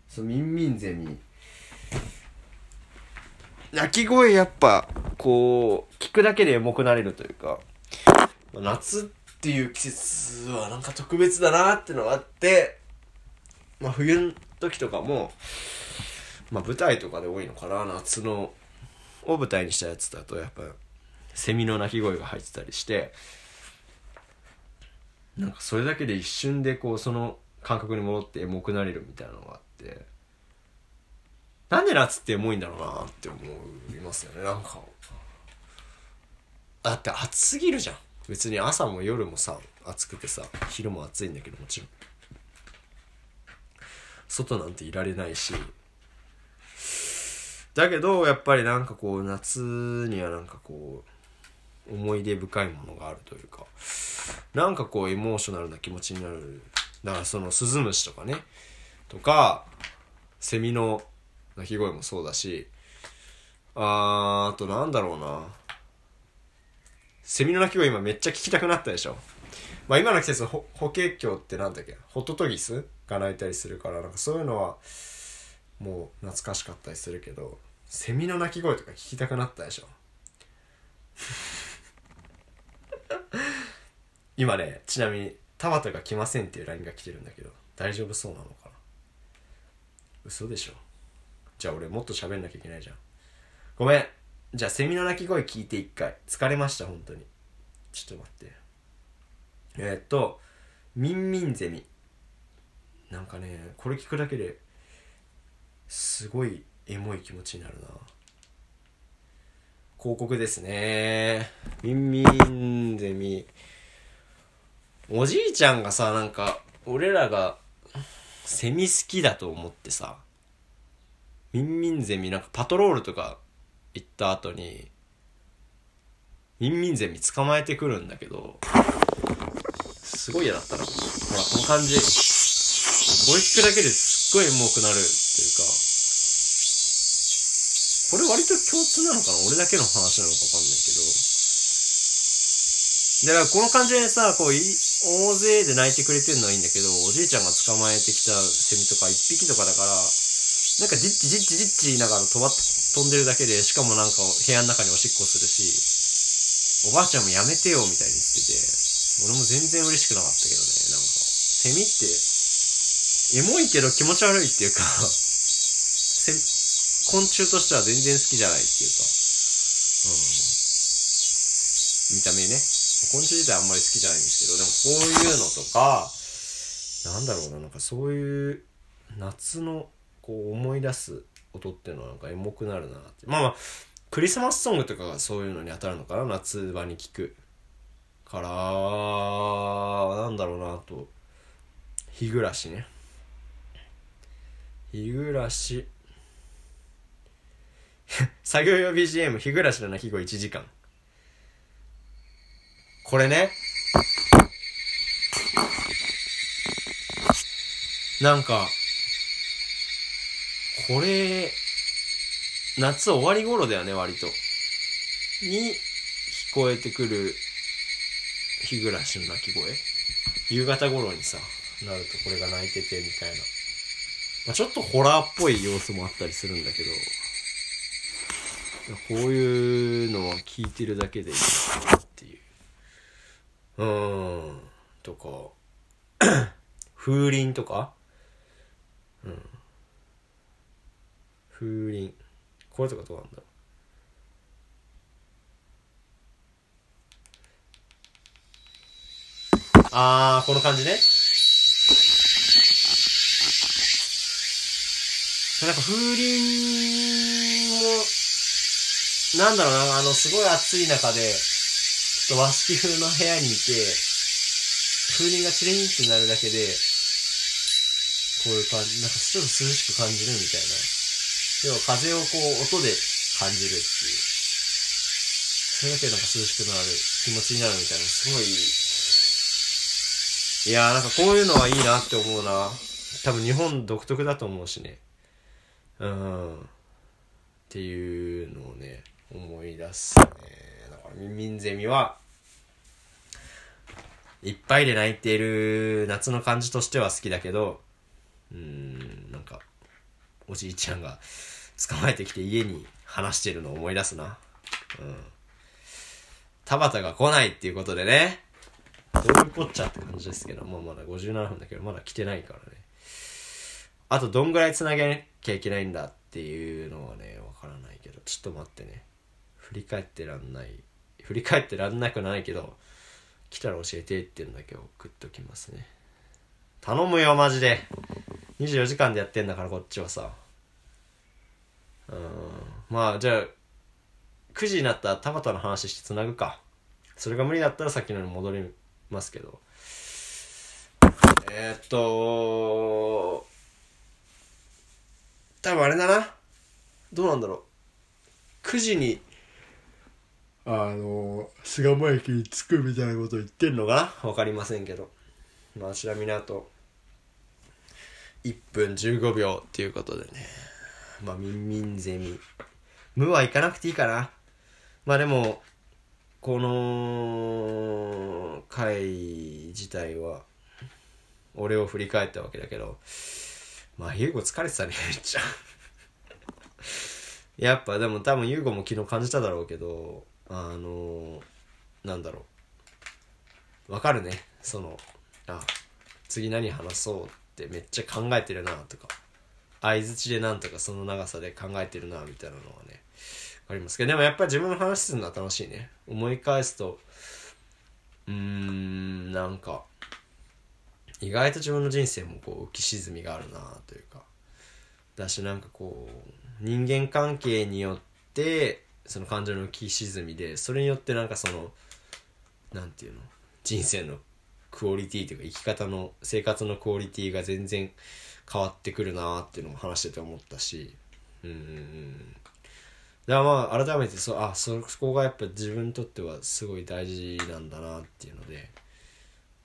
そうミンミンゼミ鳴き声やっぱこう聞くだけでエモくなれるというか夏っていう季節はなんか特別だなってのがあってまあ冬の時とかもまあ舞台とかで多いのかな夏のを舞台にしたやつだとやっぱセミの鳴き声が入ってたりしてなんかそれだけで一瞬でこうその感覚に戻ってエモくなれるみたいなのがあってなんで夏ってエモいんだろうなって思いますよねなんかだって暑すぎるじゃん別に朝も夜もさ暑くてさ昼も暑いんだけどもちろん外なんていられないしだけどやっぱりなんかこう夏にはなんかこう思い出深いものがあるというかなんかこうエモーショナルな気持ちになるだからそのスズムシとかねとかセミの鳴き声もそうだしあーあとなんだろうなセミの鳴き声今めっちゃ聞きたくなったでしょまあ今の季節ほ法華経ってなんだっけホトトギスが鳴いたりするからなんかそういうのはもう懐かしかったりするけどセミの鳴き声とか聞きたくなったでしょ <laughs> 今ねちなみに「田畑が来ません」っていう LINE が来てるんだけど大丈夫そうなのかな嘘でしょじゃあ俺もっと喋んなきゃいけないじゃんごめんじゃあセミの鳴き声聞いて一回疲れました本当にちょっと待ってえー、っと「ミンミンゼミ」なんかねこれ聞くだけですごいエモい気持ちになるな広告ですねみんみんゼミおじいちゃんがさなんか俺らがセミ好きだと思ってさミンミンゼミなんかパトロールとか行った後にミンミンゼミ捕まえてくるんだけどすごい嫌だったなほらこの感じボイスだけですっごい重くなるっていうかこれ割と共通なのかな俺だけの話なのかわかんないけどで、だからこの感じでさ、こうい、大勢で泣いてくれてるのはいいんだけど、おじいちゃんが捕まえてきたセミとか一匹とかだから、なんかじっちじっちじっち言いながら飛ばっ、飛んでるだけで、しかもなんか部屋の中におしっこするし、おばあちゃんもやめてよみたいに言ってて、俺も全然嬉しくなかったけどね、なんか、セミって、エモいけど気持ち悪いっていうか、 <laughs> せ昆虫としては全然好きじゃないっていうか、うん。見た目ね。昆虫自体あんまり好きじゃないんですけど、でもこういうのとか、なんだろうな、なんかそういう夏のこう思い出す音っていうのはなんかエモくなるなって。まあまあ、クリスマスソングとかがそういうのに当たるのかな、夏場に聴く。から、なんだろうな、あと、日暮らしね。日暮らし。 <laughs> 作業用 BGM、日暮らしの鳴き声1時間。これね。なんか、これ、夏終わり頃だよね、割と。に、聞こえてくる、日暮らしの鳴き声。夕方頃にさ、なるとこれが鳴いてて、みたいな。まあ、ちょっとホラーっぽい要素もあったりするんだけど、こういうのは聞いてるだけでいいなっていう。うーん。とか、 <clears throat> 風鈴とかうん。風鈴。これとかどうなんだろう。あー、この感じね。なんか風鈴も、なんだろうな、あの、すごい暑い中で、ちょっと和式風の部屋にいて、風鈴がチリンってなるだけで、こういう感じ、なんかちょっと涼しく感じるみたいな。要は風をこう音で感じるっていう。それだけでなんか涼しくなる、気持ちになるみたいな、すごい、いやーなんかこういうのはいいなって思うな。多分日本独特だと思うしね。うん。っていうのをね思い出すねだからミンミンゼミはいっぱいで泣いている夏の感じとしては好きだけどうーんなんかおじいちゃんが捕まえてきて家に話してるのを思い出すなうん田畑が来ないっていうことでねどういうこっちゃって感じですけどもうまだ57分だけどまだ来てないからねあとどんぐらいつなげなきゃいけないんだっていうのはねわからないけどちょっと待ってね振り返ってらんない振り返ってらんなくないけど来たら教えてっていうのだけ送っときますね頼むよマジで24時間でやってんだからこっちはさうーんまあじゃあ9時になったら田畑の話してつなぐかそれが無理だったらさっきのに戻りますけどえー、っと多分あれだなどうなんだろう9時にあの巣鴨駅に着くみたいなこと言って出るのかなわかりませんけどまあちなみにあと1分15秒っていうことでねまあみんみんゼミ無は行かなくていいかなまあでもこの回自体は俺を振り返ったわけだけどまあ、ユーゴ疲れてたね、めっちゃ。やっぱでも多分ユーゴも昨日感じただろうけど、あのなんだろう。わかるね。その、あ、次何話そうってめっちゃ考えてるなとか、相づちでなんとかその長さで考えてるなみたいなのはね、ありますけど、でもやっぱり自分の話するのは楽しいね。思い返すと、うーん、なんか、意外と自分の人生もこう浮き沈みがあるなというかだしなんかこう人間関係によってその感情の浮き沈みでそれによってなんかそのなんていうの人生のクオリティというか生き方の生活のクオリティが全然変わってくるなーっていうのも話してて思ったしうんうんうんだからまあ改めてそあそそこがやっぱ自分にとってはすごい大事なんだなっていうので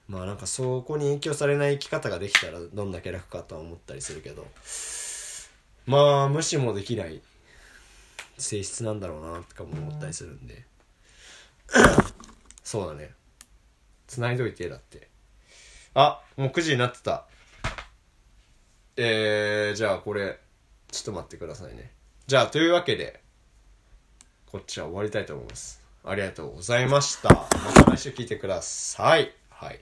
まあなんかそこに影響されない生き方ができたらどんだけ楽かとは思ったりするけどまあ無視もできない性質なんだろうなとかも思ったりするんで <coughs> そうだね繋いどいてだってあもう9時になってたえー、じゃあこれちょっと待ってくださいねじゃあというわけでこっちは終わりたいと思いますありがとうございましたまた来週聞いてくださいはい